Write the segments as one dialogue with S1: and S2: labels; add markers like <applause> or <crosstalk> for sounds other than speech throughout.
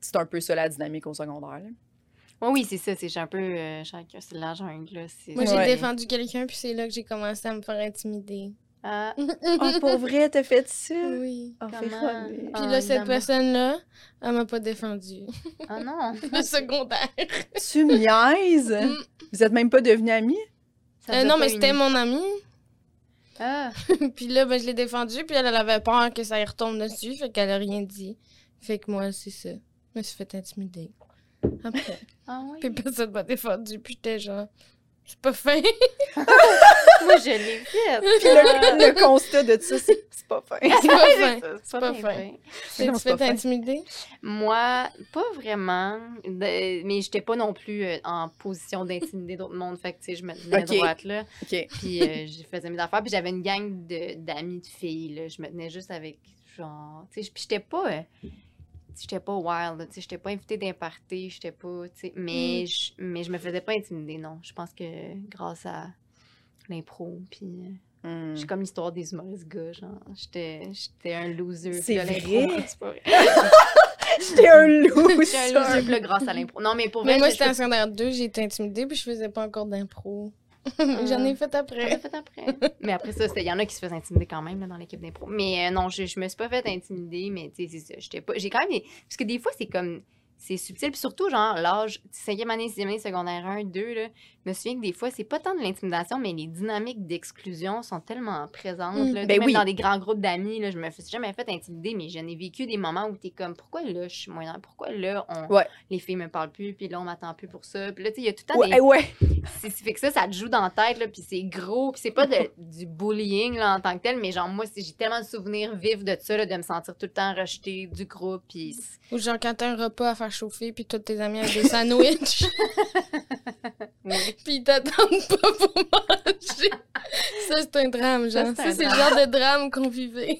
S1: c'est un peu ça la dynamique au secondaire.
S2: <laughs>
S1: là.
S2: Oui, oui, c'est ça. C'est j'ai un peu. euh, chacun, c'est la jungle, là. c'est-
S3: Moi, j'ai
S1: Ouais.
S3: défendu quelqu'un, puis c'est là que j'ai commencé à me faire intimider.
S2: Ah,
S1: Ah, pour vrai, t'as fait ça?
S3: oui.
S1: Oh, fais
S2: Comment?
S1: fuck.
S2: Ah.
S3: Puis là, cette
S2: évidemment.
S3: personne-là, elle m'a pas défendu.
S2: ah non.
S3: Le secondaire.
S2: Ah.
S1: Tu me niaises?
S3: Mm.
S1: Vous êtes même pas devenus amis? <laughs>
S2: ça
S3: Euh,
S2: vous a
S3: non,
S2: pas
S3: mais c'était
S2: uni.
S3: mon amie.
S2: Ah,
S3: <laughs> puis là, ben, je l'ai défendue, puis elle, elle avait peur que ça y retombe dessus, fait qu'elle a rien dit. Fait que moi, c'est ça. Je me suis fait intimider. Après.
S2: ah oui.
S3: puis personne m'a défendu, puis j'étais genre. C'est pas
S2: <laughs>
S3: fin. <laughs>
S2: Moi, je l'ai fait.
S1: Puis le, le constat de ça, c'est c'est pas fin.
S3: C'est
S2: <laughs>
S3: pas fin.
S2: Ça, Ah, C'est
S3: pas
S2: bien
S3: fin.
S2: vrai.
S1: Mais non,
S3: Tu te
S1: c'est pas
S3: fais
S1: fin.
S3: intimider?
S2: Moi, pas vraiment. de- mais j'étais pas non plus euh, en position d'intimider d'autres mondes. Fait que, tu sais, je me tenais
S1: Ok.
S2: droite, là.
S1: OK.
S2: Puis
S3: <laughs>
S2: euh, je faisais mes affaires. Puis j'avais une gang de- d'amis de, filles, là. Je me tenais juste avec, genre... Tu sais, puis j'étais pas... euh, j'étais pas wild, là, tu sais, j'étais pas invitée d'un party, j'étais pas, tu sais,
S3: Mm.
S2: mais, je, mais je me faisais pas intimider, non. Je pense que grâce à l'impro, puis euh,
S1: Hmm.
S3: Mm.
S2: j'ai comme l'histoire des humoristes gars, genre, j'étais j'étais un loser. puis
S1: C'est
S2: là, l'impro,
S1: vrai?
S2: <laughs> c'est pas vrai.
S1: J'étais un
S2: J'étais un loser,
S1: loser.
S2: puis là, grâce à l'impro. Non, mais pour
S3: Mais
S2: vrai,
S3: moi,
S2: je-
S3: j'étais en secondaire 2, j'ai été intimidée, puis je faisais pas encore d'impro. <laughs> J'en ai fait
S2: Je l'ai
S3: après.
S2: fait après. <laughs> mais après ça, c'était- il y en a qui se faisaient intimider quand même là, dans l'équipe d'impro. Mais euh, non, je, je me suis pas fait intimider, mais tu sais, c'est ça. J'étais pas. J'ai quand même. des- Parce que des fois, c'est comme. C'est subtil. Puis surtout, genre, l'âge, 5e année, 6e année, secondaire 1, 2, là, je me souviens que des fois, c'est pas tant de l'intimidation, mais les dynamiques d'exclusion sont tellement présentes.
S3: Mm.
S2: Là, Tu sais,
S1: Ben
S2: même
S1: oui.
S2: dans des grands groupes d'amis, là, je me suis jamais fait intimider, mais j'en ai vécu des moments où t'es comme, pourquoi là, je suis moyen, pourquoi là, on,
S1: Ouais.
S2: les filles me parlent plus, puis là, on m'attend plus pour ça. Puis là, tu sais, il y a tout le temps des
S1: Ouais, ouais.
S2: c'est c'est fait que ça, ça te joue dans la tête, là, puis c'est gros, puis c'est
S1: <laughs>
S2: pas de- du bullying là, en tant que tel, mais genre, moi, c'est- j'ai tellement de souvenirs vifs de ça, là, de me sentir tout le temps rejetée du groupe, puis c'est-
S3: Ou genre quand t'as un repas à faire chauffer, puis tous tes amis avec des sandwichs,
S2: <laughs> oui.
S3: puis ils t'attendent pas pour manger. Ça, c'est un drame,
S2: Ça,
S3: genre.
S2: c'est
S3: Ça,
S2: un
S3: c'est le genre de drame qu'on vivait.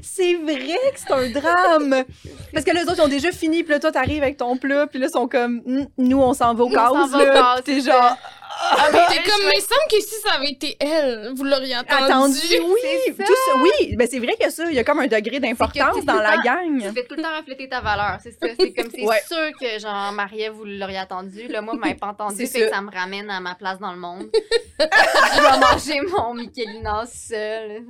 S1: C'est vrai que c'est un drame. Parce que les autres ils ont déjà fini, puis là, toi, t'arrives avec ton plat, puis là, ils sont comme, Hmm, nous, on s'en va au
S2: Nous, on
S1: casse,
S2: s'en va au
S1: là.
S2: casse,
S1: Puis t'es
S2: c'est
S1: genre,
S2: Ah,
S3: T'es comme, mais il semble que si ça avait été elle, vous l'auriez
S1: attendu.
S3: attendu.
S1: Oui,
S2: C'est ça.
S1: tout ça- Oui, mais c'est vrai que ça, il y a comme un degré
S2: C'est
S1: d'importance
S2: que
S1: dans la
S2: tout Tu
S1: gang.
S2: fais tout le temps refléter ta valeur, c'est ça. C'est comme, c'est
S1: Mm. Ouais.
S2: sûr que, genre, Marie-Ève, vous l'auriez attendu, là, moi, vous m'avez pas entendu,
S1: C'est
S2: fait que
S1: ça.
S2: ça me ramène à ma place dans
S1: <laughs>
S2: le monde. Je vais manger mon Michelinas seul.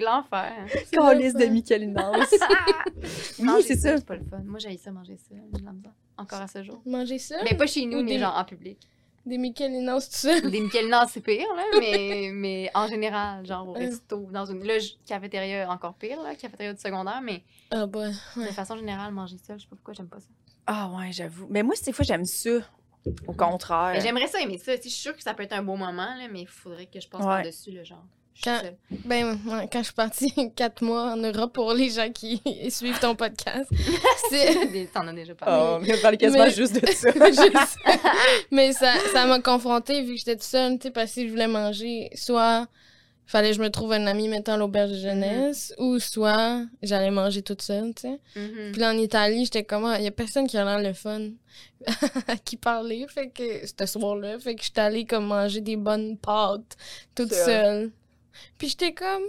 S1: <laughs>
S2: l'enfer. Ah!
S1: Calice de
S3: ça.
S1: Michelinas. Oui,
S2: Manger
S1: c'est
S2: seul,
S1: ça.
S2: C'est pas le fun. Moi, j'ai ça manger seul, j'ai de la misère. Encore à ce jour.
S3: Manger ça?
S1: Ah,
S2: Mais pas chez nous,
S3: Ou
S2: mais
S3: des-
S2: genre en public.
S3: Des Michelinos, tout ça.
S2: Des Michelinas, c'est pire, là, mais, mais en général, genre au resto, dans une là, j- cafétéria, encore pire, là, cafétéria du secondaire, mais
S3: Ah, bah.
S2: de façon générale, manger seul, je sais pas pourquoi j'aime pas ça.
S1: Ah, ouais, j'avoue. Mais moi, des fois, j'aime ça. Au contraire.
S2: Mais J'aimerais ça aimer ça, tu sais, je suis sûre que ça peut être un beau moment, là, mais il faudrait que je passe
S1: Ouais.
S2: par-dessus, là, genre. Je suis
S3: Quand-
S2: seule.
S3: Ben, moi, quand je suis partie <laughs> quatre mois en Europe pour les gens qui suivent ton podcast,
S2: <laughs>
S3: c'est.
S2: Des- T'en as déjà
S1: Oh,
S2: parlé.
S1: mais on parle quasiment
S3: Mais-
S1: juste de
S2: <laughs>
S1: ça.
S3: <laughs> Je sais. Mais ça ça m'a confrontée vu que j'étais toute seule, tu sais, parce que si je voulais manger, soit fallait que je me trouve un ami mettant l'auberge de jeunesse, ou soit j'allais manger toute seule, tu sais.
S2: Mhm.
S3: Puis là, en Italie, j'étais comme, il y a personne qui a l'air le fun <laughs> à qui parler, fait que ce soir-là, fait que j'étais allée comme manger des bonnes pâtes toute
S1: Seule.
S3: seule. Puis j'étais comme,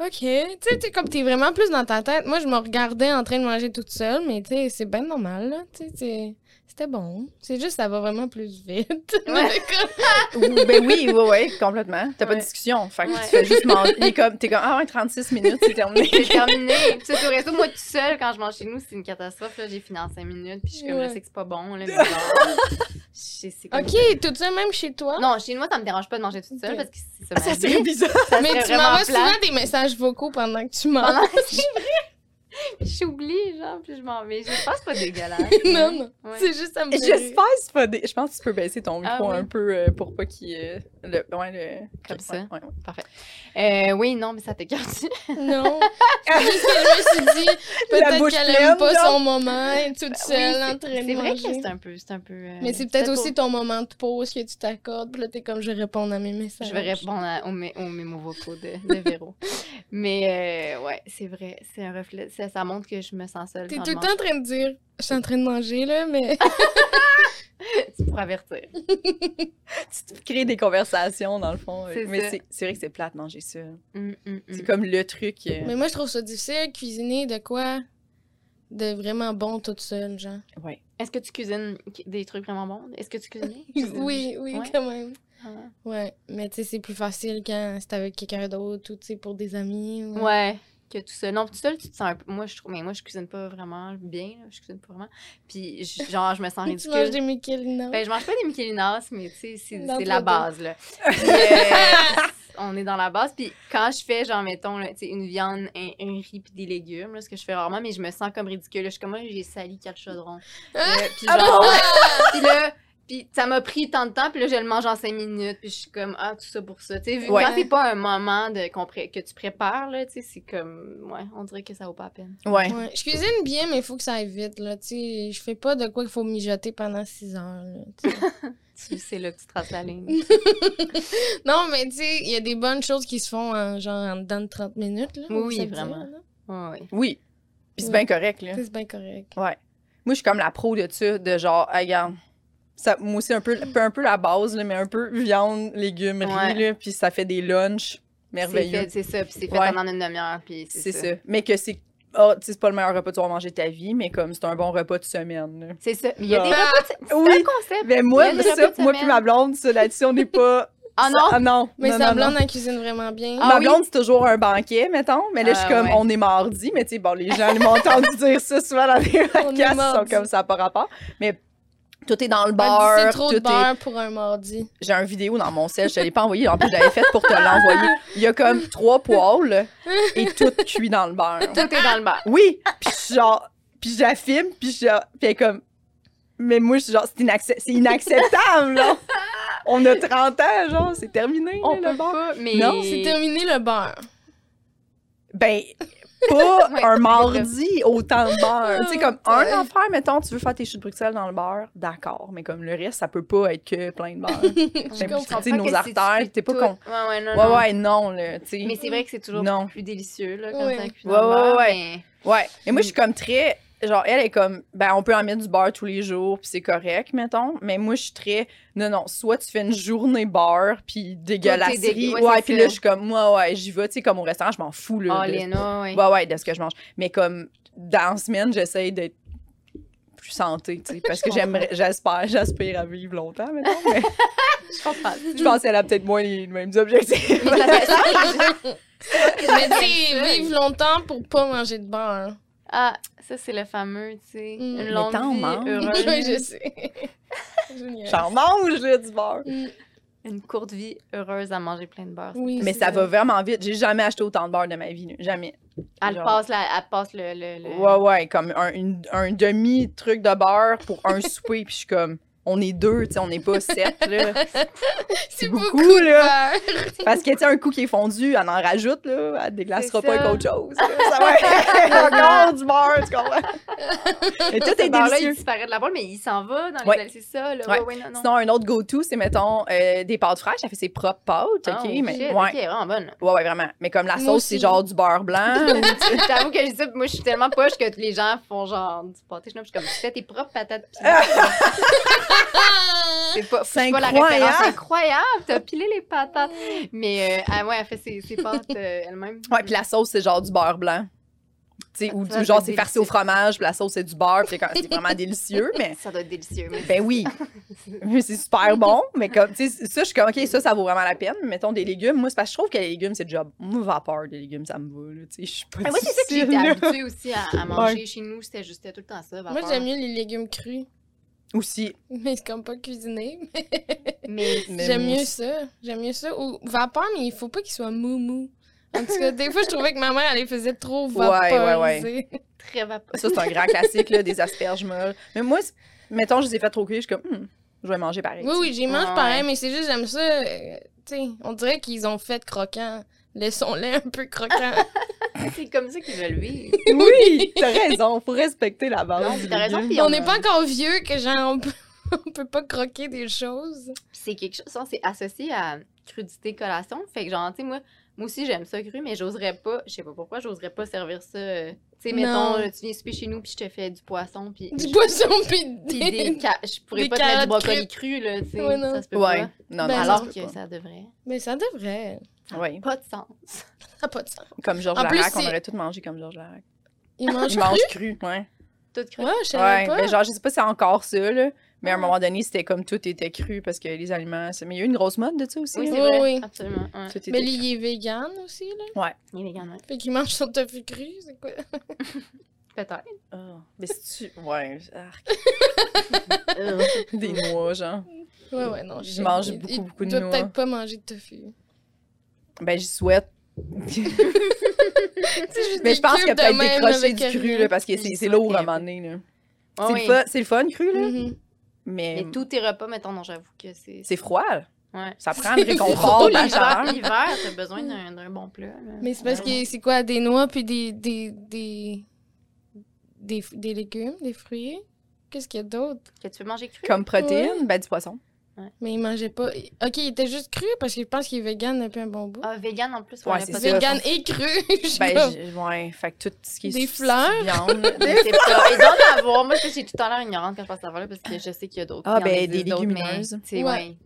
S3: ok, tu sais, tu sais, comme t'es vraiment plus dans ta tête. Moi, je me regardais en train de manger toute seule, mais tu sais, c'est bien normal, là, tu sais, c'est- c'était bon. C'est juste, ça va vraiment plus vite. <laughs>
S2: <laughs> Ouais.
S1: Ou- ben oui, oui, oui, complètement. T'as pas de
S2: Ouais.
S1: discussion. Fait que
S2: Ouais.
S1: tu fais juste manger. Il est comme- T'es comme, ah ouais, 36 minutes, c'est terminé.
S2: C'est terminé. Tu sais, au resto, moi, tout seul, quand je mange chez nous, c'est une catastrophe. Là, j'ai fini en 5 minutes, puis je suis comme,
S3: Ouais.
S2: je sais que c'est pas bon, là, mais genre, je sais, c'est comme-
S3: ok, toute seule, même chez toi.
S2: Non, chez moi, ça me dérange pas de manger toute seule
S3: Ok.
S2: parce que c'est ça.
S1: <laughs> Ah,
S2: ma
S1: ça
S2: vie.
S1: serait bizarre.
S2: Ça
S3: mais
S2: serait
S3: tu
S2: vraiment
S3: m'envoies
S2: plate.
S3: souvent des messages vocaux pendant que tu manges.
S2: Pendant- C'est vrai. Puis j'oublie, genre, puis je m'en vais. Je pense pas <laughs> dégueulasse. hein.
S3: non, non,
S2: Ouais.
S3: c'est juste, ça me fait rire.
S1: J'espère que c'est pas des- Je pense que tu peux baisser ton
S2: Ah,
S1: micro
S2: oui.
S1: un peu euh, pour pas qu'il. euh, le... Ouais, le.
S2: Comme
S1: ouais,
S2: ça.
S1: ouais, ouais.
S2: Euh, oui, non, mais ça t'écarte. <laughs>
S3: Non. C'est juste que je me suis dit, peut-être
S1: bouche
S3: qu'elle
S1: pleine,
S3: aime pas
S1: genre.
S3: son moment, elle est toute seule
S2: Ben Oui,
S3: en
S2: c'est-
S3: train de
S2: C'est vrai que
S3: manger.
S2: c'est un peu. C'est un peu euh,
S3: Mais c'est peut-être
S2: pour-
S3: aussi ton moment de pause que tu t'accordes, puis là, t'es comme, je réponds à mes messages.
S2: Je vais répondre à- aux, mé- aux mémos vocaux de, de Véro. <laughs> mais euh, ouais, c'est vrai. C'est un reflet. Ça, ça montre que je me sens seule.
S3: T'es
S2: quand
S3: tout
S2: je
S3: le temps en train de dire, je suis en train de manger, là,
S2: <laughs>
S3: mais
S2: mange. C'est pour avertir. <laughs>
S1: Tu te crées des conversations, dans le fond. euh,
S2: C'est
S1: Mais
S2: ça.
S1: c'est- c'est vrai que c'est plate manger ça.
S2: Hum, hum, hum.
S1: C'est comme le truc. euh,
S3: Mais moi, je trouve ça difficile, cuisiner de quoi de vraiment bon toute seule, genre.
S1: Ouais.
S2: Est-ce que tu cuisines des trucs vraiment bons? Est-ce que tu cuisines? <laughs>
S3: Oui, oui,
S2: Ouais.
S3: quand même.
S2: Ah.
S3: Ouais, mais tu sais, c'est plus facile quand c'est avec quelqu'un d'autre ou tu sais, pour des amis. ou-
S2: Ouais. Que tout seul. Non, tout seul, tu te sens un peu. Moi, je trouve. Mais moi, je cuisine pas vraiment bien. là. Je cuisine pas vraiment. Puis, je- genre, je me sens
S3: Tu manges
S2: ridicule.
S3: des Michelinos.
S2: Ben, je mange pas des Michelinas, mais tu sais, c'est
S3: Dans
S2: c'est
S3: le
S2: la
S3: plateau.
S2: base, là. Puis, euh, on est dans la base. Puis quand je fais, genre, mettons, là, tu sais, une viande, un, un riz, puis des légumes, là, ce que je fais rarement, mais je me sens comme ridicule. là. Je suis comme, Ah, j'ai sali quatre chaudrons.
S1: Ah!
S2: Là, puis, genre, puis là, puis ça m'a pris tant de temps, puis là, je le mange en cinq minutes, puis je suis comme, ah, tout ça pour ça. Tu sais, vu
S1: Ouais.
S2: quand c'est pas un moment de, qu'on pré- que tu prépares, là, tu sais, c'est comme, ouais, on dirait que ça vaut pas la peine.
S1: Ouais.
S3: Ouais, je cuisine bien, mais il faut que ça aille vite, là. Tu sais, je fais pas de quoi qu'il faut mijoter pendant 6 heures, là,
S1: <laughs>
S3: tu sais.
S2: Tu sais, là, que tu traces la ligne.
S3: non, mais tu sais, il y a des bonnes choses qui se font en, genre, en dedans de 30 minutes, là.
S2: Oui,
S3: ça veut
S2: vraiment.
S3: dire, là.
S2: Ouais, ouais.
S1: Oui. Puis c'est
S3: Ouais.
S1: bien correct, là.
S3: Ça, C'est bien correct.
S1: Ouais. Moi, je suis comme la pro de ça, de genre, Hey, regarde. Ça, moi aussi, un peu, peu- un peu la base, là, mais un peu viande, légumes,
S2: Ouais.
S1: riz, là, puis ça fait des lunchs
S2: C'est
S1: merveilleux.
S2: fait, c'est ça, puis c'est fait
S1: Ouais.
S2: pendant une demi-heure, puis
S1: C'est ça. Mais que c'est. Ah, tu sais, c'est pas le meilleur repas que tu vas manger de ta vie, mais comme c'est un bon repas de semaine. là.
S2: C'est ça. Il y a des
S1: Genre.
S2: repas de... C'est
S1: Ah. Oui.
S2: un concept.
S1: Mais moi,
S2: Il y a des
S1: ça,
S2: repas de
S1: moi puis
S2: semaine.
S1: ma blonde, ça, là-dessus, on n'est pas.
S2: Ah non?
S1: Ah non!
S3: Mais
S1: non,
S3: sa
S1: non, non.
S3: blonde, elle cuisine vraiment bien.
S2: Ah
S1: ma
S2: oui?
S1: blonde, c'est toujours un banquet, mettons. Mais là, je suis
S2: Ah,
S1: comme,
S2: ouais.
S1: on est mardi. Mais tu sais, bon, les gens ils m'ont entendu <laughs> dire ça souvent dans les podcasts. Ils sont
S3: mardi.
S1: comme ça, par rapport. Mais tout est dans le
S3: Elle dit,
S1: beurre.
S3: c'est trop
S1: tout
S3: de
S1: est-
S3: beurre pour un mardi.
S1: J'ai un vidéo dans mon sel, je te l'ai pas envoyé. En plus, je l'avais faite pour te l'envoyer. Il y a comme trois poils et tout cuit dans le beurre.
S2: <laughs> Tout est dans le bar.
S1: Oui! Puis je suis genre, puis je la filme, puis je puis elle est comme, mais moi, je suis genre, c'est inacce- c'est inacceptable, là! On a 30 ans, genre, c'est terminé,
S2: On
S1: là,
S2: peut
S1: le beurre.
S2: pas, mais...
S1: Non,
S3: C'est terminé
S1: <laughs>
S3: le beurre.
S1: Ben, pas
S2: <laughs> Ouais,
S1: un
S2: c'est
S1: mardi autant de beurre. tu sais, comme un
S3: Ouais.
S1: affaire, mettons, tu veux faire tes chutes de Bruxelles dans le beurre, d'accord, mais comme le reste, ça peut pas être que plein de
S2: <laughs>
S1: beurre.
S3: Je
S1: J'ai
S3: comprends.
S1: tu sais, nos artères, t'es pas con.
S2: Ouais, ouais, non,
S1: Ouais,
S2: non.
S1: ouais, non, là, tu sais.
S2: Mais c'est vrai que c'est toujours
S1: Non.
S2: plus délicieux, là, quand
S3: Ouais.
S2: ça cuit
S1: Ouais,
S2: dans le
S1: ouais,
S2: beurre,
S1: ouais.
S2: mais-
S1: Ouais. Et moi, je suis comme très. Genre, elle est comme, ben, on peut en mettre du beurre tous les jours, puis c'est correct, mettons. Mais moi, je suis très, non, non, soit tu fais une journée beurre, puis dégueulasserie.
S2: dégueu- ouais,
S1: ouais,
S2: c'est
S1: puis
S2: ça.
S1: là, je suis comme, moi, ouais, j'y vais, tu sais, comme au restaurant, je m'en fous, là.
S2: Ah,
S1: de-
S2: Léna, ouais.
S1: Ouais, ouais, de ce que je mange. Mais comme, dans la semaine, j'essaye d'être plus santé, tu sais, parce
S2: <laughs>
S1: que
S2: comprends.
S1: j'aimerais, j'espère, j'aspire à vivre longtemps, mettons. Mais
S2: Je comprends.
S1: je
S2: <laughs>
S1: pense qu'elle a peut-être moins les mêmes objectifs.
S2: Mais ça fait
S3: <laughs>
S2: ça,
S3: Mais tu sais, vivre longtemps pour pas manger de beurre.
S2: Ah, ça, c'est le fameux, tu sais,
S3: Mm.
S2: une
S3: Mais
S2: longue
S1: t'en
S2: vie
S1: manges.
S3: <laughs>
S1: <laughs>
S3: Oui, je
S2: heureuse.
S3: sais. Génial.
S1: <laughs> J'en mange, là, du beurre.
S2: Une courte vie heureuse à manger plein de beurre.
S3: Oui,
S1: Mais
S3: c'est
S1: ça va vraiment vite. J'ai jamais acheté autant de beurre de ma vie, là. jamais.
S2: Elle
S1: Genre-
S2: passe, la, elle passe le... le, le-
S1: Ouais, ouais, comme un, une- un demi-truc de beurre pour un souper, <laughs> puis je suis comme, on est deux, tu sais, on n'est pas sept,
S2: <laughs>
S1: là.
S3: C'est
S1: beaucoup,
S3: beaucoup,
S1: là.
S3: là.
S1: Parce que, tu sais, un coup qui est fondu, elle en rajoute, là, elle déglassera
S2: C'est
S1: pas
S2: ça.
S1: avec autre chose. là.
S2: <laughs>
S1: Ça va être encore du beurre, tu comprends? Et tout
S2: Ce
S1: est
S2: beurre-là, il
S1: délicieux.
S2: disparaît de la boîte, mais il s'en va dans les
S1: Ouais.
S2: ailes, c'est ça, là.
S1: Ouais.
S2: Ouais, ouais, non, non.
S1: Sinon, un autre go-to, c'est, mettons, euh, des pâtes fraîches. Elle fait ses propres pâtes,
S2: Ah,
S1: OK?
S2: oh,
S1: mais, ouais.
S2: shit, ok, vraiment bonne.
S1: ouais, ouais, vraiment. Mais comme la
S3: Moi
S1: sauce, c'est
S3: aussi.
S1: genre du beurre
S2: <laughs>
S1: blanc. ou-
S2: J'avoue que je dis, moi, je suis tellement poche que les gens font genre du pâté chenois, puis Je suis comme, tu fais tes propres patates pilées.
S3: Ah!
S2: C'est pas,
S1: C'est
S2: c'est pas la
S1: incroyable.
S2: référence c'est incroyable. T'as pilé les patates. Mais, euh, ah ouais, elle fait ses, ses pâtes euh, elle-même.
S1: Ouais, puis la sauce, c'est genre du beurre blanc. Tu sais, ou,
S2: Ça,
S1: ou genre,
S2: c'est
S1: c'est farci au
S2: délicieux.
S1: fromage, puis la sauce, c'est du beurre, puis c'est quand- c'est
S2: <laughs>
S1: vraiment délicieux, mais...
S2: Ça doit être délicieux. Mais...
S1: Ben
S2: <laughs>
S1: oui, Mais c'est super bon, mais comme, tu sais, ça, je suis comme, OK, ça, ça vaut vraiment la peine. Mettons des légumes. Moi, c'est parce que je trouve que les légumes, c'est le job. Moi, vapeur des légumes, ça me va, là, tu sais, je suis pas
S2: Ah, moi, c'est ça que
S1: difficile,
S2: j'étais
S1: là.
S2: habituée aussi à, à manger chez nous. C'était juste c'était tout le temps ça.
S3: Moi,
S2: vapeur.
S3: j'aime mieux les légumes crus.
S1: Aussi,
S3: <laughs> Mais c'est comme pas cuisiner. mais
S2: Mais
S1: Mais
S3: <laughs> J'aime
S1: moi
S3: mieux
S1: aussi.
S3: ça. J'aime mieux ça. Ou vapeur, mais il faut pas qu'il soit mou mou. En tout cas, des fois, je trouvais que ma mère, elle les faisait trop
S1: Ouais, ouais, ouais.
S3: vaporiser.
S2: très vapeur.
S1: ça, c'est un grand classique, là, des asperges molles. Mais moi, c'est- mettons, je les ai fait trop cuire, je suis comme, Hmm, je vais manger pareil.
S3: Oui, oui, j'y mange
S2: Ouais,
S3: pareil,
S2: ouais.
S3: mais c'est juste, j'aime ça. euh, tu sais, on dirait qu'ils ont fait croquant. Laissons-les un peu croquant.
S1: <laughs>
S2: C'est comme ça qu'ils veulent vivre.
S1: tu sais. Oui, t'as raison, faut respecter la base.
S2: Non,
S1: du
S2: t'as raison,
S1: légume.
S2: puis
S3: on
S2: on
S3: n'est
S2: a-
S3: pas encore vieux que genre, on peut, <laughs> on peut pas croquer des choses.
S2: Puis c'est quelque chose, ça, c'est associé à crudité collation. Fait que genre, tu sais, moi, moi aussi, j'aime ça cru, mais j'oserais pas, je sais pas pourquoi, j'oserais pas servir ça. euh, Tu sais, mettons,
S3: Non.
S2: euh, tu viens souper chez nous, puis je te fais du poisson, puis.
S3: Du
S2: <laughs>
S3: poisson pis
S2: puis
S3: des... <laughs>
S2: des ca- Je pourrais
S3: des
S2: pas te mettre du
S3: carottes
S2: brocoli cru, là, tu sais.
S3: Ouais, non.
S2: ça se peut
S1: Ouais,
S2: pas.
S1: non, non,
S3: Ben,
S1: ça se
S2: Alors
S1: peut
S2: que
S1: pas.
S2: ça devrait.
S3: Mais ça devrait.
S2: ça a
S1: Ouais.
S2: Pas de sens.
S3: Ça n'a pas de sens.
S1: Comme Georges
S3: En plus,
S1: Larac, on
S3: c'est-
S1: aurait tout mangé comme Georges Larac.
S3: Ils mangent
S1: Je mange cru, ouais.
S2: tout cru.
S3: Ouais, je savais
S1: Ouais,
S3: pas. Ah.
S1: ben genre, je sais pas si c'est encore ça, là, mais à un
S3: Ouais.
S1: moment donné, c'était comme tout était cru parce que les aliments. c'est- Mais il y a eu une grosse mode de ça aussi.
S2: Oui,
S1: là.
S2: c'est
S3: Oui,
S2: vrai.
S3: oui.
S2: Absolument. ouais.
S1: Tout était
S3: Mais
S1: cru.
S3: lui, il est vegan aussi, là.
S2: Il est vegan, ouais.
S3: Fait qu'il mange son tofu cru, c'est quoi?
S2: <laughs> Peut-être.
S1: Ah, Mais si tu. Ouais,
S3: <laughs>
S1: arc, Euh, des noix, genre.
S3: Ouais, ouais, non.
S1: Je
S3: sais.
S1: mange
S3: Il-
S1: beaucoup,
S3: il
S1: beaucoup de
S3: doit
S1: noix.
S3: peut-être pas manger
S1: <laughs>
S3: de tofu.
S1: Ben, j'y
S3: <laughs>
S1: souhaite.
S3: Tu sais, juste
S1: mais je
S3: des
S1: pense
S3: cubes
S1: que
S3: de
S1: peut-être
S3: même
S1: décrocher
S3: avec
S1: du cru,
S3: rien.
S1: là, parce que
S2: J'y
S1: c'est c'est
S2: souhaite
S1: lourd à un
S2: qu'il y ait
S1: moment donné, là.
S2: Ouais,
S1: C'est le
S2: ouais.
S1: fun- C'est le fun cru, là,
S3: Mhm.
S1: mais.
S2: Mais tous tes repas, mettons, non, j'avoue que c'est.
S1: C'est froid, là.
S2: Ouais.
S1: Ça
S3: <laughs>
S1: prend le réconfort,
S2: Surtout
S1: la
S2: l'hiver,
S1: chaleur.
S2: l'hiver, t'as besoin d'un d'un bon plat. là.
S3: Mais c'est parce que c'est quoi, des noix puis des des, des, des, des légumes, des fruits? Qu'est-ce qu'il y a d'autre?
S2: Que tu peux manger cru.
S1: Comme protéines, ben, du poisson.
S3: Mais il mangeait pas. Ok, il était juste cru parce que je pense qu'il est vegan depuis un bon bout.
S2: Ah, vegan en plus,
S1: Ouais,
S2: on a
S1: c'est
S2: pas
S1: ça.
S2: de-
S3: vegan et cru! <laughs> je sais pas.
S1: Ben, j- ouais, fait que tout ce qui est.
S3: Des
S1: sous-
S3: fleurs.
S1: viande,
S3: <laughs>
S1: là.
S2: Je sais pas. Et d'en avoir. Moi, je sais que j'ai tout à l'heure ignorante quand je passe à là parce que je sais qu'il y a d'autres.
S1: Ah,
S2: il y en
S1: ben,
S2: existe
S1: des
S2: d'autres,
S1: légumineuses.
S2: mais, tu sais,
S3: Ouais.
S2: ouais.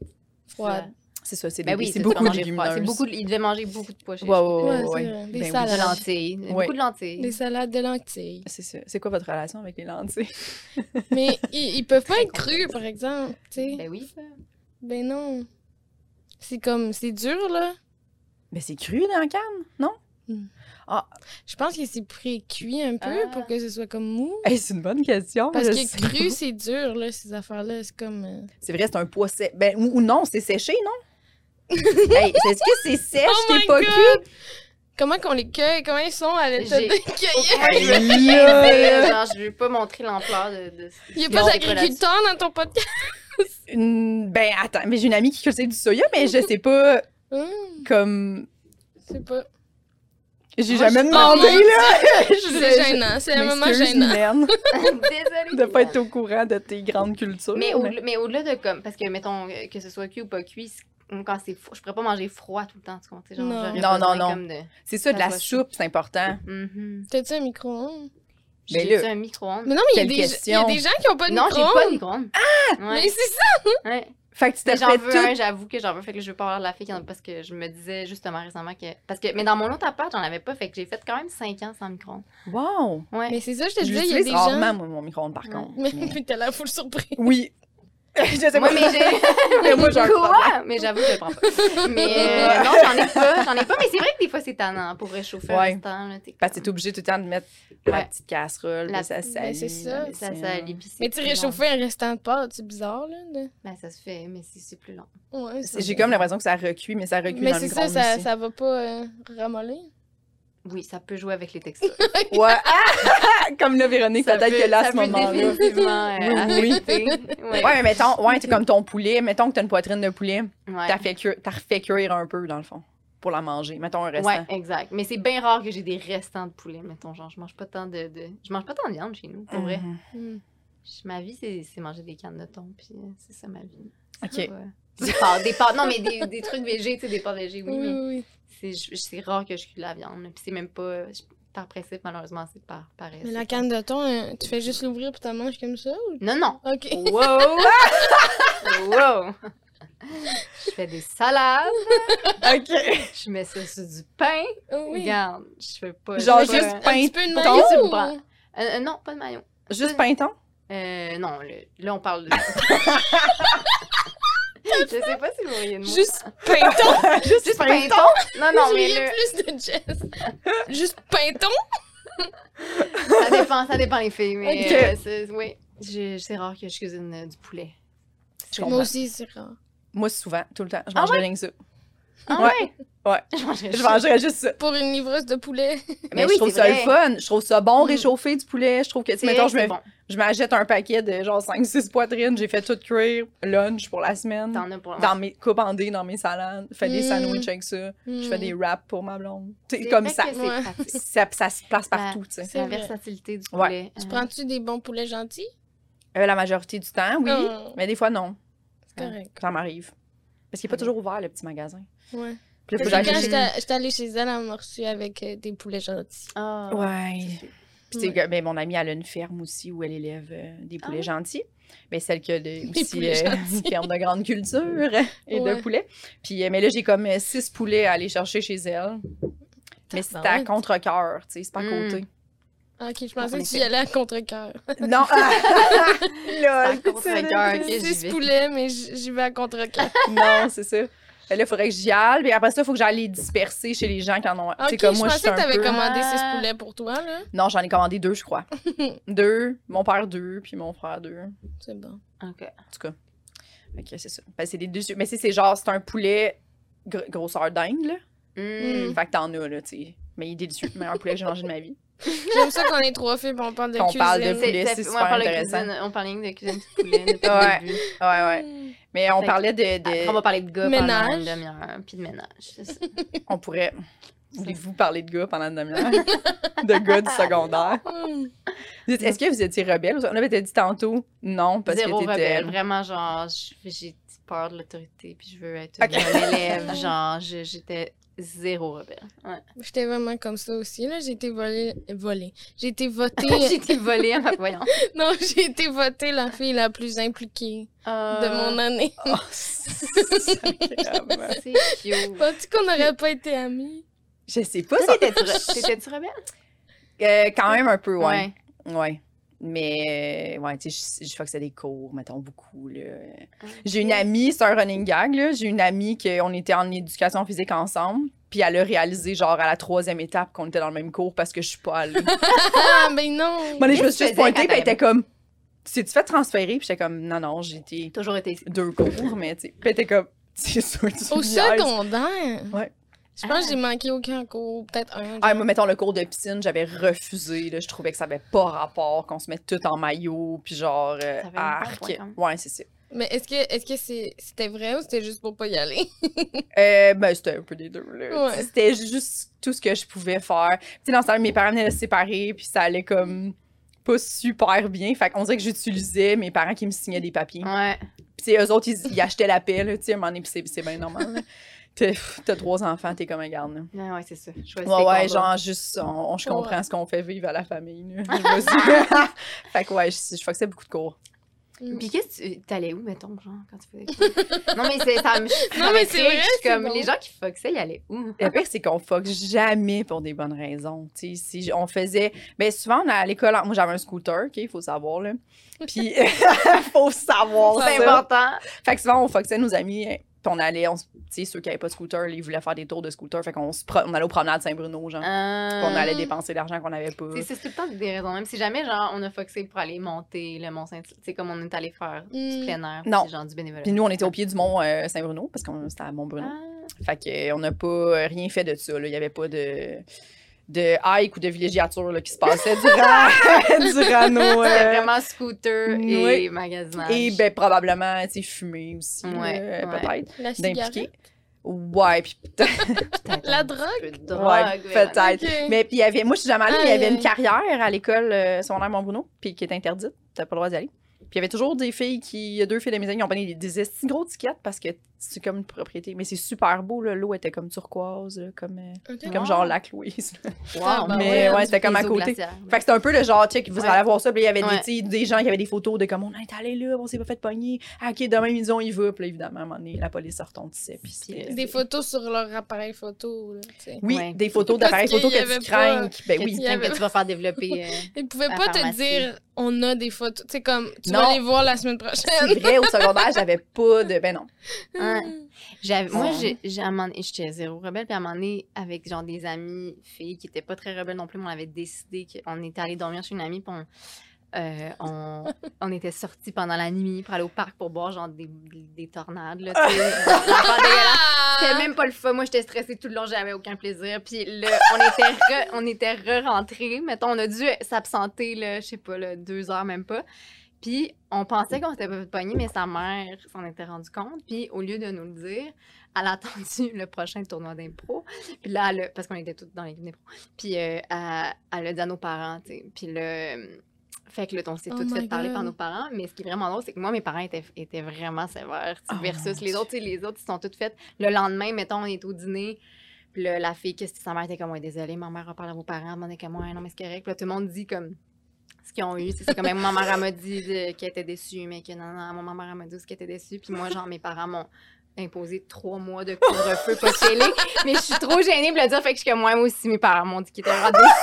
S3: Froide.
S1: C'est ça, c'est
S2: Ben
S1: des-
S2: oui,
S1: c'est
S2: ça, tu
S1: beaucoup
S2: vas
S1: de
S2: manger froid.
S1: légumineuses.
S2: C'est beaucoup. de- Il devait manger beaucoup de pois chiches.
S1: Ouais, ouais,
S3: Ouais,
S1: ouais,
S3: c'est
S1: ouais.
S3: vrai.
S1: Ben
S3: Des
S1: oui.
S2: De <laughs>
S3: salades.
S2: lentilles.
S1: Ouais.
S2: Beaucoup de lentilles.
S3: Des salades de lentilles.
S1: C'est ça. C'est quoi votre relation avec les lentilles? <laughs>
S3: Mais ils, ils peuvent pas être crus, par exemple. tu sais.
S2: Ben
S3: <laughs>
S2: oui. ça.
S3: Ben non. C'est comme, c'est dur, là.
S1: Mais
S2: Ben,
S1: c'est cru dans la canne, non?
S3: Je pense que c'est pré-cuit un peu
S2: Ah.
S3: pour que ce soit comme mou.
S1: Hey, c'est une bonne question.
S3: Parce
S1: Ah, je
S3: que
S1: sais
S3: cru,
S1: pas.
S3: c'est dur, là, ces affaires-là. C'est comme. euh,
S1: C'est vrai, c'est un pois sec. Ben, ou, ou non, c'est séché, non?
S3: <laughs>
S1: hey, c'est- est-ce que c'est sèche
S3: Oh
S1: qui est pas cuit?
S3: Comment qu'on les cueille? Comment ils sont à l'état
S2: J'ai-
S3: de cueillir?
S2: Moi, je veux-
S1: Aïe, aïe, aïe.
S2: Genre, je veux pas montrer l'ampleur de, de ce
S3: Il n'y a
S2: Non,
S3: pas
S2: c'est pas
S3: d'agriculteur dans ton podcast?
S1: Une- Ben, attends, mais j'ai une amie qui cultive du soya, mais je sais pas,
S3: Hum,
S1: comme...
S3: c'est pas.
S1: J'ai
S2: Moi,
S1: jamais
S2: je-
S1: demandé, là! <laughs> Je-
S3: C'est
S1: je-
S3: gênant. C'est
S1: je
S3: le moment
S1: m'excuse,
S3: gênant.
S1: Mylène,
S3: <laughs>
S2: <laughs> Désolée.
S1: de pas être au courant de tes grandes cultures.
S2: Mais au- mais au-delà de comme. Parce que, mettons, euh, que ce soit cuit ou pas cuit, c'est- quand c'est froid, je pourrais pas manger froid tout le temps, tu comprends? tu sais, genre,
S3: Non.
S2: j'aurais
S1: Non,
S2: besoin
S1: non, non.
S2: comme de-
S1: C'est ça, de
S2: Ça
S1: la
S2: doit-
S1: soupe, c'est important.
S2: Mhm.
S3: T'as-tu un micro-ondes?
S1: Mais
S2: J'ai
S1: Ben là-
S2: un micro-ondes.
S3: Mais non, mais il y, a
S1: Quelle
S3: des- il y a des
S1: question.
S3: gens qui n'ont pas de
S2: Non, j'ai pas de
S3: micro-ondes.
S2: micro-ondes.
S3: Mais
S2: Ouais,
S3: c'est ça!
S2: ouais.
S1: Fait que tu
S2: Mais
S1: t'as
S2: J'en
S1: fait
S2: veux un,
S1: tout.
S2: j'avoue que j'en veux. Fait que je veux pas avoir la fille qui en a parce que je me disais justement récemment que. Parce que, mais dans mon autre appart, j'en avais pas. Fait que j'ai fait quand même 5 ans sans micro-ondes.
S1: Wow!
S2: Ouais.
S3: Mais c'est ça, je te dis, il y a
S1: J'utilise
S3: des
S1: rarement,
S3: gens.
S1: moi, mon micro-ondes, par contre.
S3: Mais <laughs>
S1: mais-
S3: mais t'as la foule surprise.
S1: Oui. je sais
S2: Moi,
S1: pas,
S2: mais j'ai.
S1: <laughs> mais moi, j'en
S2: Quoi? Mais j'avoue que je le prends pas. Mais
S1: <laughs>
S2: euh, non, j'en ai pas. J'en ai pas. Mais c'est vrai que des fois, c'est tannant pour réchauffer
S1: Ouais.
S2: un instant. Là, t'es
S1: Parce que
S2: comme-
S1: t'es obligé tout le temps de mettre la
S2: Ouais.
S1: petite casserole,
S2: La-
S1: puis ça
S3: Ben,
S1: salit.
S3: c'est ça.
S1: dans les
S2: Ça, ça
S1: siennes.
S2: allie, puis c'est
S3: Mais tu
S2: plus long.
S3: réchauffais un restant de pâte, c'est bizarre, là. de-
S2: Ben, ça se fait, mais c'est c'est plus long.
S3: Ouais,
S1: C'est- J'ai comme l'impression que ça recuit, mais ça recuit
S3: Mais
S1: dans le
S3: c'est ça,
S1: micro-ondes
S3: <laughs> ça,
S1: aussi.
S3: ça va pas euh, ramollir.
S2: Oui, ça peut jouer avec les textures.
S1: Ouais. Ah! <laughs> Comme là, Véronique,
S2: Ça
S1: peut-être
S2: peut-
S1: que là, à
S2: ça
S1: ce
S2: peut
S1: moment-là...
S2: définitivement, euh,
S1: Oui, oui.
S2: affecter. Ouais.
S1: Ouais, mais mettons, ouais, t'es comme ton poulet. Mettons que t'as une poitrine de poulet.
S2: Ouais.
S1: T'as fait, cuire- t'as refait cuire un peu, dans le fond, pour la manger. Mettons un restant.
S2: Ouais, exact. Mais c'est bien rare que j'ai des restants de poulet, mettons. Genre, je mange pas tant de. de- Je mange pas tant de viande chez nous, pour vrai.
S1: Mhm.
S3: Hmm.
S2: Je- Ma vie, c'est c'est manger des cannes de thon, puis euh, c'est ça ma vie.
S1: OK.
S2: Ouais. Des pâtes, des pâtes- non, mais des, des trucs végés, tu sais, des pâtes végées, oui,
S3: Oui,
S2: mais
S3: oui, oui.
S2: c'est- je- c'est rare que je cuis de la viande. Puis c'est même pas. je- par principe, malheureusement, c'est par paresse.
S3: Mais la canne de thon, euh, tu fais juste l'ouvrir puis t'en manges comme ça? Ou...
S2: Non,
S3: <laughs>
S2: non!
S3: Ok.
S2: Wow! wow! Je fais des salades,
S1: OK.
S2: je mets ça sur du pain.
S3: Oh oui.
S2: Regarde, je fais pas.
S1: Genre
S2: je fais
S1: juste
S2: pas-
S3: Un petit peu de
S1: Pain,
S3: maillot,
S2: tu le
S3: ou-
S2: prends. Euh, euh, non, pas de maillot.
S1: Juste pinton?
S2: Euh, non, le- là, on parle de.
S1: <laughs>
S2: je sais pas si vous voyez de moi.
S1: <laughs>
S3: Juste pinton.
S1: Juste
S2: pinton? Non, non, mais
S3: J'ai
S2: le-
S3: plus
S1: <laughs>
S3: de Jess. Juste pinton.
S2: ça dépend, ça dépend les filles. Mais
S1: Ok.
S2: euh, c'est- oui, Je- c'est rare que je cuisine euh, du poulet.
S1: Je
S3: Moi aussi, c'est rare.
S1: Moi, souvent, tout le temps. Je
S2: Ah
S1: mangerais rien que ça.
S2: Ah
S1: Ouais.
S2: ouais?
S1: Ouais.
S2: <laughs> Je mangerais
S1: Je
S2: ça.
S1: mangerais juste ça.
S3: Pour une livreuse de poulet.
S1: Mais,
S2: Mais oui,
S1: je trouve
S2: c'est
S1: ça le
S2: vrai.
S1: fun. Je trouve ça bon
S3: Mm.
S1: réchauffer du poulet. Je trouve que, tu sais,
S2: C'est
S1: mettons,
S2: vrai
S1: je
S2: que
S1: me-
S2: c'est bon.
S1: je m'achète un paquet de genre 5-6 poitrines. J'ai fait tout cuire. Lunch pour la semaine.
S2: T'en as pour
S1: Dans mes coupes en dés, dans mes salades. Je fais des
S3: Mm.
S1: sandwichs avec ça. <laughs> Je fais des
S3: Hmm.
S1: wraps pour ma blonde. Tu sais, comme ça.
S2: Mm. C'est
S3: Ouais.
S2: vrai que c'est pratique.
S1: Ça, ça se place partout, tu sais.
S3: C'est
S2: La
S3: vrai.
S2: versatilité du
S1: Ouais.
S2: poulet.
S3: Tu
S2: Euh,
S3: prends-tu des bons poulets gentils?
S1: Euh, la majorité du temps, oui. Ah.
S3: Oh,
S1: Mais des fois, non.
S3: c'est correct.
S1: Ça m'arrive. Parce qu'il n'est pas
S2: Ouais.
S1: toujours ouvert, le petit magasin.
S3: Ouais.
S1: Puis là, faut que
S3: Parce que
S1: j'aille
S3: Quand
S1: chercher-
S3: j'étais j'étais allée chez elle, elle m'a reçu avec euh, des poulets gentils.
S2: ah,
S1: Ouais.
S2: c'est-
S1: Puis c'est
S3: Ouais.
S1: que- ben, mon amie, elle a une ferme aussi où elle élève euh, des
S2: Ah
S1: poulets
S2: ouais?
S1: gentils. Mais celle qui a de-
S3: <laughs> Des
S1: aussi
S3: poulets
S1: euh,
S3: gentils.
S1: une ferme de grande culture et de
S3: Ouais.
S1: poulets. Puis, euh, mais là, j'ai comme euh, six poulets à aller chercher chez elle. Mais
S3: Ah,
S1: c'était
S3: ben
S1: à
S3: ouais. Hmm. <laughs>
S1: contre-coeur, tu sais, c'est pas à
S2: Mm.
S1: côté.
S3: Ok, je pensais
S2: En
S3: que tu
S2: effet.
S3: y allais à
S1: <laughs>
S3: contre-cœur.
S1: Non. <laughs> Lol.
S2: Par contre, c'est un
S1: <laughs>
S2: Ok, j'y
S3: Six
S2: vais.
S3: poulets, mais j- j'y vais à contre-cœur.
S1: Non, c'est ça. Ben, Là, il faudrait que j'y aille. Puis après ça, il faut que j'aille les disperser chez les gens qui en ont.
S3: Ok,
S1: <laughs> c'est comme
S3: je
S1: moi, je suis
S3: pensais que
S1: un
S3: t'avais
S1: peu...
S3: commandé six
S2: Ah.
S3: poulets pour toi, là.
S1: Non, j'en ai commandé deux, je
S3: <laughs>
S1: crois. deux. Mon père, deux. Puis mon frère, deux. En
S3: C'est bon.
S2: OK.
S1: tout cas. Ok, c'est ça. Ben, c'est des deux. Mais c'est, c'est genre, c'est un poulet gr- grosseur d'Inde, là.
S2: Hmm.
S1: Fait que t'en as, là, tu sais. Mais il est délicieux. Le meilleur poulet que j'ai mangé de ma
S2: <laughs>
S1: vie.
S3: J'aime ça qu'on est trois filles et on parle de
S1: Qu'on
S3: cuisine.
S1: parle de
S2: C'est-
S1: poulet,
S2: ça-
S1: c'est
S2: ouais,
S1: super
S2: on parle de
S1: intéressant.
S2: cuisine, on parle rien de cuisine de poulet depuis
S1: Ouais.
S2: le début.
S1: Ouais, ouais. Mais on
S2: Fait que-
S1: parlait de. de-
S2: Après, on va parler de gars pendant
S3: Ménage.
S2: une demi-heure, hein, puis de ménage. c'est ça.
S1: On pourrait. Voulez-vous parler de gars pendant une
S2: <laughs>
S1: demi-heure? de gars du secondaire.
S3: Hmm.
S1: Vous êtes- Est-ce que vous étiez rebelle? On avait dit tantôt non, parce
S2: Zéro
S1: que t'étais.
S2: rebelle. Vraiment, genre, j- j'ai peur de l'autorité, puis je veux être un bon élève. Genre, je- j'étais zéro <laughs> rebelle. Ouais.
S3: J'étais vraiment comme ça aussi, là. J'ai été volée. Volée. J'ai été votée.
S1: <laughs>
S2: j'ai été volée à ma voyance.
S3: non, j'ai été votée la fille la plus impliquée de mon année.
S1: <laughs> Oh, sacrément.
S2: Euh, C'est cute.
S3: Penses-tu qu'on n'aurait pas été amis?
S1: je sais pas.
S2: Toi,
S1: ça-
S2: T'étais-tu re- t'étais-tu rebelle?
S1: Euh, quand même un peu, ouais. Ouais. Mais, euh, ouais, tu sais, je- je fais des cours, mettons, beaucoup, là.
S2: Ah,
S1: J'ai une amie, c'est un running gag, là. J'ai une amie qu'on était en éducation physique ensemble, puis elle a réalisé, genre, à la troisième étape qu'on était dans le même cours parce que je suis pas
S2: <laughs>
S1: allée.
S3: Ah, ben non!
S1: Bon, je me suis
S2: Qu'est-ce que
S1: juste
S2: tu faisais
S1: pointée,
S2: quand
S1: puis elle était comme, tu t'es fait transférer, puis j'étais comme, non, non, j'ai été
S2: Toujours été ici.
S1: deux cours, mais tu sais. Puis elle était comme, <laughs> c'est sûr, que tu
S3: Au
S1: me niaises.
S3: secondaire?
S1: Ouais.
S3: Je pense que j'ai manqué aucun cours, peut-être un.
S1: Ah, moi, mettons le cours de piscine, j'avais refusé. Là, je trouvais que ça avait pas rapport qu'on se mette tout en maillot, puis genre euh,
S2: Ça avait un bon
S1: arc.
S2: point, quand même.
S1: ouais, c'est ça.
S3: Mais est-ce que est-ce que c'est c'était vrai ou c'était juste pour pas y aller?
S1: Euh, ben, c'était un peu des deux. là.
S3: Ouais.
S1: C'était juste tout ce que je pouvais faire. Tu sais, dans ce temps-là, mes parents venaient de se séparer, puis ça allait comme pas super bien. Fait qu'on dirait que j'utilisais mes parents qui me signaient des papiers.
S2: Ouais.
S1: Puis tu sais, eux autres, ils, ils achetaient la paix, là, tu sais, à un moment donné, puis c'est- c'est bien <laughs> normal. là. T'as pff, t'as trois enfants, t'es comme un garde. là.
S2: Ouais, ouais, c'est ça. Choisis
S1: Ouais,
S2: tes
S1: ouais,
S2: combats.
S1: genre, juste, on, on- je comprends
S3: Ouais.
S1: ce qu'on fait vivre à la famille. <laughs> là. Vas-y. fait que ouais, je, je faisais beaucoup de cours.
S2: Puis qu'est-ce que tu- t'allais où, mettons, genre, quand tu faisais quoi? Non, mais c'est ça me
S3: Non, mais c'est vrai,
S2: je suis
S3: c'est
S2: comme
S3: bon.
S2: les gens qui foxaient, ils allaient où?
S1: Le pire, c'est qu'on fuck jamais pour des bonnes raisons. Tu sais, si on faisait. Mais souvent, on allait à l'école, en- moi, j'avais un scooter, OK, il faut savoir, là. Puis, <laughs> faut savoir.
S2: C'est
S1: ça.
S2: important.
S1: Fait que souvent, on foxait nos amis. hein, Puis on allait, on, se- tu sais, ceux qui n'avaient pas de scooter, là, ils voulaient faire des tours de scooter. Fait qu'on se pro- on allait au promenade Saint-Bruno, genre. Puis on
S2: On
S1: allait dépenser l'argent qu'on avait pas.
S2: Ah. C'est tout le temps des raisons. Même si jamais, genre, on a foxé pour aller monter le Mont-Saint, tu sais, comme on est allé faire
S3: Hmm.
S2: du plein air,
S1: Non.
S2: non. genre du bénévolat.
S1: Puis nous, on était au pied du mont euh, Saint-Bruno, parce qu'on c'était à Mont-Bruno.
S2: Ah,
S1: Fait qu'on n'a pas euh, rien fait de ça. là. Il n'y avait pas de, de hike ou de villégiature là, qui se passait durant, <laughs> durant nos. euh,
S2: C'était vraiment scooter
S1: ouais.
S2: et magasinage.
S1: et ben, probablement, tu sais, fumer aussi,
S2: Ouais,
S1: là,
S2: ouais.
S1: peut-être,
S3: La cigarette?
S1: d'impliquer. Ouais, puis peut-être.
S2: Peut-être
S3: La
S2: un
S3: drogue?
S2: peu de drogue.
S1: Ouais,
S2: Véronique.
S1: peut-être.
S3: Ok.
S1: Mais puis, il y avait, moi, je suis jamais allée, mais il y avait
S3: Aïe,
S1: une
S3: aïe.
S1: carrière à l'école euh, secondaire Mont-Bruno, puis qui est interdite. T'as pas le droit d'y aller. Puis, il y avait toujours des filles qui. Il y a deux filles de mes amies qui ont payé des, des esti gros tickets parce que c'est comme une propriété. Mais c'est super beau, là. L'eau était comme turquoise, là, comme, euh,
S3: Ok.
S1: comme
S2: Wow.
S1: genre lac Louise.
S2: Wow,
S3: Mais
S2: ben ouais,
S1: ouais,
S2: du
S1: c'était comme à
S2: réseau
S1: côté.
S2: glaciaire.
S1: Fait que c'était un peu le genre, check, vous
S2: Ouais.
S1: allez voir ça. Puis là, il y avait
S2: Ouais.
S1: des, tu sais, des gens qui avaient des photos de comme on est allé là, on s'est pas fait pogner. Ah, ok, demain, ils ont, il va. Puis là, évidemment, à un moment donné, la police se retentissait. Puis c'était-
S3: Des photos sur leur appareil photo, là, tu sais.
S1: Oui,
S2: Ouais.
S1: des photos
S3: Parce
S1: d'appareils
S3: qu'il
S1: photo
S3: y avait
S1: que tu
S3: pas-
S1: crains. Ben
S2: Que
S1: oui.
S2: tu crains que
S3: avait-
S2: tu vas faire développer. euh,
S3: Ils pouvaient
S2: La
S3: pas te
S2: pharmacie.
S3: dire on a des photos. Tu sais, comme tu
S1: Non.
S3: vas les voir la semaine prochaine.
S1: C'est vrai, au secondaire, j'avais pas de. Ben non.
S3: <laughs>
S2: Ouais. J'avais- Moi,
S1: Ouais.
S2: j'ai- j'ai- à un moment donné- j'étais zéro rebelle, puis à un moment donné, avec genre des amies filles qui étaient pas très rebelles non plus, mais on avait décidé qu'on était allé dormir chez une amie, puis on, euh, on, on était sortis pendant la nuit pour aller au parc pour boire genre des, des tornades, là, tu sais, des affaires dégueulasses.
S3: Ah! Euh.
S2: C'était même pas le fun. Moi, j'étais stressée tout le long, j'avais aucun plaisir. Puis là, on était re, <laughs> on était re-rentrés. Mettons, on a dû s'absenter, là, je sais pas, là, deux heures, même pas. Puis on pensait qu'on s'était pas fait pogner, mais sa mère s'en était rendue compte. Puis au lieu de nous le dire, elle a attendu <laughs> le prochain tournoi d'impro. Puis là, elle a- parce qu'on était toutes dans l'équipe d'impro. Puis euh, elle, elle a dit à nos parents, tu sais. Puis là, fait que là, on s'est
S3: Oh
S2: toutes
S3: my
S2: fait parler par
S3: God.
S1: Mm.
S2: nos parents. Mais ce qui est vraiment drôle, c'est que moi, mes parents étaient, étaient vraiment sévères. tu sais,
S1: Oh mon
S2: versus les
S1: Dieu.
S2: autres, tu sais, les autres, ils sont toutes faites. Le lendemain, mettons, on est au dîner. Puis là, la fille, qu'est-ce que sa mère était comme, ouais, désolée, ma mère a parlé à vos parents, elle est comme, ouais, non, mais c'est correct. Puis là, tout le monde dit comme ce qu'ils ont eu. C'est ça, comme, ma mère, elle m'a dit euh, qu'elle était déçue, mais que non, non, ma mère, elle m'a dit ce qu'elle était déçue. Puis moi, genre, mes parents m'ont imposé trois mois de couvre-feu pas scellé. mais je suis trop gênée pour le dire, fait que je suis comme, ouais, moi aussi, mes parents m'ont dit qu'ils étaient vraiment déçus. <laughs>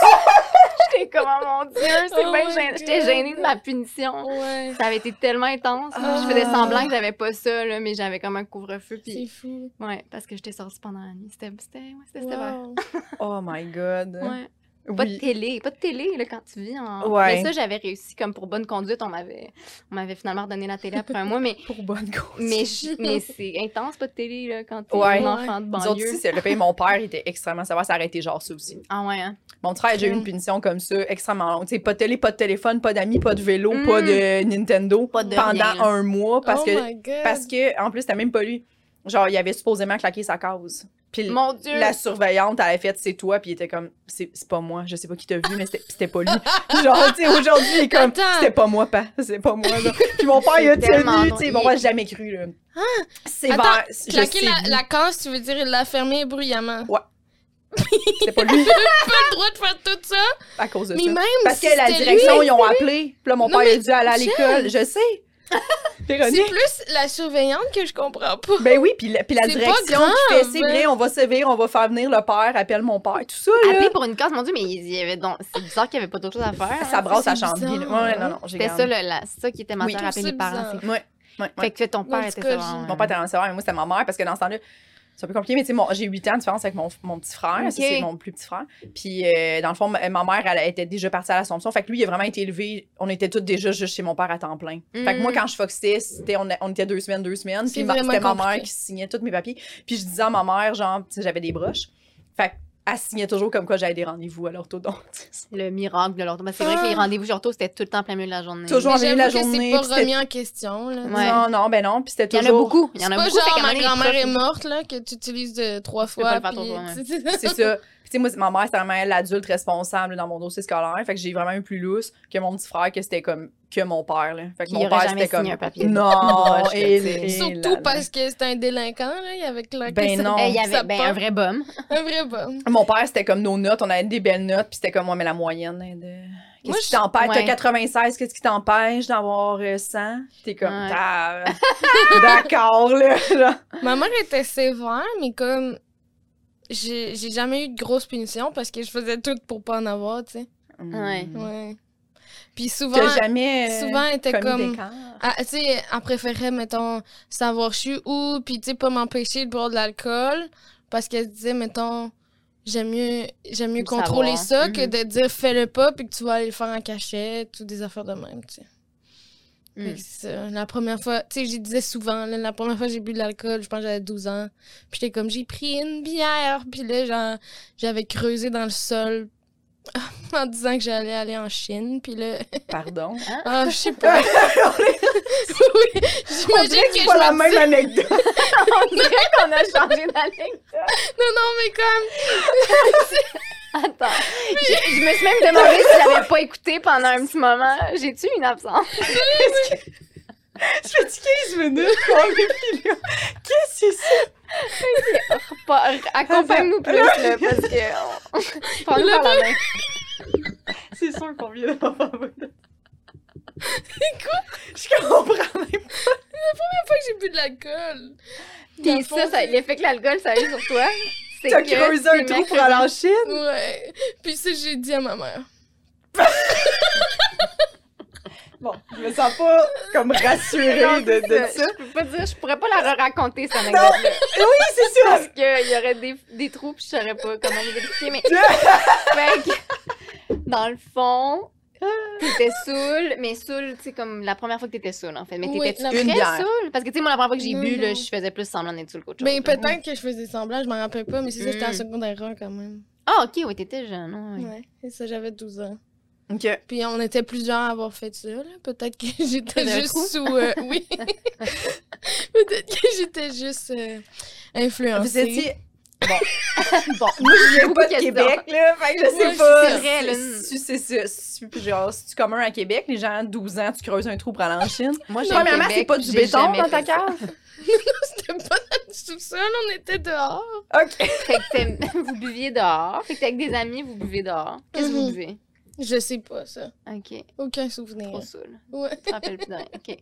S2: C'est comme, oh mon Dieu, c'est
S3: Oh
S2: bien
S3: my
S2: gênant.
S3: God.
S2: J'étais gênée de ma punition.
S3: Ouais.
S2: Ça avait été tellement intense. là. Je faisais semblant que j'avais pas ça, là, mais j'avais comme un couvre-feu.
S3: C'est
S2: Puis,
S3: fou.
S2: ouais, parce que j'étais sortie pendant la nuit. C'était c'était- ouais, c'était sévère.
S3: Wow.
S1: Oh my God.
S2: Ouais.
S1: Oui.
S2: Pas de télé, pas de télé là, quand tu vis en.
S1: Ouais.
S2: Mais ça, j'avais réussi comme pour bonne conduite. On m'avait on m'avait finalement redonné la télé après un
S1: <laughs>
S2: mois, mais,
S1: Pour bonne cause.
S2: mais, je- mais c'est intense, pas de télé là, quand t'es
S1: Ouais.
S2: un enfant de
S1: Nous autres ici,
S2: banlieue.
S1: c'est le pays. Mon père était extrêmement sévère. Ça aurait été genre ça aussi.
S2: Ah ouais, hein?
S1: Mon frère a déjà eu une
S3: Mm.
S1: punition comme ça, extrêmement longue. Tu sais, pas de télé, pas de téléphone, pas d'amis, pas de vélo, pas
S2: Mm.
S1: de Nintendo
S2: Pas de
S1: pendant
S2: rien, là.
S1: un mois parce
S3: oh
S1: que
S3: my God.
S1: parce que en plus c'était même pas lui. Genre il avait supposément claqué sa case. Puis l-
S2: Mon Dieu!
S1: la surveillante avait fait c'est toi puis il était comme c'est c'est pas moi, je sais pas qui t'a vu mais c'était c'était pas lui.
S3: <laughs>
S1: genre tu sais aujourd'hui il est comme
S3: Attends.
S1: c'était pas moi pas, c'est pas moi.
S3: <laughs>
S1: genre. Puis mon père il a
S2: C'est tellement
S1: tenu, tu
S2: drôle.
S1: sais mon père j'ai jamais cru là. C'est
S3: Hein? Attends,
S1: vers- je
S3: Claquer
S1: sais
S3: la,
S1: lui.
S3: la case, tu veux dire, il l'a fermée bruyamment.
S1: C'était pas
S3: <laughs>
S1: lui
S3: Pas le droit de faire tout ça.
S1: à cause de
S3: Mais
S1: ça.
S3: même
S1: Parce
S3: si
S1: que la
S3: c'était
S1: direction,
S3: lui,
S1: ils ont appelé. Puis là, mon
S3: Non,
S1: père il a
S3: mais
S1: dû aller à l'école. Je
S3: <laughs>
S1: sais.
S3: c'est
S1: Véronique.
S3: plus la surveillante que je comprends pas.
S1: Ben oui, puis la, puis la
S3: C'est pas
S1: direction
S3: grave.
S1: qui fait c'est vrai, on va sévir, on va faire venir le père, appelle mon père, tout ça. Là.
S2: Appelé pour une case, mon Dieu, mais il y avait donc. C'est bizarre qu'il n'y avait pas d'autre chose à faire.
S1: Ah, Ça
S2: hein.
S1: brasse à
S3: c'est
S1: Chambly. là.
S3: bizarre,
S1: Ouais,
S3: hein.
S1: non, non, j'ai
S2: C'était ça, le- la- c'est ça qui était menteur
S1: Oui.
S2: à appeler les
S3: C'est
S2: parents.
S3: bizarre.
S2: c'est-
S1: Ouais, ouais, ouais.
S2: Fait que ton
S3: Moi,
S2: père hein.
S3: en
S2: était
S3: tout cas,
S2: ça.
S3: j'ai-
S1: Mon père était dans soeur, et moi, c'était ma mère, parce que dans ce temps-là, c'est un peu compliqué, mais tu sais, mon- j'ai 8 ans de différence avec mon, mon petit frère, ça,
S2: Ok.
S1: c'est mon plus petit frère. Puis, euh, dans le fond, ma, ma mère, elle était déjà partie à l'Assomption. Fait que lui, il a vraiment été élevé. On était tous déjà juste chez mon père à temps plein. Fait que moi, quand je foxais, c'était, on, on était deux semaines, deux semaines.
S3: C'est
S1: Puis, ma-
S3: vraiment
S1: c'était ma
S3: compliqué.
S1: mère qui signait tous mes papiers. Puis, je disais à ma mère, genre, tu sais, j'avais des broches. Fait qu'elle signait toujours comme quoi j'avais des rendez-vous à l'orthodontiste.
S2: Le miracle de l'ortho. Parce que c'est vrai que les rendez-vous sur ortho, c'était tout le temps en plein milieu de la journée.
S1: Toujours. Genre,
S3: Mais
S1: j'ai eu la
S3: j'avoue que
S1: journée,
S3: c'est pas
S1: puis c'était-
S3: remis en question. Là.
S2: Ouais.
S1: Non, non, ben non. Puis, c'était
S2: Il y en a
S1: toujours.
S2: beaucoup. Il y
S3: C'est
S2: en a
S3: pas
S2: beaucoup. fait
S3: genre
S2: qu'à un
S3: ma
S2: moment donné,
S3: grand-mère
S2: les
S3: est
S2: profs-
S3: morte là, que tu utilises de trois
S2: peux pas
S3: fois.
S2: le faire
S3: puis-
S2: trois fois,
S1: C'est ça. Puis, tu sais, moi, c'est- ma mère, c'est vraiment elle, l'adulte responsable dans mon dossier scolaire. Fait que j'ai vraiment eu plus lousse que mon petit frère, que c'était comme. que mon père, là. Fait que
S2: Qui
S1: mon
S2: aurait
S1: père,
S2: jamais
S1: c'était comme.
S2: signé un papier.
S1: Non,
S2: Broche,
S1: et,
S2: tu sais.
S1: et là, là.
S3: Surtout parce que c'était un délinquant, là, il avait claqué
S1: Ben
S3: sa-
S1: non.
S2: Eh, Il y
S3: sa
S2: avait ben, un
S3: porte.
S2: vrai bum.
S3: Un vrai bon.
S1: Mon père, c'était comme nos notes, on avait des belles notes, puis c'était comme moi, mais la moyenne est de.
S3: Moi,
S1: Qu'est-ce qui
S3: je-
S1: t'empêche? T'as
S2: ouais.
S1: 96, qu'est-ce qui t'empêche d'avoir euh, 100? Puis T'es comme,
S2: Ouais.
S1: Ah, euh, <laughs> d'accord, là. genre.
S3: Ma mère était sévère, mais comme. J'ai j'ai jamais eu de grosses punitions parce que je faisais tout pour pas en avoir, tu sais.
S2: Ouais.
S1: Mm.
S3: Ouais. Puis souvent,
S1: T'as jamais. euh,
S3: souvent, elle était
S1: commis
S3: comme.
S1: d'écart?
S3: Ah, tu sais, elle préférait, mettons, savoir je suis où, puis tu sais, pas m'empêcher de boire de l'alcool, parce qu'elle se disait, mettons, j'aime mieux, j'aime mieux
S2: Le
S3: contrôler
S2: savoir.
S3: ça que de dire fais-le pas, puis que tu vas aller le faire en cachette, ou des affaires de même, tu sais. Fait
S2: Mm.
S3: que c'est ça. La première fois, tu sais, j'y disais souvent, là, la première fois que j'ai bu de l'alcool, je pense que j'avais 12 ans, puis j'étais comme, j'ai pris une bière, puis là, genre, j'avais creusé dans le sol <laughs> en disant que j'allais aller en Chine, puis là, <laughs>
S1: Pardon.
S3: ah, je sais pas. oui,
S1: On
S3: j'imagine
S1: dirait que
S3: que
S1: c'est
S3: je
S1: pas la
S3: me
S1: même anecdote.
S2: <laughs> On dirait qu'on a changé d'anecdote.
S3: Non, non, mais comme.
S2: Attends. Je, je me suis même demandé si j'avais pas écouté pendant un petit moment. J'ai-tu une absence?
S1: Je fais 15 <laughs> minutes pour enlever, puis là, Oh, Qu'est-ce que c'est ça?
S2: Pas- Accompagne-nous plus, <laughs> là, parce que. on- Prends-nous
S3: Le-
S2: par la main.
S1: C'est sûr qu'on vient d'avoir pas Quoi? Je comprends même pas.
S3: Pas que j'ai bu de l'alcool. Dans le
S2: Puis
S3: fond,
S2: ça, ça-
S3: c'est-
S2: l'effet que l'alcool, ça a eu sur toi, c'est
S1: T'as
S2: que
S1: creusé un
S2: c'est
S1: trou pour
S2: mercredi.
S1: aller en Chine?
S3: Ouais. Puis ça, j'ai dit à ma mère.
S1: Bon, je me sens pas comme rassurée
S2: Non,
S1: de,
S2: c'est
S1: de
S2: ça.
S1: ça.
S2: Je peux pas dire, je pourrais pas la raconter cette anecdote-là.
S1: Oui, c'est ça.
S2: parce qu'il y aurait des, des trous puis je saurais pas comment les vérifier,
S3: <laughs>
S2: mais... fait que, dans le fond, t'étais saoul, mais saoul, tu sais, comme la première fois que t'étais saoul, en fait. Mais
S3: Oui,
S2: t'étais-tu
S3: la-
S2: très
S1: Une bière.
S2: saoul? Parce que, tu sais, moi, la première fois que j'ai
S3: Non,
S2: bu, là,
S3: non.
S2: je faisais plus semblant d'être saoul qu'autre chose.
S3: Mais
S2: là.
S3: peut-être que je faisais semblant, je m'en rappelle pas, mais c'est ça, j'étais en
S2: Mm.
S3: seconde erreur quand même.
S2: Ah, OK, oui, t'étais jeune, ouais.
S3: Ouais. Et ça, j'avais 12 ans.
S1: OK.
S3: Puis on était plusieurs à avoir fait ça, là. Peut-être que <laughs> j'étais
S2: D'un
S3: juste
S2: coup.
S3: sous. euh, <laughs> oui. Peut-être que j'étais juste euh,
S1: Vous
S3: influencée.
S1: étiez. Bon. bon. Moi, je viens
S2: Beaucoup
S1: pas de
S2: de questions.
S1: Québec, là. Fait que je sais
S3: Ouais,
S1: pas.
S2: c'est vrai, là.
S1: Si c'est ça. si- Genre, si tu commun à Québec, les gens à 12 ans, tu creuses un trou pour aller en Chine.
S2: Moi, j'ai
S1: Premièrement,
S2: Québec,
S1: c'est pas du
S2: j'ai
S1: béton
S2: jamais
S1: dans
S2: fait
S1: ta
S2: ça.
S1: cave.
S3: <laughs> C'était pas dans le sous-sol, on était dehors.
S1: OK.
S2: Fait que t'aimes- <laughs> vous buviez dehors. Fait que t'es avec des amis, vous buvez dehors. Qu'est-ce que vous
S3: Mhm.
S2: buvez?
S3: Je sais pas, ça.
S2: OK,
S3: Aucun souvenir.
S2: trop saoul.
S3: Ouais.
S2: Je me rappelle plus de rien. OK.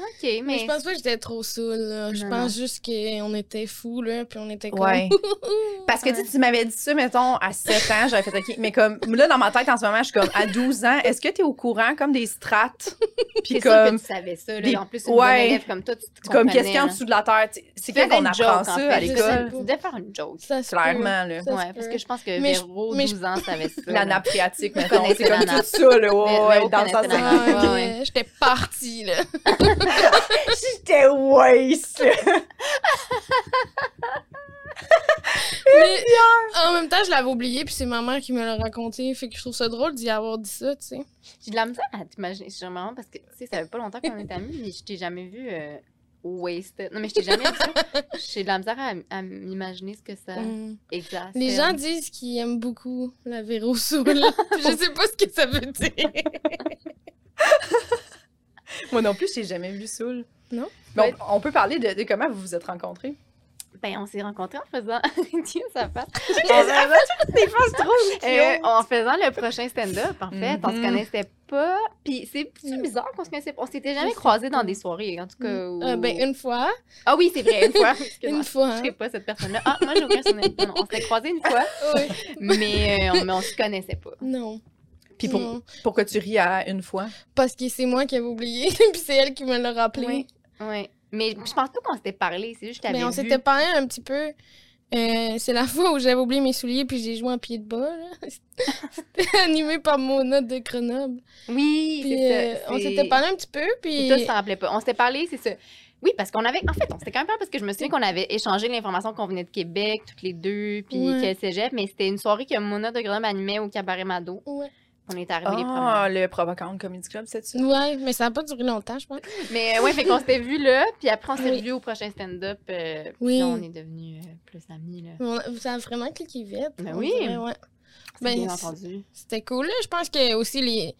S2: OK,
S3: Mais
S2: mais.
S3: je pense pas que j'étais trop saoule, là. Je
S2: Non,
S3: pense juste qu'on était fous, là, puis on était comme...
S1: Ouais. <laughs> Parce que tu sais, tu m'avais dit ça, mettons, à 7 ans, j'avais fait OK. Mais comme là, dans ma tête en ce moment, je suis comme à 12 ans, est-ce que tu es au courant comme des strates? <laughs> Puis
S2: C'est sûr que
S1: comme,
S2: tu savais ça.
S1: des-
S2: Là. En plus, une
S1: ouais.
S2: bonne élève comme toi, tu te
S1: comme
S2: comprenais, hein.
S1: qu'est-ce qu'il y a en
S2: là.
S1: dessous de la terre? tu sais, C'est
S2: Tu
S1: quand
S2: faisais
S1: qu'on
S2: une
S1: apprend
S2: joke,
S1: ça
S2: en fait,
S1: à
S2: je
S3: sais
S1: l'école?
S2: sais. Tu devais faire une joke.
S3: Ça se peut.
S1: <laughs> Clairement, là.
S3: Ça se
S2: ouais, parce
S3: peut.
S2: que je pense que
S3: Mais je-
S2: Véro,
S3: mais je-
S2: 12 ans, savait ça.
S1: La
S2: là.
S1: nappe phréatique,
S2: Vous
S1: mettons.
S2: connaissez
S1: C'est comme
S2: la nappe.
S1: tout ça, là. ouais,
S2: Mais-
S1: ouais,
S2: mais vous
S1: dans le sens
S2: connaissez la
S1: de...
S2: nappe.
S3: Ah, ok.
S2: Ouais,
S3: J'étais partie, là.
S1: J'étais waste!
S3: Mais en même temps, je l'avais oublié, puis c'est ma mère qui me l'a raconté. Fait que je trouve ça drôle d'y avoir dit ça, tu sais.
S2: J'ai de la misère à t'imaginer. C'est vraiment parce que, tu sais, ça fait pas longtemps qu'on est amis, mais je t'ai jamais vu euh, wasted. Non, mais je t'ai jamais vu ça. J'ai de la misère à, à m'imaginer ce que ça
S3: Mm.
S2: exacte.
S3: Les gens disent qu'ils aiment beaucoup la Véro saoule. je sais pas ce que ça veut dire.
S1: <laughs> Moi non plus, j'ai jamais vu Soul.
S3: Non?
S1: Mais on, on peut parler de, de comment vous vous êtes <laughs> rencontrés.
S2: Ben, on s'est rencontrés en faisant. <laughs> Tiens, ça passe.
S1: Des fois, c'est trop
S2: Euh, en faisant le prochain stand-up, en fait, on se
S1: Mhm.
S2: connaissait pas. Puis c'est c'est bizarre qu'on se connaissait pas. On s'était jamais
S3: Mm. Je sais
S2: croisés dans
S3: pas.
S2: des soirées, en tout cas. où-
S3: Euh, ben, une fois.
S2: Ah oui, c'est vrai, une
S3: <laughs>
S2: fois.
S3: Une
S2: Excuse-moi.
S3: fois. hein.
S2: Je sais pas cette personne-là. Ah, moi, j'ai aucun souvenir. Non, on s'était croisés une
S3: <laughs>
S2: fois,
S3: Oui.
S2: mais, euh, on- mais on se connaissait pas.
S3: Non.
S1: Puis pour,
S3: non.
S1: pourquoi tu ris à une fois?
S3: Parce que c'est moi qui avais oublié, <laughs> puis c'est elle qui me l'a rappelé.
S2: Oui. Ouais. Mais je pense pas qu'on s'était parlé, c'est juste que je t'avais
S3: Mais Ben, on
S2: vu.
S3: s'était parlé un petit peu. Euh, c'est la <laughs> fois où j'avais oublié mes souliers puis j'ai joué en pied de bas. là. <laughs> C'était <laughs> animé par Mona de Grenoble.
S2: Oui,
S3: Puis
S2: c'est
S3: euh,
S2: ça.
S3: on
S2: c'est-
S3: s'était parlé un petit peu puis
S2: Et toi, tu t'en rappelais pas. On s'était parlé, c'est ça. Oui, parce qu'on avait. En fait, on s'était quand même parlé parce que je me souviens qu'on avait échangé l'information qu'on venait de Québec, toutes les deux, puis
S3: Ouais.
S2: qu'elle cégep. Mais c'était une soirée que Mona de Grenoble animait au Cabaret Mado.
S3: Ouais.
S2: On est arrivés les premiers.
S1: Ah, le Provocante Comedy Club, c'est ça?
S3: Ouais, mais ça n'a pas duré longtemps, je pense.
S2: Mais euh, ouais, fait qu'on s'était vus là, puis après, on s'est
S3: Oui.
S2: vus au prochain stand-up. euh, puis
S3: Oui.
S2: là, on est devenus euh, plus amis, là.
S3: Mais on- ça a vraiment cliqué vite.
S2: Ben
S3: on
S2: oui.
S3: dirait, ouais.
S2: C'est
S3: Ben,
S2: bien
S3: c'est-
S2: entendu.
S3: C'était cool. là. Je pense que aussi les,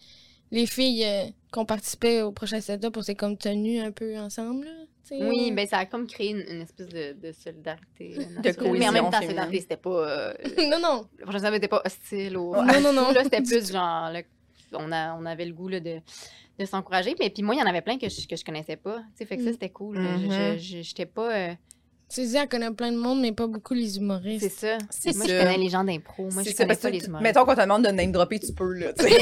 S3: les filles euh, qui ont participé au prochain setup, on s'est comme tenues un peu ensemble. là, tu sais.
S2: Oui, ben ça a comme créé une, une espèce de, de solidarité. euh, naturelle. Mais
S1: cohésion
S2: en même temps,
S1: féminine.
S2: solidarité, c'était pas. euh,
S3: <laughs> non, non.
S2: le prochain stand-up était pas hostile au.
S3: Non, non, non.
S1: <laughs>
S2: Là, c'était plus genre. là, on, a, on avait le goût là, de, de s'encourager. Mais puis moi, il y en avait plein que je, que je connaissais pas. Tu sais, fait que ça,
S3: Mm.
S2: c'était cool.
S1: Mhm.
S2: Je- je- J'étais pas. euh,
S3: Suzy, elle connaît plein de monde, mais pas beaucoup les humoristes.
S2: c'est ça.
S1: C'est
S2: moi,
S1: ça.
S2: je connais les gens d'impro. Moi,
S1: C'est
S2: je
S1: ça,
S2: connais
S1: parce
S2: pas
S1: que
S2: les
S1: tu-
S2: humoristes. <laughs>
S1: Mettons qu'on te demande de name dropper, tu peux, là. tu sais.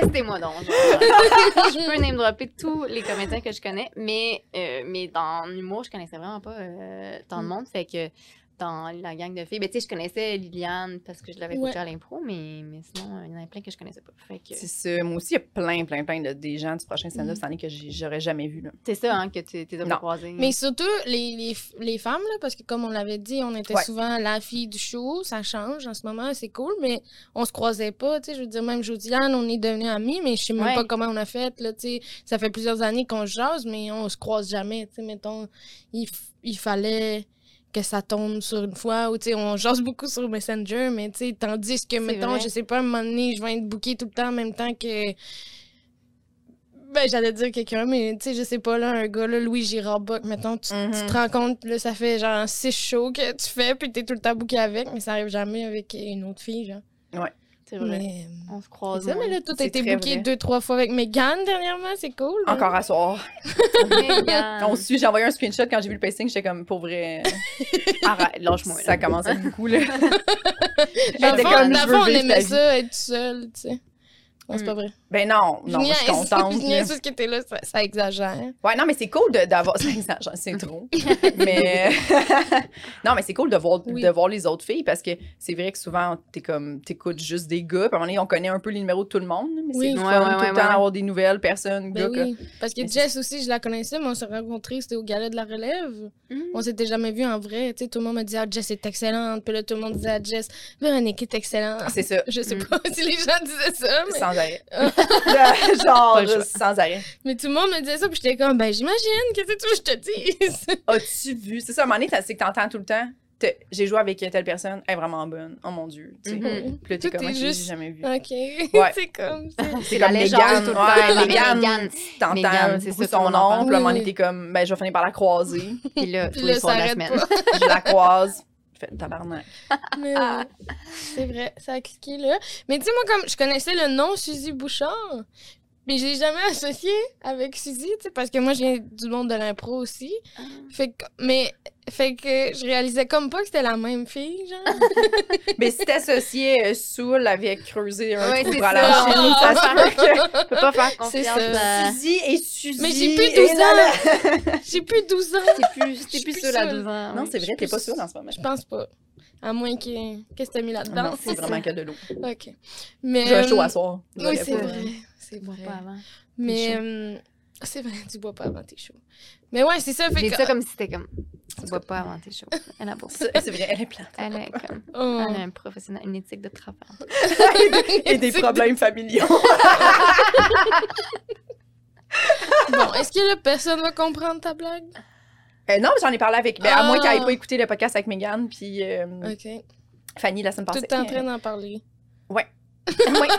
S2: Testez-moi donc. genre.
S1: <laughs>
S2: je peux name dropper tous les comédiens que je connais, mais, euh, mais dans l'humour, je connaissais vraiment pas euh, tant de
S3: Mm.
S2: monde. Fait que dans la gang de filles, ben, tu sais, je connaissais Liliane parce que je l'avais
S3: Ouais.
S2: écoutée à l'impro, mais, mais sinon, euh, il y en avait plein que je connaissais pas. Fait que
S1: C'est ça. Moi aussi, il y a plein, plein, plein de, des gens du prochain
S2: Mm.
S1: stand-up cette année que j'ai- j'aurais jamais vu, là.
S2: c'est ça hein, que tu t'es
S1: Non.
S2: croisé.
S3: Mais surtout les, les, f- les femmes, là, parce que comme on l'avait dit, on était
S1: Ouais.
S3: souvent la fille du show, ça change en ce moment, c'est cool, mais on se croisait pas, tu sais, je veux dire, même Josiane, on est devenus amis, mais je sais même
S2: Ouais.
S3: pas comment on a fait, là, tu sais, ça fait plusieurs années qu'on se jase, mais on se croise jamais, tu sais, mettons, il, f- il fallait que ça tombe sur une fois, ou tu sais, on jase beaucoup sur Messenger, mais tu sais, tandis que, mettons,
S2: vrai.
S3: je sais pas, à un moment donné, je vais être bookée tout le temps en même temps que... Ben, j'allais dire quelqu'un, mais tu sais, je sais pas, là, un gars, là, Louis Girard Buck, mettons, tu,
S1: Mhm.
S3: tu te rends compte, là, ça fait genre six shows que tu fais, puis t'es tout le temps bouqué avec, mais ça arrive jamais avec une autre fille, genre.
S2: C'est vrai.
S3: Mais, euh,
S2: On se
S3: c'est
S2: croise.
S3: ça, mais
S2: moins.
S3: là, tout a
S1: C'est
S3: été
S1: très
S3: bouqué
S1: vrai.
S3: deux, trois fois avec Megan dernièrement, c'est cool. là.
S1: Encore à soir.
S2: Regarde.
S1: On <laughs> se suit. J'ai envoyé un screenshot quand j'ai vu le pacing. J'étais comme, pour vrai,
S2: Arrête, lâche-moi. là.
S1: ça commence
S2: <laughs>
S1: à être beaucoup, là.
S3: Dans le
S1: J'étais
S3: fond,
S1: comme,
S3: dans
S1: je
S3: le
S1: veux
S3: fond, on
S1: vivre ta
S3: aimait
S1: vie.
S3: ça, être seule, tu sais. Non, c'est
S2: Mm.
S3: pas vrai.
S1: Ben non, non, moi, je
S3: <laughs>
S1: suis
S3: niaise-
S1: contente.
S3: je
S1: là.
S3: niaise parce que t'es là, ça, ça exagère.
S1: Ouais, non, mais c'est cool de- d'avoir. <laughs> ça exagère, C'est trop. mais. <laughs> non, mais c'est cool de voir,
S3: Oui.
S1: de voir les autres filles parce que c'est vrai que souvent, t'es comme. T'écoutes juste des gars. Puis à un moment donné, on connaît un peu les numéros de tout le monde. Mais
S3: Oui.
S1: c'est le
S2: Ouais,
S1: fun
S2: ouais,
S1: tout
S2: ouais,
S1: le temps
S2: ouais.
S1: d'avoir des nouvelles personnes,
S3: Ben
S1: gars. que-
S3: oui. Parce que
S1: Mais
S3: Jess aussi, je la connaissais, mais on s'est rencontrés, c'était au gala de la relève.
S2: Mhm.
S3: On s'était jamais vu en vrai. Tu sais, tout le monde me disait ah, Jess est excellente. Puis là, tout le monde disait à Jess Véronique est excellente.
S1: Ah, C'est ça.
S3: <laughs> Je sais
S2: Mm.
S3: pas si les gens disaient ça, mais,
S1: Sans
S3: <laughs>
S1: arrêt. <laughs> Genre,
S2: Pas le choix.
S1: sans arrêt.
S3: mais tout le monde me disait ça. Puis j'étais comme Ben, j'imagine, qu'est-ce que tu veux que je te dise <laughs>
S1: As-tu vu? C'est ça, à un moment donné, t'as- c'est que t'entends tout le temps. t'as- J'ai joué avec telle personne, elle est vraiment bonne. Oh mon Dieu. tu sais.
S2: Mhm.
S1: Puis là, t'es
S3: Tout
S1: comme,
S3: est
S1: ok, j'ai
S3: juste-
S1: jamais vu.
S3: Ok.
S1: Ouais.
S3: c'est comme.
S1: C'est
S2: la
S1: comme
S2: légende
S1: Mégane,
S2: tout le
S1: ouais,
S2: temps.
S1: Mégane.
S2: Mégane.
S1: T'entends
S2: Mégane, c'est
S1: beaucoup
S2: ça, tout
S1: son
S2: le monde en
S1: nom.
S2: parle.
S1: Puis là, à un moment donné,
S3: Oui.
S1: t'es comme, ben, je vais finir par la croiser.
S2: Puis là,
S3: Puis
S2: tous
S3: là,
S2: les
S3: ça
S2: soirs de la
S3: arrête
S2: semaine.
S3: pas.
S1: je la
S3: <laughs>
S1: croise. Je fais tabarnak.
S3: Mais, euh, c'est vrai, ça a cliqué là. Mais tu sais, moi, comme je connaissais le nom Suzy Bouchard. Mais je l'ai jamais associé avec Suzy, tu sais, parce que moi, je viens du monde de l'impro aussi. Fait que, mais, fait que je réalisais comme pas que c'était la même fille, genre.
S1: <laughs> Mais si t'associais euh, Soul avec creuser un
S2: <laughs> Ouais,
S1: trou
S2: c'est
S1: pour aller
S2: ça.
S1: en Chine, ça se peut que...
S2: Je peux pas faire
S3: C'est
S2: confiance.
S3: ça.
S2: à-
S1: Suzy et Suzy.
S3: Mais j'ai plus
S1: et
S3: 12
S1: là, là.
S3: ans!
S1: <laughs>
S3: J'ai plus 12 ans!
S2: T'es plus,
S3: Je
S2: t'es
S3: suis
S2: plus
S3: plus
S2: seule à
S3: seule.
S2: 12 ans.
S1: Non,
S2: oui.
S1: c'est vrai, t'es pas sûre en ce moment.
S3: Je pense pas. À moins que. Qu'est-ce que t'as mis là-dedans?
S1: Non, Ah, c'est vraiment que de l'eau.
S3: <laughs> Ok. Mais.
S1: J'ai un show
S3: euh,
S1: à soir. Je
S3: Oui,
S1: l'aurais
S3: c'est
S1: pas.
S3: vrai. C'est
S2: Bois
S3: vrai.
S2: pas avant.
S3: Mais. euh, C'est vrai, tu bois pas avant tes shows. Mais ouais, c'est ça. Fait
S2: J'ai
S3: que.
S2: dit ça comme si c'était comme. Tu bois pas avant tes choses. Elle a beau.
S1: <laughs> C'est c'est vrai, elle est plate.
S2: Elle est comme.
S3: Oh. <laughs>
S2: Elle a un professionnel, une éthique de travail.
S1: Ah. <laughs> Et des problèmes familiaux.
S3: Bon, est-ce que là, personne va comprendre ta blague?
S1: Euh, non, mais j'en ai parlé avec. ben, À
S3: Ah.
S1: moins qu'elle ait pas écouté le podcast avec Megan puis euh,
S3: Ok.
S1: Fanny la semaine
S3: Tout
S1: passée.
S3: est en train d'en parler.
S1: Oui,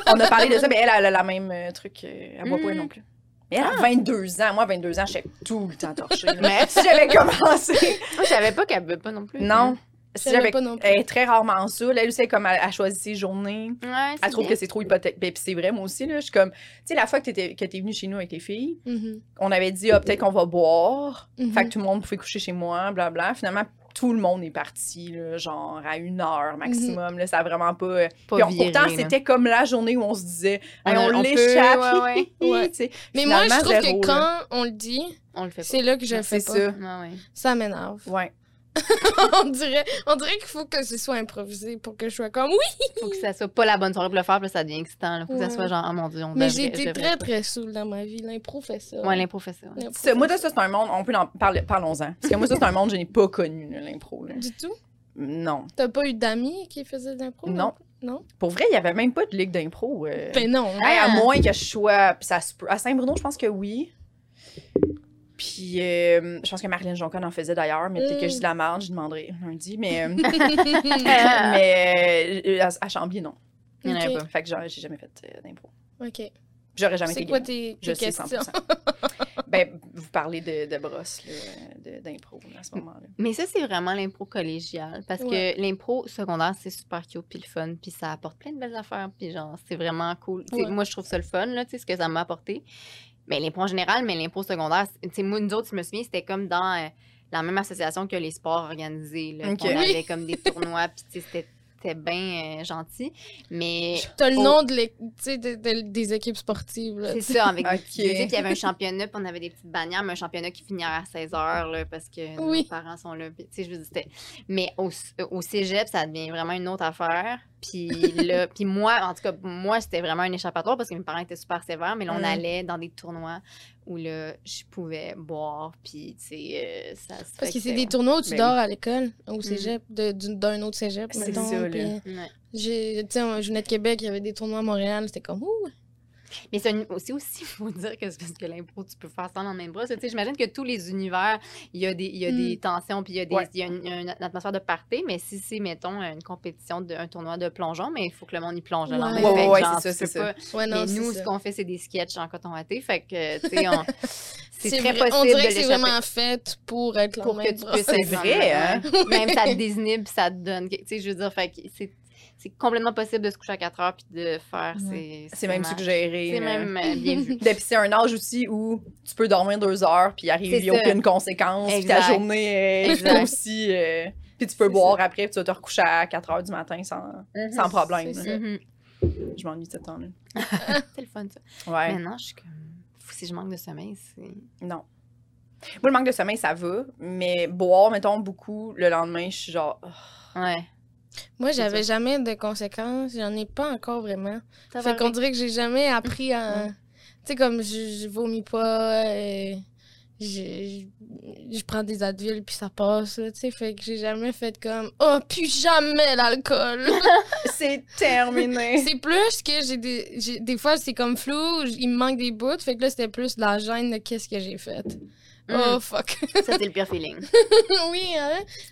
S1: on a parlé de ça, mais elle, elle a la même euh, truc. euh, Elle boit pas
S2: Mm.
S1: elle non plus. Mais
S3: Ah.
S1: elle a 22 ans. Moi, à 22 ans, j'étais tout le temps
S3: <laughs>
S1: torchée. mais si j'avais commencé.
S2: Moi, je savais pas qu'elle buvait pas non plus.
S1: Non.
S3: Je
S1: Si
S3: savais
S1: j'avais.
S3: pas non plus.
S1: Elle est très rarement saoule. Elle aussi, comme elle, elle choisit ses journées.
S2: Ouais,
S1: Elle trouve que c'est trop hypothèque. Ben, puis c'est vrai, moi aussi, là. Je suis comme. Tu sais, la fois que t'étais que t'es venue chez nous avec les filles,
S3: Mhm.
S1: on avait dit, ah, peut-être qu'on va boire.
S3: Mhm.
S1: Eh. Fait que tout le monde pouvait coucher chez moi, blablabla. Finalement, tout le monde est parti, là, genre à une heure maximum. là, ça a vraiment pas. euh,
S2: pas
S1: Puis on-
S2: viré,
S1: pourtant,
S2: là.
S1: c'était comme la journée où on se disait, hey,
S2: a-
S1: on,
S2: on peut,
S1: l'échappe.
S2: ouais,
S1: <laughs>
S2: ouais.
S1: hi, hi,
S3: Ouais.
S1: tu sais.
S3: Mais moi, je
S1: Finalement,
S3: trouve
S1: zéro,
S3: que quand
S1: là.
S3: on le dit,
S2: On le fait pas.
S3: c'est là que je le fais
S1: C'est
S3: pas. Ça,
S1: ça.
S2: Ouais, ouais.
S3: m'énerve.
S1: Ouais.
S3: <laughs> on dirait, on dirait qu'il faut que ce soit improvisé pour que je sois comme oui.
S2: Faut que ça soit pas la bonne soirée pour le faire, puis là, ça devient excitant. là. Faut que ça
S3: Ouais.
S2: soit genre, oh mon
S1: Ah,
S2: dieu, on
S1: ben,
S3: Mais
S2: devrait-
S3: j'ai
S2: je
S3: été
S2: devrais
S3: très, très saoule dans ma vie. L'impro fait ça.
S2: pas. Ouais, l'impro fait ça. ouais.
S3: L'impro
S1: Ça, moi,
S3: fait
S1: ça, c'est un monde, on peut en parler, parlons-en. Parce que moi, ça, c'est un monde que je n'ai pas connu, là, l'impro. là.
S3: ça. Du tout.
S1: Non.
S3: T'as pas eu d'amis qui faisaient de l'impro?
S1: Non.
S3: Oh Non?
S1: Pour vrai, il n'y avait même pas de ligue d'impro. euh. <laughs>
S3: Ben non.
S1: Hey, à
S2: <laughs> Ah!
S1: moins que je sois. ça se peut- à Saint-Bruno, je pense que oui. Puis, euh, je pense que Marilyn Jonconne en faisait d'ailleurs, mais peut-être que je dis de la marge, je demanderai lundi. Mais,
S3: <laughs>
S1: euh, mais euh, à, à Chambly, non.
S2: Il y en avait pas.
S1: Fait que j'en- j'ai jamais fait euh, d'impro.
S3: ok.
S1: J'aurais jamais
S3: C'est
S1: été
S3: quoi
S1: game.
S3: tes,
S1: Je
S3: tes
S1: sais
S3: questions?
S1: 100%. ben, vous parlez de, de brosse, là, de- d'impro, là, à ce moment-là.
S2: Mais ça, c'est vraiment l'impro collégiale. Parce
S3: Ouais.
S2: que l'impro secondaire, c'est super cute, puis le fun, puis ça apporte plein de belles affaires, puis genre, c'est vraiment cool. Tu sais,
S3: Ouais.
S2: Moi, je trouve ça le fun, là, tu sais, ce que ça m'a apporté. Mais l'impro en général, mais l'impro secondaire, c'est- tu sais, moi, nous autres, je me souviens, c'était comme dans euh, la même association que les sports organisés. Là,
S1: Ok.
S2: qu'on
S3: Oui.
S2: avait comme des tournois, puis tu sais, c'était- c'était bien euh, gentil.
S3: <laughs>
S2: Mais
S3: T'as le
S2: Oh.
S3: nom de l'é- tu sais, de- de- des équipes sportives. Là,
S2: c'est ça, avec
S1: Ok.
S2: Je sais qu'il y avait
S3: <laughs>
S2: un championnat, puis on avait des petites bannières, mais un championnat qui finit à 16 h là, parce que
S3: Oui.
S2: nos parents sont là. puis, tu sais, je veux dire, c'était- mais au, au cégep, ça devient vraiment une autre affaire.
S3: <laughs>
S2: Puis là, puis moi, en tout cas, moi, c'était vraiment un échappatoire parce que mes parents étaient super sévères, mais là, on
S1: Mhm.
S2: allait dans des tournois où là, je pouvais boire, puis tu sais, euh, ça se
S3: Parce
S2: fait
S3: que c'est
S2: c'est-
S3: des tournois où tu
S1: Ben
S3: dors à l'école, au cégep, de- d'une- d'un autre cégep.
S1: C'est
S3: mettons,
S1: ça, là.
S3: puis euh,
S2: Ouais.
S3: j'ai- Tu sais, on- je venais de Québec, il y avait des tournois à Montréal, c'était comme ouh.
S2: Mais c'est un- aussi, aussi, <laughs> il faut dire que c'est parce que l'impro, tu peux faire ça dans le même bras. Tu sais, J'imagine que tous les univers, il y a des, il y a
S3: Mm.
S2: des tensions, puis il y a, des,
S1: Ouais.
S2: il y a une, une atmosphère de party. Mais si c'est, mettons, une compétition, de, un tournoi de plongeon, mais il faut que le monde y plonge. le
S3: Ouais.
S2: lendemain.
S3: Ouais,
S1: ouais,
S2: Fait que,
S1: ouais,
S2: genre,
S1: c'est ça,
S2: tu peux
S1: c'est
S2: pas-
S3: Ouais, non,
S2: mais
S3: c'est
S2: Ben nous,
S3: ça.
S2: ce qu'on fait, c'est des sketchs en coton watté. Fait que, tu
S3: <laughs>
S2: sais, on- c'est très
S3: vrai-
S2: possible
S3: On dirait
S2: de
S3: que c'est
S2: l'échapper.
S3: vraiment fait pour être la
S2: Pour
S3: main
S2: que tu
S3: droite.
S2: puisses
S1: C'est
S2: être dans
S1: vrai,
S2: le-
S1: hein?
S2: ouais. Même ça te désinhibe, ça te donne. Tu sais, je veux dire, fait que c'est, c'est complètement possible de se coucher à 4 heures puis de faire. ces- ces
S1: C'est même
S2: matchs.
S1: suggéré.
S2: C'est
S1: là.
S2: même euh, bien
S1: <laughs>
S2: vu.
S1: Puis c'est un âge aussi où tu peux dormir deux heures, puis arrive,
S2: C'est
S1: il n'y a
S2: ça.
S1: aucune conséquence, puis ta
S2: Exact.
S1: journée est
S2: Exact.
S1: aussi. euh, puis tu peux
S3: C'est
S1: boire après, puis tu vas te recoucher à 4 heures du matin sans, sans problème.
S3: C'est
S1: là.
S3: ça.
S2: Mhm.
S1: Je m'ennuie de ce temps-là.
S2: C'est le fun, ça.
S1: Ouais,
S2: Maintenant, je suis comme. Fou, Si je manque de sommeil, c'est.
S1: non. Moi, le manque de sommeil, ça va, mais boire, mettons, beaucoup, le lendemain, je suis genre. Ah,
S2: <laughs> Ouais.
S3: Moi,
S2: C'est
S3: j'avais jamais de conséquences, j'en ai pas encore vraiment.
S2: Ça
S3: fait
S2: va
S3: qu'on dirait que j'ai jamais appris à. Tu sais, comme je, je vomis pas, euh, je, je- je prends des Advil puis ça passe, là, tu sais. Fait que j'ai jamais fait comme Oh, plus jamais
S2: <laughs>
S3: l'alcool!
S1: C'est <laughs> terminé!
S3: c'est plus que j'ai des. j'ai- des fois, c'est comme flou, j- il me manque des bouts. Fait que là, c'était plus de la gêne de qu'est-ce que j'ai fait.
S2: Mm.
S3: Oh, fuck! <laughs>
S2: Ça, c'est le pire feeling.
S3: oui, hein?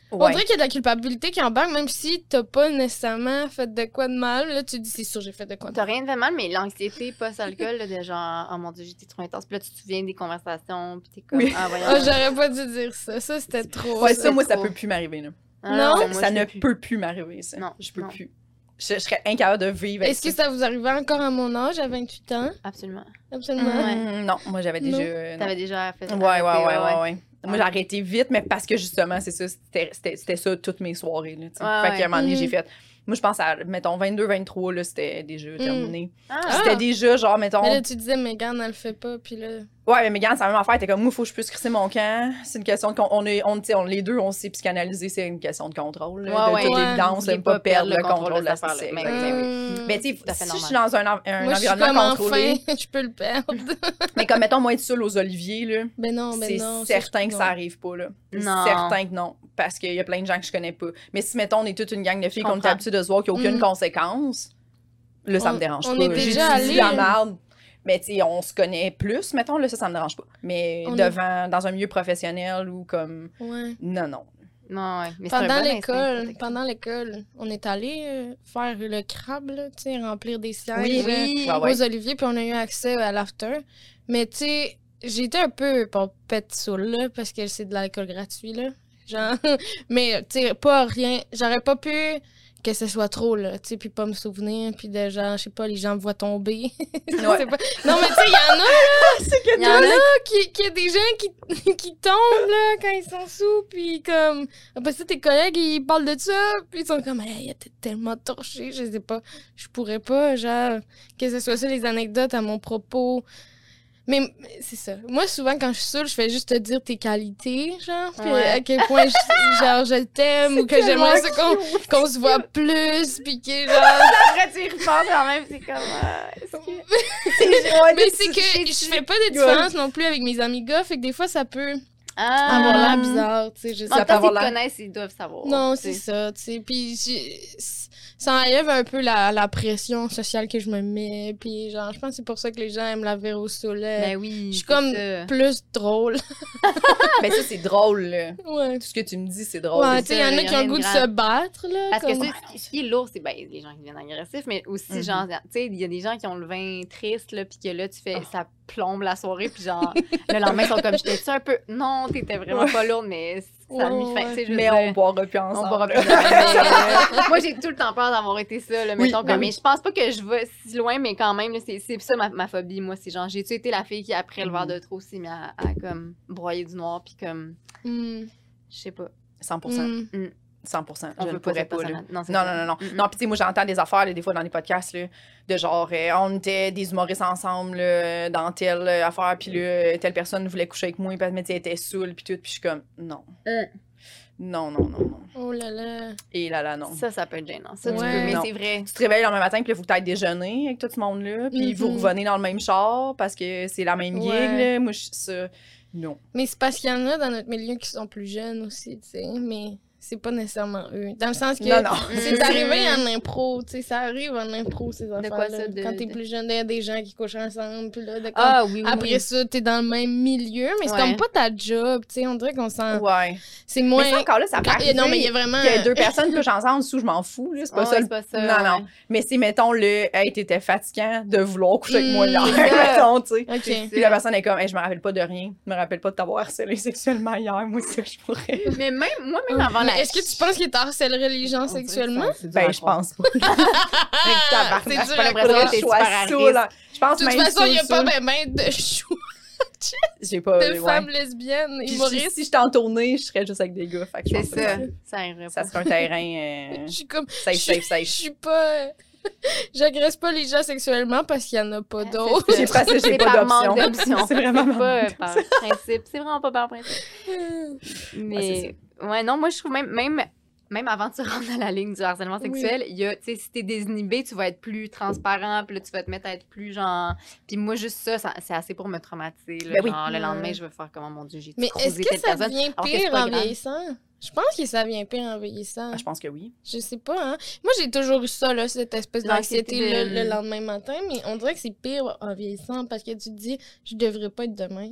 S3: On
S1: Ouais.
S3: dirait qu'il y a de la culpabilité qui embarque, même si t'as pas nécessairement fait de quoi de mal. Là, tu te dis, c'est sûr, j'ai fait de quoi de
S2: T'as
S3: mal.
S2: rien de fait mal, mais l'anxiété post-alcool, là, de genre, oh mon dieu, j'étais trop intense. Puis là, tu te souviens des conversations, puis t'es comme,
S1: Oui.
S2: ah, voyons.
S3: Oh, j'aurais pas dû dire ça. Ça, c'était trop.
S1: Ouais,
S3: ça.
S1: ça, moi, ça
S2: trop.
S1: peut plus m'arriver. là.
S2: Ah,
S3: Non,
S2: moi,
S1: ça
S2: je
S1: ne
S2: peux plus.
S1: peut plus m'arriver, ça.
S2: Non,
S1: je peux
S2: non.
S1: plus. je, je serais incapable de vivre avec
S3: Est-ce que ça vous arrivait encore à mon âge, à 28 ans?
S2: Absolument.
S3: Absolument.
S2: Ouais.
S1: Mm, Non, moi, j'avais déjà...
S3: Non.
S1: euh, non.
S2: T'avais déjà fait
S1: Ouais, ouais, ouais,
S2: arrêté,
S1: ouais, ouais. Moi,
S2: euh, Ouais.
S1: j'ai arrêté vite, mais parce que justement, c'est ça, c'était- c'était c'était ça toutes mes soirées. Là, tu sais.
S2: Ouais,
S1: fait
S2: ouais.
S1: qu'à un moment donné,
S3: Mhm.
S1: j'ai fait. Moi, je pense à, mettons, 22, 23, là, c'était déjà terminé.
S2: Ah,
S1: C'était déjà, genre, mettons.
S3: Mais là, tu disais, mais gars, on le fait pas, puis là.
S1: Ouais, mais Megan, c'est la même affaire. T'es comme, moi, faut que je puisse crisser mon camp. C'est une question de. con- On est, on, tu sais, on, les deux, on s'est psychanalysé, c'est une question de contrôle. là,
S2: Ouais,
S1: de
S2: ouais.
S1: toute
S3: Ouais.
S1: évidence, de
S2: N'oubliez
S1: ne pas perdre le contrôle de la
S2: cette affaire-là.
S1: société.
S2: Mais-
S1: Exactement.
S2: oui.
S3: Hum.
S1: ben Mais tu sais,
S2: Tout à fait
S1: si je suis
S2: normal.
S1: dans un, en- un
S3: Moi, je suis comme
S1: environnement contrôlé,
S3: enfin, <laughs> je peux le perdre.
S1: mais comme, mettons, moi, être seule aux oliviers, là.
S3: Ben non, ben
S1: c'est
S3: non.
S1: certain que ça
S3: arrive.
S1: arrive pas, là.
S2: Non.
S1: Certain que non. Parce qu'il y a plein de gens que je connais pas. Mais si, mettons, on est toute une gang de filles qu'on est
S2: Comprends.
S1: habitué de se voir, qu'il n'y a aucune
S3: Mm.
S1: conséquence, là, ça me dérange
S3: on
S1: pas.
S3: est
S1: J'ai
S3: déjà
S1: dit
S3: allé.
S1: la merde. Mais tu sais, on se connaît plus, mettons, là, ça, ça me dérange pas. Mais
S3: On est-
S1: devant, dans un milieu professionnel ou comme.
S3: Ouais.
S1: Non, non.
S2: Non, ouais. Mais c'est un bon
S3: Pendant
S2: instinct de
S3: l'école,
S2: protection.
S3: pendant l'école, on est allé euh, faire le crabe, là, tu sais, remplir des sièges
S1: Oui,
S3: euh,
S2: Oui.
S1: Ouais, Ah ouais.
S3: aux oliviers, puis on a eu accès à l'after. Mais tu sais, j'étais un peu pompette saoule, là, parce que c'est de l'alcool gratuit, là. Genre, <laughs> mais tu sais, pas rien. J'aurais pas pu que ce soit trop, là, tu sais, puis pas me souvenir, puis de genre, je sais pas, les gens me voient tomber. <laughs>
S1: <laughs>
S3: Je sais
S1: Ouais.
S3: pas. Non, mais tu sais, il y en a
S1: C'est que
S2: Il y en
S3: toi,
S2: a.
S3: là, qui, qui y a des gens qui, <laughs> qui tombent, là, quand ils sont sous, puis comme... Après ça, tes collègues, ils parlent de ça, puis ils sont comme, hey, il était tellement torché, je sais pas, je pourrais pas, genre, que ce soit ça, les anecdotes à mon propos. Mais m- c'est ça. Moi, souvent, quand je suis saoule, je fais juste te dire tes qualités, genre, puis
S2: Ouais.
S3: à quel point, je, genre, je <laughs> t'aime, ou que j'aimerais ça qu'on qu'on se voit plus, puis que, <laughs> genre...
S2: Après, tu y repenses quand même, c'est comme. euh, est-ce que-
S3: Mais c'est que je fais pas de différence non plus avec mes amis gars, fait que des fois, ça peut...
S2: Ah,
S3: avoir
S1: voilà.
S3: l'air bizarre, tu sais, je sais
S2: En
S1: Ça peut
S2: même temps, s'ils
S1: avoir
S2: te
S1: l'air-
S2: connaissent, ils doivent savoir.
S3: Non,
S2: tu sais.
S3: c'est ça, tu sais. Puis j'ai- ça enlève un peu la, la pression sociale que je me mets. Puis genre, je pense que c'est pour ça que les gens aiment la verre au soleil.
S2: Ben oui.
S3: je suis
S2: c'est
S3: comme-
S2: ça.
S3: Plus drôle. <laughs>
S1: Mais ça, c'est drôle, là.
S3: ouais.
S1: Tout ce que tu me dis, c'est drôle.
S3: Ouais,
S2: c'est
S3: tu sais, il y en
S2: Oh, ça,
S3: a
S2: y
S3: qui
S2: a
S3: ont
S2: rien
S3: le
S2: de
S3: goût de
S2: grave.
S3: se battre, là.
S2: Parce que
S3: comme-
S2: c'est- ce qui est lourd, c'est ben, les gens qui deviennent agressifs, mais aussi,
S1: Mhm.
S2: genre, tu sais, il y a des gens qui ont le vin triste, là, puis que là, tu fais,
S1: Oh.
S2: ça plombe la soirée,
S1: <laughs>
S2: puis genre, le lendemain, ils sont comme, j'étais-tu un peu. Non, t'étais vraiment pas lourde, mais ça a mis
S3: Ouais,
S2: fin, tu
S3: ouais.
S2: sais, je veux
S1: Mais on
S2: dire,
S1: boira plus
S2: on
S1: ensemble.
S2: boira plus
S1: <laughs> là.
S2: jamais, mais- Moi, j'ai tout le temps peur d'avoir été ça, là,
S1: Oui,
S2: mettons,
S1: ben
S2: comme,
S1: oui.
S2: mais je pense pas que je vais si loin, mais quand même, là, c'est c'est ça ma, ma phobie, moi, c'est genre, j'ai-tu été la fille qui, après le verre
S1: Mm-hmm.
S2: de trop, s'est mis à, à, comme, broyer du noir, puis comme,
S3: Mm,
S2: je sais pas,
S1: 100%.
S3: mm.
S1: 100%.
S2: on
S1: je ne
S2: veut pas
S1: pourrais
S2: cette
S1: pas, là.
S2: personne-là. Non, c'est
S1: Non,
S2: ça.
S1: non, non, non.
S2: Mm-mm.
S1: Non, puis tu sais, moi, j'entends des affaires, là, des fois, dans les podcasts, là, de genre, euh, on était des humoristes ensemble là, dans telle euh, affaire, puis
S3: Mm.
S1: là, telle personne voulait coucher avec moi, puis elle était saoule, puis tout, puis je suis comme, non.
S2: Mm.
S1: Non, non, non, non.
S3: Oh là là.
S1: Et là, là, non.
S2: Ça, ça peut être gênant. Ça, tu
S3: Ouais.
S2: peux, mais
S1: Non.
S2: c'est vrai.
S1: Tu te réveilles le même matin, puis là, vous peut-être déjeuner avec tout ce monde-là, puis vous
S3: Mhm.
S1: revenez dans le même char parce que c'est la même gig,
S3: Ouais.
S1: là. Moi, je ça. Non.
S3: Mais c'est parce qu'il y en a dans notre milieu qui sont plus jeunes aussi, tu sais. Mais c'est pas nécessairement eux. Dans le sens que.
S1: Non, non.
S3: <laughs> C'est arrivé en impro, tu sais, ça arrive en impro, ces affaires-là.
S2: quoi ça, Mm. de-
S3: Quand t'es
S2: de-
S3: plus jeune, il y a des gens qui couchent ensemble, puis là, de comme-
S2: Ah oui, oui.
S3: Après ça, t'es dans le même milieu, mais c'est
S2: Ouais.
S3: comme pas ta job, tu sais, on dirait qu'on s'en...
S1: Ouais.
S3: C'est
S1: Mais ça,
S3: moins...
S1: encore là, ça
S3: Quand- euh,
S1: paraît.
S3: Non, mais il y a vraiment...
S1: que deux
S3: <laughs>
S1: personnes couchent ensemble, sous, je m'en fous, là. C'est pas
S2: Ouais,
S1: ça le
S2: c'est pas ça.
S1: Non, non. Mais c'est, mettons, le Hey, t'étais fatigant de vouloir coucher avec moi
S3: Mm,
S1: <laughs> hier,
S2: c'est ça.
S1: mettons, tu sais.
S3: OK.
S1: Puis la personne est comme, Hey, je me rappelle pas de rien. Je me rappelle pas de t'avoir harcelé <laughs> sexuellement hier. Moi, ça, je pourrais.
S2: Mais même, moi,
S1: Oh,
S2: même avant la.
S3: Mais est-ce que tu penses qu'il harcèlerait les gens sexuellement?
S1: Ben, je pense pas.
S3: Ah, c'est
S2: J'ai
S3: dur à
S2: l'impression
S1: Faudrait
S2: que
S3: croire.
S1: que je
S2: t'es super
S1: sois
S2: à
S1: saoule, hein.
S2: risque.
S1: Je pense
S3: De toute
S1: même
S3: façon, il
S1: saoule,
S3: n'y a pas
S1: saoule.
S3: ben ben de <laughs> choix
S1: J'ai pas.
S3: de
S1: ouais.
S3: femmes lesbiennes
S1: Puis si,
S3: humoristes.
S1: si j'étais en tournée, je serais juste avec des gars. Fait que je
S2: C'est
S1: pense
S2: ça.
S1: que
S2: Ben, Ça arriverait
S1: Ça
S2: pas.
S1: serait un terrain euh,
S2: <laughs>
S3: Je suis comme...
S1: safe,
S3: je,
S1: safe,
S3: je
S1: safe.
S3: suis pas... <laughs> J'agresse pas les gens sexuellement parce qu'il y en a
S2: Ah,
S3: pas d'autres.
S1: C'est parce que j'ai
S2: C'est
S1: pas
S2: par manque
S1: d'option.
S2: d'options.
S1: C'est vraiment
S2: C'est pas
S1: ma
S2: euh, par principe. C'est vraiment pas par principe.
S3: <laughs>
S2: Mais. Ouais, non, moi, je trouve même. même même avant de se rendre à la ligne du harcèlement
S3: Oui.
S2: sexuel, il y a, tu sais, si t'es désinhibé, tu vas être plus transparent, puis là, tu vas te mettre à être plus genre. Puis moi, juste ça, ça- c'est assez pour me traumatiser. là,
S1: Ben oui.
S2: genre, le
S3: Ouais.
S2: lendemain, je vais faire comment, mon Dieu, j'ai
S3: Mais est-ce
S2: croisé
S3: que
S2: telle
S3: ça
S2: personne.
S3: devient
S2: alors que c'est
S3: pire
S2: pas
S3: en
S2: grave.
S3: vieillissant? Je pense que ça devient pire en vieillissant.
S1: Ah, Je pense que oui.
S3: Je sais pas, hein. Moi, j'ai toujours eu ça, là, cette espèce
S2: L'anxiété
S3: d'anxiété
S2: de-
S3: le, le lendemain matin, mais on dirait que c'est pire en vieillissant parce que tu te dis, je devrais pas être demain.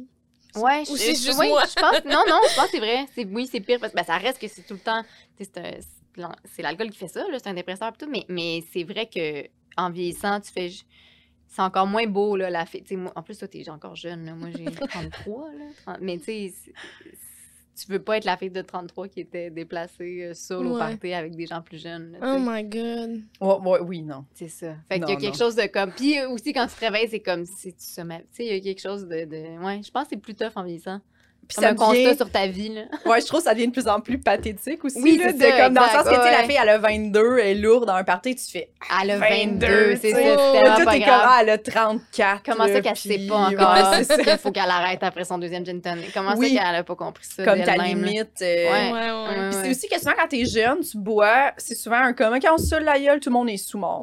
S2: Ouais,
S3: Ou
S2: je-
S3: c'est
S2: je-
S3: juste
S2: oui,
S3: moi.
S2: je pense. Non, non, je pense que c'est vrai. C'est, oui, c'est pire parce que ben, ça reste que c'est tout le temps. tu sais, C'est, un- c'est l'an- c'est l'alcool qui fait ça, là, c'est un dépresseur et tout. Mais, mais c'est vrai que en vieillissant, tu fais. ju- C'est encore moins beau, là,
S3: <laughs>
S2: la fille. tu sais, moi- en plus, toi, t'es encore jeune. là. Moi, j'ai 33, là. trente- Mais tu sais, c'est- tu veux pas être la fille de 33 qui était déplacée euh, seule au
S3: Ouais.
S2: party avec des gens plus jeunes. là, tu
S3: Oh
S2: sais.
S3: my god.
S1: Ouais, ouais, oui, non.
S2: C'est ça. Fait
S1: Non,
S2: qu'il y a quelque
S1: non.
S2: chose de comme. Puis euh, aussi, quand tu te réveilles, c'est comme si tu sommeilles. Tu sais, il y a quelque chose de. de- Ouais, je pense que c'est plus tough en vieillissant.
S1: Puis
S2: Comme un
S1: devient-
S2: constat sur ta vie, là.
S1: Ouais, je trouve que ça devient de plus en plus pathétique aussi.
S2: Oui,
S1: là,
S2: c'est
S1: de,
S2: ça,
S1: comme dans le
S2: exact.
S1: sens que tu sais, la
S2: Ouais.
S1: fille, elle a 22, elle est lourde dans un party, tu fais.
S2: Elle a
S1: 22,
S2: 22,
S1: tu
S2: c'est ça. c'est
S3: sais.
S1: Là,
S2: tellement
S1: toi,
S2: pas
S1: t'es comme,
S2: grave.
S1: ah, elle a 34.
S2: Comment
S1: là,
S2: ça qu'elle sait
S1: puis-
S2: pas encore
S1: Ouais, c'est ça.
S2: qu'il faut qu'elle arrête après son deuxième gin tonic? Comment
S1: Oui.
S2: ça qu'elle a pas compris ça
S1: Comme ta
S2: d'elle-même, là?
S1: limite. euh,
S2: Ouais.
S3: Ouais, ouais.
S1: Puis c'est
S2: ouais.
S1: aussi que souvent, quand t'es jeune, tu bois, c'est souvent un commun. Quand on se saoule la gueule, tout le monde est sous-mort.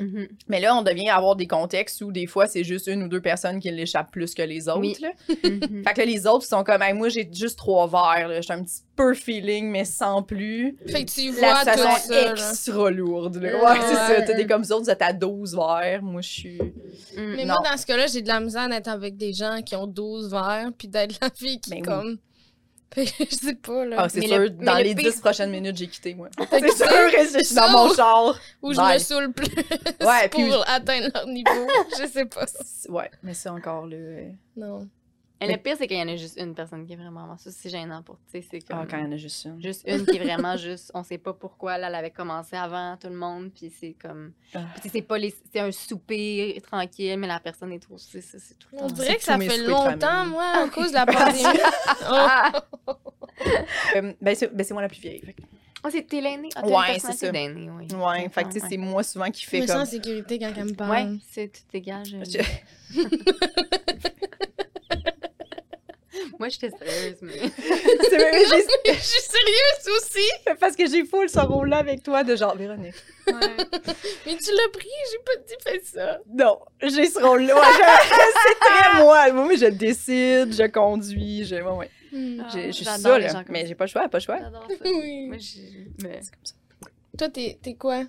S1: <laughs>
S3: ouais.
S2: Mhm.
S1: Mais là, on devient avoir des contextes où des fois, c'est juste une ou deux personnes qui l'échappent plus que les autres.
S2: Oui.
S1: là.
S2: Mhm.
S1: Fait que là, les autres sont comme, Hey, moi, j'ai juste trois verres. là. J'étais un petit peu feeling, mais sans plus.
S3: Fait que tu y
S1: La
S3: vois tout
S1: station
S3: ça. là.
S1: extra lourde. là.
S3: Ouais.
S1: Ouais, c'est ça. T'as
S2: Mm.
S1: des comme vous autres, vous êtes à 12 verres. Moi, je suis.
S2: Mm.
S3: Mais
S1: Non.
S3: moi, dans ce cas-là, j'ai de la misère d'être avec des gens qui ont 12 verres, puis d'être la fille qui,
S1: Ben oui.
S3: comme. <laughs> Fait que je sais pas, là.
S1: Ah, c'est
S2: mais
S1: sûr,
S2: le-
S1: dans
S2: mais le
S1: les
S2: pire-
S1: 10 prochaines minutes, j'ai quitté, moi.
S3: T'as
S1: C'est
S3: quitté?
S1: sûr, je suis dans
S3: Non.
S1: mon char.
S3: Ou je me
S1: Bye.
S3: saoule plus <laughs>
S1: Ouais,
S3: pour
S1: puis-
S3: atteindre leur niveau. je sais pas.
S1: Ouais, mais c'est encore le.
S3: Non.
S2: Et le pire, c'est qu'il y en a juste une personne qui est vraiment. Ça, c'est gênant pour. Tu sais, c'est comme.
S1: Ah, quand il y en a juste une.
S2: Juste une qui est vraiment juste, on sait pas pourquoi, là, elle avait commencé avant tout le monde, puis c'est comme.
S1: Ah.
S2: Puis tu sais, c'est pas les- c'est un souper tranquille, mais la personne est trop. C'est ça, Ah, c'est tout le temps.
S3: On
S2: ça.
S3: dirait que
S1: tous
S3: ça
S1: mes
S3: fait
S1: soupers de
S3: longtemps,
S1: famille.
S3: moi, à cause de la pandémie. Oh,
S1: <laughs> Euh, ben, c'est ben, c'est moi la plus vieille. fait que-
S2: Ah, c'est t'es l'aîné. Ah, t'as
S1: Ouais,
S2: une
S1: c'est
S2: personnalité
S1: ça.
S2: d'aîné, oui.
S1: Ouais, fait que tu sais, c'est moi souvent qui
S3: Oh, je
S1: fait
S3: me sens en
S1: comme.
S3: sécurité quand elle me parle.
S2: <laughs> Ouais, c'est tout dégage. euh,
S1: Je-
S2: <laughs> Moi, j'étais sérieuse, mais.
S1: <laughs> C'est même juste
S3: je suis sérieuse aussi.
S1: <laughs> parce que j'ai full ce rôle-là avec toi de genre Véronique.
S3: Mais tu l'as pris, j'ai pas dit fait ça.
S1: Non, j'ai ce rôle-là. Ouais, je- <laughs> c'est très moi. Moi, je décide, je conduis, je. Ouais, ouais.
S3: Hmm.
S2: Ah,
S1: J'ai- Je suis
S2: j'adore
S1: ça,
S2: les
S1: là.
S2: gens comme
S1: Mais
S2: ça. Ah,
S1: j'ai pas le choix, pas le choix.
S2: J'adore ça.
S3: Oui.
S2: Moi, j'ai- mais-
S1: C'est comme ça.
S3: Toi, t'es t'es quoi?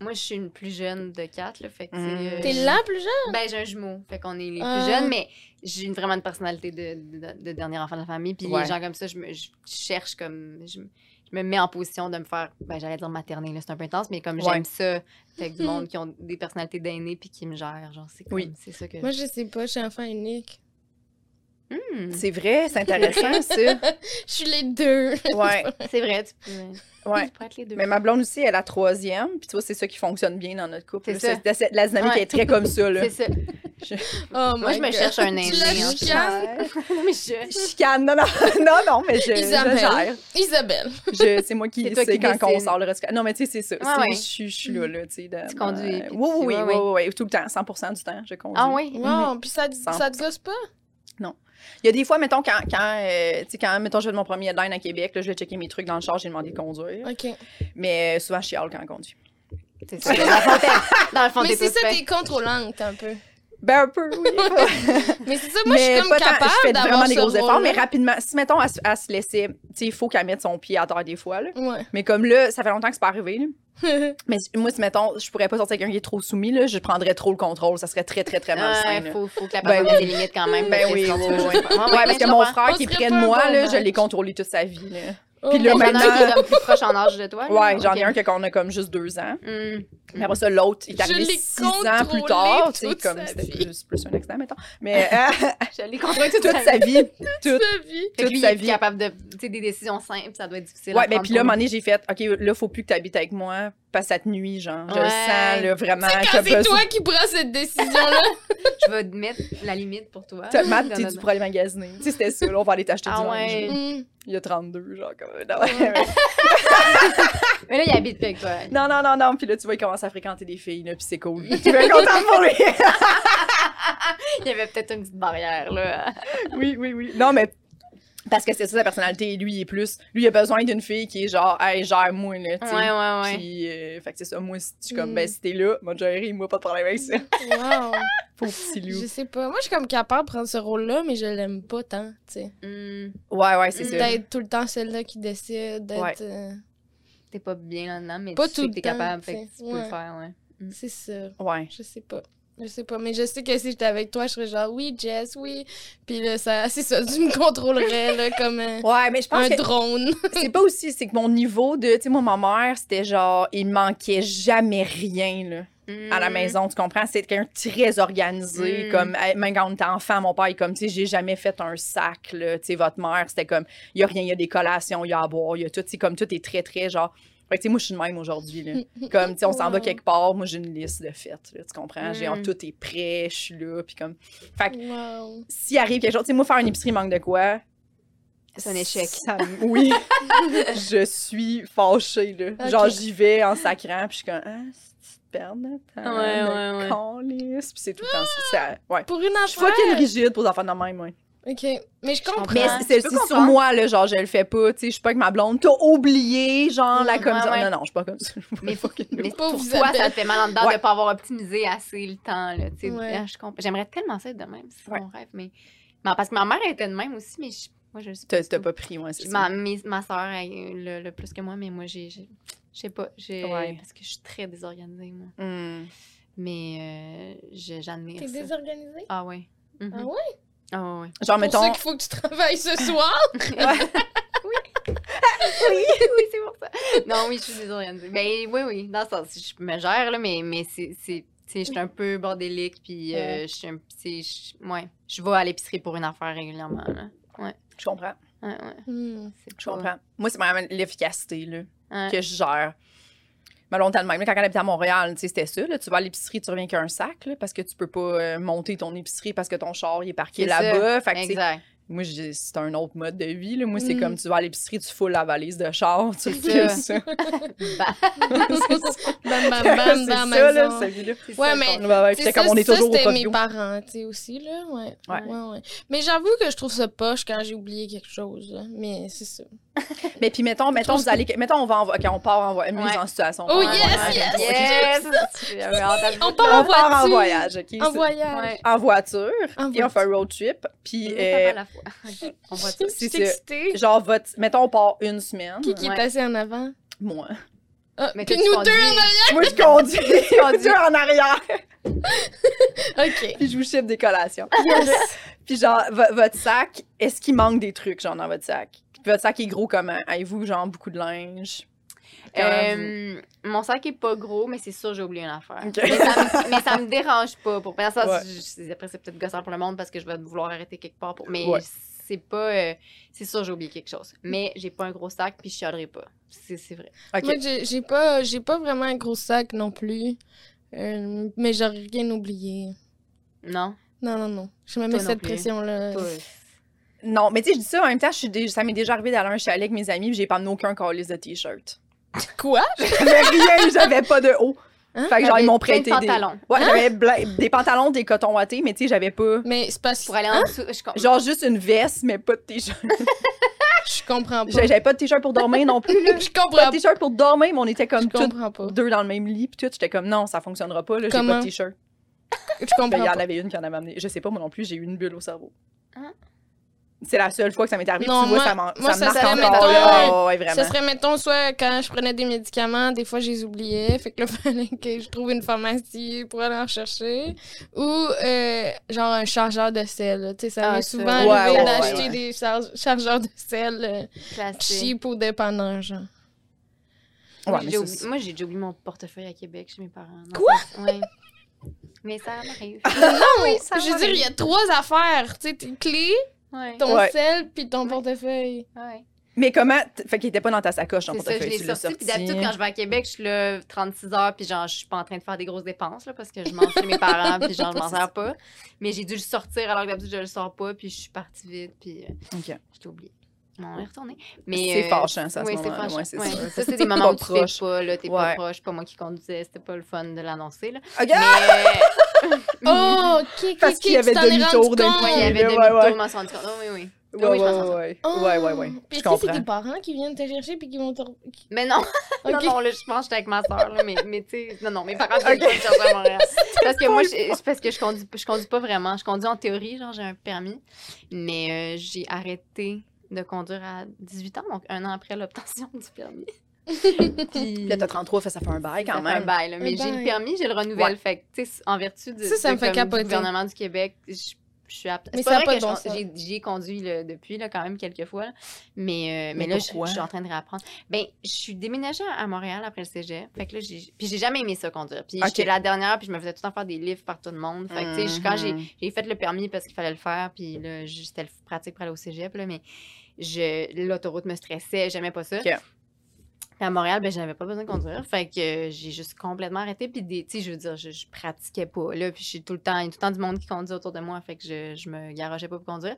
S2: Moi, je suis une plus jeune de quatre, là, fait que.
S1: Mm.
S2: c'est, euh,
S3: T'es là plus jeune?
S2: Ben, j'ai un jumeau. Fait qu'on est les plus
S3: Ah.
S2: jeunes, mais j'ai une- vraiment une personnalité de, de, de dernier enfant de la famille. Puis
S1: Ouais.
S2: les gens comme ça, je, me, je cherche comme. Je, me- je me mets en position de me faire. Ben, j'allais dire materner, là, c'est un peu intense, mais comme
S1: Ouais.
S2: j'aime ça, fait que du monde qui ont des personnalités d'aînés puis qui me gèrent. Genre, c'est comme-
S1: Oui.
S2: C'est ça que.
S3: Moi, je sais pas, je suis enfant unique.
S2: Hmm,
S1: C'est vrai, c'est intéressant, ça.
S2: <laughs>
S3: Je suis les deux.
S1: Ouais,
S2: c'est vrai, tu peux,
S1: ouais.
S2: tu peux être les deux.
S1: Mais ma blonde aussi, elle est la troisième. Puis tu vois, c'est ça qui fonctionne bien dans notre couple.
S2: C'est
S1: là.
S2: ça.
S1: C'est- c'est- La dynamique
S2: Ouais.
S1: est très comme ça. Là.
S2: C'est ça.
S3: <laughs> Oh
S2: Moi,
S3: my
S2: je me
S3: God.
S2: cherche un aîné.
S3: Tu la
S2: hein.
S3: chicanes?
S2: Non, mais je-
S1: Chicane, non, <laughs> non, non, non, mais je, je
S3: Isabelle.
S1: gère.
S3: Isabelle.
S1: Je- c'est moi qui
S2: C'est toi
S1: sais
S2: qui
S1: quand on
S2: décides.
S1: sort le reste. Non, mais tu sais, c'est ça.
S2: Ouais,
S1: C'est-
S2: ouais.
S1: Je suis- je suis là, là, tu sais. dans-
S2: Tu conduis,
S1: dans-
S2: puis
S1: Oui,
S2: tu-
S1: oui, oui,
S2: ouais,
S1: oui,
S2: ouais.
S1: oui, oui, tout le temps, 100 du temps, je conduis.
S2: <laughs> Ah oui?
S3: Wow, puis ça, te- ça te gosse pas?
S1: Non. Il y a des fois, mettons, quand, quand, euh, tu sais, quand mettons, je vais de mon premier headline à Québec, là, je vais checker mes trucs dans le char, j'ai demandé de conduire.
S3: OK.
S1: Mais euh, souvent, je chiale quand je conduis.
S2: C'est ça. Dans le fond, t'es- Dans le fond,
S3: Mais
S2: t'es
S3: c'est
S2: tout
S3: ça,
S2: fait.
S3: t'es contrôlante un peu.
S1: Ben, un peu, oui.
S3: Mais c'est ça, moi, je suis comme
S1: pas tant-
S3: capable
S1: je fais
S3: d'avoir
S1: vraiment des
S3: ce
S1: gros efforts, mais
S3: rôle-là.
S1: rapidement, si, mettons, elle, se- elle se laissait, tu sais, il faut qu'elle mette son pied à terre des fois, là.
S3: Ouais. <laughs>
S1: Mais comme là, ça fait longtemps que c'est pas arrivé, là. Mais si- moi, si mettons, je pourrais pas sortir avec quelqu'un qui est trop soumis, là, je prendrais trop le contrôle. Ça serait très, très, très malsain.
S2: Ouais,
S1: là.
S2: faut, faut que la
S1: Ben
S2: personne ait des limites quand même.
S1: Ben
S2: parce que
S1: oui,
S2: sinon,
S1: oui,
S2: tu vas
S1: oui.
S2: juste faire- Ouais,
S1: Ouais, parce que mon frère
S3: On
S1: qui est
S3: serait
S1: près de
S3: pas un
S1: moi,
S3: bon
S1: là, je
S3: match.
S1: l'ai contrôlé toute sa vie. là.
S3: Oh
S1: Puis
S3: my
S1: là,
S2: J'en ai un
S3: God.
S2: qui est comme plus proche en âge de toi. là.
S1: Ouais, j'en ai
S2: Ok.
S1: un que- qu'on a comme juste deux ans.
S2: Mm.
S1: Mais après ça, l'autre, il est
S3: Je
S1: arrivé
S3: l'ai
S1: six ans plus tard. tu
S3: contrôlé
S1: sais,
S3: toute
S1: comme
S3: sa
S1: c'était
S3: vie.
S1: plus, plus un accident, mettons.
S3: <laughs>
S1: Mais ah,
S2: Je l'ai contrôlé toute,
S1: toute sa vie.
S3: Toute ma vie.
S2: Fait
S1: <laughs>
S2: que
S1: toute
S2: lui,
S1: sa
S2: il est
S1: vie.
S2: capable de. Tu sais, des décisions simples, ça doit être difficile.
S1: Ouais,
S2: à
S1: mais
S2: prendre
S1: puis là, à un
S2: pour
S1: moment
S2: lui.
S1: donné, j'ai fait, OK, là, faut plus que tu habites avec moi. Passe cette nuit, genre. Je le
S2: Ouais.
S1: sens, là, vraiment.
S3: Quand
S1: t'as
S3: c'est
S1: besoin-
S3: toi qui prends cette décision-là,
S2: Je vais te mettre la limite pour toi.
S1: T'as- Matt,
S2: Dans
S1: tu
S2: notre-
S1: du pour aller magasiner. Tu sais, c'était ça, là, on va aller t'acheter
S2: Ah
S1: du linge.
S2: ouais.
S3: hmm,
S1: Il y a 32, genre, comme.
S3: Ouais.
S2: Mais là, il habite plus avec toi.
S1: <laughs> Non, non, non, non. Puis là, tu vois, il commence à fréquenter des filles, là, puis c'est cool. Tu es contente pour lui.
S2: <laughs> Il y avait peut-être une petite barrière, là.
S1: oui, oui, oui. Non, mais parce que c'est ça sa personnalité. Lui, il est plus. Lui, il a besoin d'une fille qui est genre, hey, gère-moi, là, tu
S2: Ouais,
S1: sais.
S2: ouais, ouais.
S1: Puis, euh, fait que c'est ça, moi, si tu comme,
S3: Mm.
S1: ben, si t'es là, m'a géré, moi, pas de problème avec ça. <laughs>
S3: wow.
S1: Pauvre petit loup.
S3: Je sais pas. Moi, je suis comme capable de prendre ce rôle-là, mais je l'aime pas tant, tu sais.
S2: Mm.
S1: Ouais, ouais, c'est ça.
S2: Mm.
S3: D'être tout le temps celle-là qui décide, d'être...
S1: Ouais.
S3: euh,
S2: T'es pas bien là-dedans, mais
S3: Pas
S2: tu
S3: tout
S2: sais que
S3: le
S2: t'es
S3: temps,
S2: capable. Fait que tu
S3: t'sais.
S2: peux
S3: Ouais.
S2: le faire, ouais.
S3: C'est ça.
S1: Ouais.
S3: Je sais pas. Je sais pas, mais je sais que si j'étais avec toi, je serais genre oui, Jess, oui. Puis là, ça, <laughs> c'est ça, tu me contrôlerais là, comme un,
S1: Ouais, mais je pense
S3: un
S1: que
S3: drone.
S1: c'est pas aussi, c'est que mon niveau de, tu sais, moi, ma mère, c'était genre, il manquait jamais rien, là. à la maison, tu comprends? C'est quelqu'un de très organisé,
S2: Mm.
S1: comme hey, même quand on était enfant, mon père est comme, tu sais, j'ai jamais fait un sac, là, tu sais, votre mère, c'était comme, il y a rien, il y a des collations, il y a à boire, il y a tout, tu sais, comme tout est très, très genre, Fait que, tu sais, moi, je suis de même aujourd'hui, là.
S2: <laughs>
S1: Comme, tu sais, on s'en va
S3: Wow.
S1: quelque part, moi, j'ai une liste de fêtes, là, tu comprends? J'ai, oh,
S2: Mm.
S1: tout est prêt, je suis là, puis comme,
S3: Wow.
S1: s'il arrive quelque chose, tu sais, moi, faire une épicerie, il manque de quoi?
S2: C'est un échec.
S1: Ça me- oui.
S2: <laughs>
S1: je suis fâchée, là.
S3: Ok.
S1: Genre, j'y vais en sacrant, puis je suis comme, ah, c'est une perte de temps.
S2: Ouais,
S1: de
S2: ouais, ouais.
S1: câlisse. Puis c'est tout le temps ça. ça- Ouais.
S3: Pour une
S1: Je suis
S3: affaire.
S1: fucking rigide pour les enfants de même, ouais.
S3: Ok. Mais je comprends.
S1: Mais
S2: Ouais,
S1: c'est
S2: je peux
S1: c'est sur
S2: comprendre.
S1: moi, là, genre, je le fais pas, tu sais, je suis pas avec ma blonde. T'as oublié, genre, la
S2: Mm,
S1: comme
S2: ouais,
S1: ça.
S2: ouais.
S1: Non, non, je suis pas comme ça. <laughs>
S2: Mais, mais pour
S3: Pauvre
S2: toi, ça
S3: Isabelle.
S2: te fait mal en dedans
S1: Ouais.
S2: de pas avoir optimisé assez le temps. Là, tu sais.
S3: Ouais.
S2: Ah, je comprends. J'aimerais tellement ça être de même, c'est
S1: Ouais.
S2: mon rêve. Mais... mais parce que ma mère elle était de même aussi, mais je- moi, je le suis
S1: T'as
S2: du
S1: t'as
S2: tout.
S1: pas pris, ouais, c'est
S2: Puis
S1: ça.
S2: Ma, mes- ma soeur, elle, le, le plus que moi, mais moi, j'ai. j'ai- Je sais pas. j'ai-
S1: Ouais.
S2: Parce que je suis très désorganisée, moi.
S1: Mm.
S2: Mais euh, je- j'admire
S3: T'es
S2: ça.
S3: désorganisée?
S2: Ah ouais. Mhm.
S3: Ah ouais?
S2: Ah
S1: Genre,
S2: ouais.
S3: Pour ça
S1: Mm-hmm. mettons.
S3: qu'il faut que tu travailles ce soir?
S1: <laughs>
S2: oui, oui, c'est pour ça. Non, oui, je suis désorientée. Ben oui, oui, dans le sens, je me gère, là, mais, mais c'est. c'est- tu sais, Je suis un peu bordélique, puis euh, je suis un petit. Je, ouais, je vais à l'épicerie pour une affaire régulièrement. Là.
S1: Je comprends,
S2: Ouais, ouais,
S3: Hmm. <laughs>
S2: c'est
S1: je
S2: pas-
S1: comprends. Moi, c'est vraiment l'efficacité, là.
S2: Ouais.
S1: que je gère. Ma blonde, elle de même. Là, Quand elle habitait à Montréal, tu sais, c'était ça. là, tu vas à l'épicerie, tu reviens qu'un sac là, parce que tu peux pas euh, monter ton épicerie parce que ton char il est parqué
S2: C'est ça.
S1: là-bas. Fait que, tu sais,
S2: Exact.
S1: moi, j'ai- c'est un autre mode de vie. là. Moi, c'est
S3: Mm.
S1: comme tu vas à l'épicerie, tu foules la valise de char, tu
S2: C'est
S1: fais
S2: ça.
S1: ça.
S2: Bah,
S1: C'est ça,
S3: Bam,
S1: <laughs>
S3: bam, bam,
S1: c'est
S3: dans la
S1: ça, là,
S3: maison.
S1: cette vie-là.
S2: c'est
S3: Ouais,
S2: ça, le
S3: mais-
S2: concept.
S1: Ouais, ouais, puis
S3: C'est
S1: c'est comme on est
S3: ça,
S1: toujours au
S3: c'était
S1: propre
S3: mes
S1: bio.
S3: parents, tu sais, aussi, là, ouais.
S1: Ouais.
S3: Ouais. ouais, Mais j'avoue que je trouve ça poche quand j'ai oublié quelque chose, là. Mais c'est ça.
S1: Mais puis, mettons, mettons, vous allez, mettons, on va en, OK, on part en voyage, mise
S2: Bah, Ouais.
S1: en situation.
S3: Oh,
S1: Ouais,
S3: yes,
S1: ouais,
S3: yes,
S1: ouais.
S2: yes! J'avais
S3: <laughs>
S2: hâte à le
S3: On
S2: voir.
S3: part en
S1: On part en
S3: voiture.
S1: voyage, OK?
S3: En
S1: c'est-
S3: voyage.
S2: Ouais.
S1: En voiture,
S3: En
S1: et on fait un
S3: voiture.
S1: road trip. Puis,
S2: Une
S1: euh,
S2: étape à la fois. Ok, On va
S3: Je
S1: c'est
S3: suis
S1: ça.
S3: excitée.
S1: genre, votre, mettons, on part une semaine.
S3: Qui, qui
S2: Ouais.
S3: est assis en avant?
S1: Moi.
S3: Ah,
S2: Mais
S3: puis
S2: toi, tu
S3: nous
S2: conduis.
S3: deux en
S1: Moi, je conduis, je conduis <laughs> en arrière,
S3: arrière. <laughs> OK.
S1: puis je vous chiffre des collations. <laughs> Puis genre, vo- votre sac, est-ce qu'il manque des trucs, genre, dans votre sac? Puis votre sac est gros comment? Avez-vous, genre, beaucoup de linge? Comment vous-
S2: Euh, mon sac est pas gros, mais c'est sûr j'ai oublié une affaire.
S1: Ok.
S2: Mais, ça me, mais ça me dérange pas. Pour faire ça,
S1: Ouais.
S2: je- je- après c'est peut-être gossant pour le monde parce que je vais vouloir arrêter quelque part. Pour, mais
S1: Ouais.
S2: c'est pas, euh, c'est sûr j'ai oublié quelque chose. Mais j'ai pas un gros sac puis je chialerai pas. C'est c'est vrai.
S1: OK.
S3: Moi, j'ai- j'ai pas, j'ai pas vraiment un gros sac non plus. Euh, mais j'aurais rien oublié.
S2: Non.
S3: Non, non, non. J'ai même
S2: Toi non
S3: cette
S2: plus.
S3: pression-là.
S1: Non, mais tu sais, je dis ça en même temps, je suis dé- ça m'est déjà arrivé d'aller à un chalet avec mes amis, puis j'ai pas amené aucun calice de t-shirt.
S3: Quoi?
S1: <laughs> J'avais rien, j'avais pas de haut.
S3: Hein?
S1: Fait que Ah, genre,
S2: J'avais
S1: ils m'ont
S2: plein de
S1: prêté des...
S2: pantalons.
S1: Ouais, j'avais bla- des pantalons, des cotons wattés, mais tu sais, j'avais pas...
S3: Mais c'est parce que
S2: Pour aller en dessous, je comprends.
S1: Hein? Genre juste une veste, mais pas de t-shirt.
S3: je comprends pas.
S1: J'avais j'avais pas de t-shirt pour dormir
S2: <laughs>
S1: non plus. <laughs> là.
S3: Je
S1: Pas
S3: comprends
S1: de t-shirt pour dormir, mais on était
S3: pas. Je
S1: comme toutes
S3: comprends pas.
S1: deux dans le même lit, puis tout, j'étais comme non, ça fonctionnera pas, là, j'ai
S3: Comment?
S1: pas de t-shirt.
S3: Je
S1: Ben, Il
S3: comprends
S1: y en
S3: pas.
S1: avait une qui en avait amené. Je sais pas, moi non plus, j'ai eu une bulle au cerveau.
S2: Hein?
S1: C'est la seule fois que ça m'est arrivé. puis
S3: Non,
S1: tu vois,
S3: moi-
S1: ça, m'en-
S3: moi,
S1: ça
S3: ça
S1: me marque
S3: serait,
S1: encore.
S3: mettons,
S1: là. Ouais, ouais, ouais, vraiment.
S3: Ça serait, mettons, soit quand je prenais des médicaments, des fois, je les oubliais. Fait que là, <laughs> fallait que je trouve une pharmacie pour aller en chercher. Ou, euh, genre, un chargeur de sel. là. Tu sais, ça
S2: Ah,
S3: m'est
S2: ça.
S3: souvent
S2: Ouais,
S3: arrivé
S2: ouais,
S3: d'acheter
S1: ouais.
S3: des char- chargeurs de sel euh,
S2: classique.
S3: cheap au dépanneur, genre.
S1: Ouais,
S2: J'ai
S1: mais
S2: déjà
S1: ça,
S2: oublié- Moi, j'ai déjà oublié mon portefeuille à Québec chez mes parents. Non,
S3: Quoi?
S2: ça- ouais. Mais ça
S1: <laughs>
S2: m'arrive.
S3: Non,
S2: <laughs> Oui, ça
S3: je veux
S2: va.
S3: dire, il y a trois affaires. Tu sais, tes clés,
S2: Ouais.
S3: ton
S1: Ouais.
S3: sel, puis ton portefeuille.
S2: Ouais.
S1: Mais comment. t- Fait qu'il était pas dans ta sacoche, ton
S2: C'est ça, je
S1: portefeuille.
S2: l'ai
S1: Tu l'as
S2: sorti.
S1: sorti.
S2: Puis d'habitude, quand je vais à Québec, je suis là 36 heures, puis genre, je suis pas en train de faire des grosses dépenses, là, parce que je mange chez mes parents,
S1: <laughs>
S2: puis genre, je m'en sers pas. Mais j'ai dû le sortir, alors que d'habitude, je le sors pas, puis je suis partie vite, puis euh,
S1: Ok.
S2: je l'ai oublié. Bon, on est retourné. Mais,
S1: C'est
S2: euh,
S1: fâchant, ça, à ce
S2: Oui, c'est
S1: moment-là.
S2: fâchant.
S1: Ouais, c'est
S2: Ouais. <laughs>
S1: ça. <laughs>
S2: Ça, c'est des moments où
S1: Pas
S2: tu fais
S1: proche.
S2: pas, là, t'es pas
S1: Ouais.
S2: proche, pas moi qui conduisais, c'était pas le fun de
S1: <laughs>
S2: l'annoncer, là. euh,
S1: Ok,
S2: Mais...
S3: Oh, ok,
S1: Mhm. Parce
S3: ok,
S1: qu'il y
S3: tu
S1: avait
S3: t'en es rendu
S1: demi-tour d'un
S3: compte.
S2: Ouais, il y avait
S1: Ouais,
S2: des
S1: ouais, ouais.
S2: mythos, m'en suis rendu compte. Oh, oui, oui.
S1: Ouais,
S2: Oui,
S1: ouais,
S2: je pense à Oh!
S1: ouais. Ouais, ouais, ouais.
S3: Oh. Puis
S1: Je
S3: est-ce que c'est
S1: comprends.
S3: tes parents qui viennent te chercher puis qui vont te. <laughs> Ok.
S2: Mais non, non, non, là, je pense que j'étais avec ma soeur, là, mais, mais tu sais, non, non, mes parents, viennent
S1: Ok.
S2: pas me chercher à Montréal. parce que moi, je, c'est parce que je conduis, je conduis pas vraiment. Je conduis en théorie, genre, j'ai un permis, mais euh, j'ai arrêté de conduire à 18 ans, donc un an après l'obtention <laughs> du permis. Puis,
S1: Là, t'as 33, fait, ça fait un bail
S2: ça
S1: quand
S2: fait un
S1: même.
S2: bail, là, mais j'ai
S3: bail.
S2: le permis, j'ai le renouvelle.
S1: Ouais.
S2: Fait que, tu sais, en vertu du,
S3: Eh ben. Ça, ça
S2: de
S3: me fait
S2: comme, du
S3: capoter.
S2: gouvernement du Québec, je, puis je suis apte.
S3: Mais
S2: C'est pas
S3: ça a pas
S2: vrai
S3: de
S2: que
S3: bon
S2: je-
S3: sens.
S2: j'ai- j'y ai conduit là, depuis là, quand même quelques fois, là. mais, euh,
S1: Mais
S2: mais, là, je,
S1: pourquoi?
S2: je suis en train de réapprendre. Ben, je suis déménagée à Montréal après le cégep, fait que là, j'ai- puis j'ai jamais aimé ça conduire. Puis
S1: Ok.
S2: j'étais la dernière, puis je me faisais tout le temps faire des livres par tout le monde. Fait que, tu sais, je- quand j'ai
S1: Mhm.
S2: j'ai fait le permis parce qu'il fallait le faire, puis là, je- c'était le- pratique pour aller au cégep, là, mais je- l'autoroute me stressait, j'aimais pas ça.
S1: Ok.
S2: Puis à Montréal, ben, j'avais pas besoin de conduire, fait que euh, j'ai juste complètement arrêté, puis des- tu sais, je veux dire, je, je pratiquais pas, là, puis je suis tout le temps, il y a tout le temps du monde qui conduit autour de moi, fait que je, je me garochais pas pour conduire.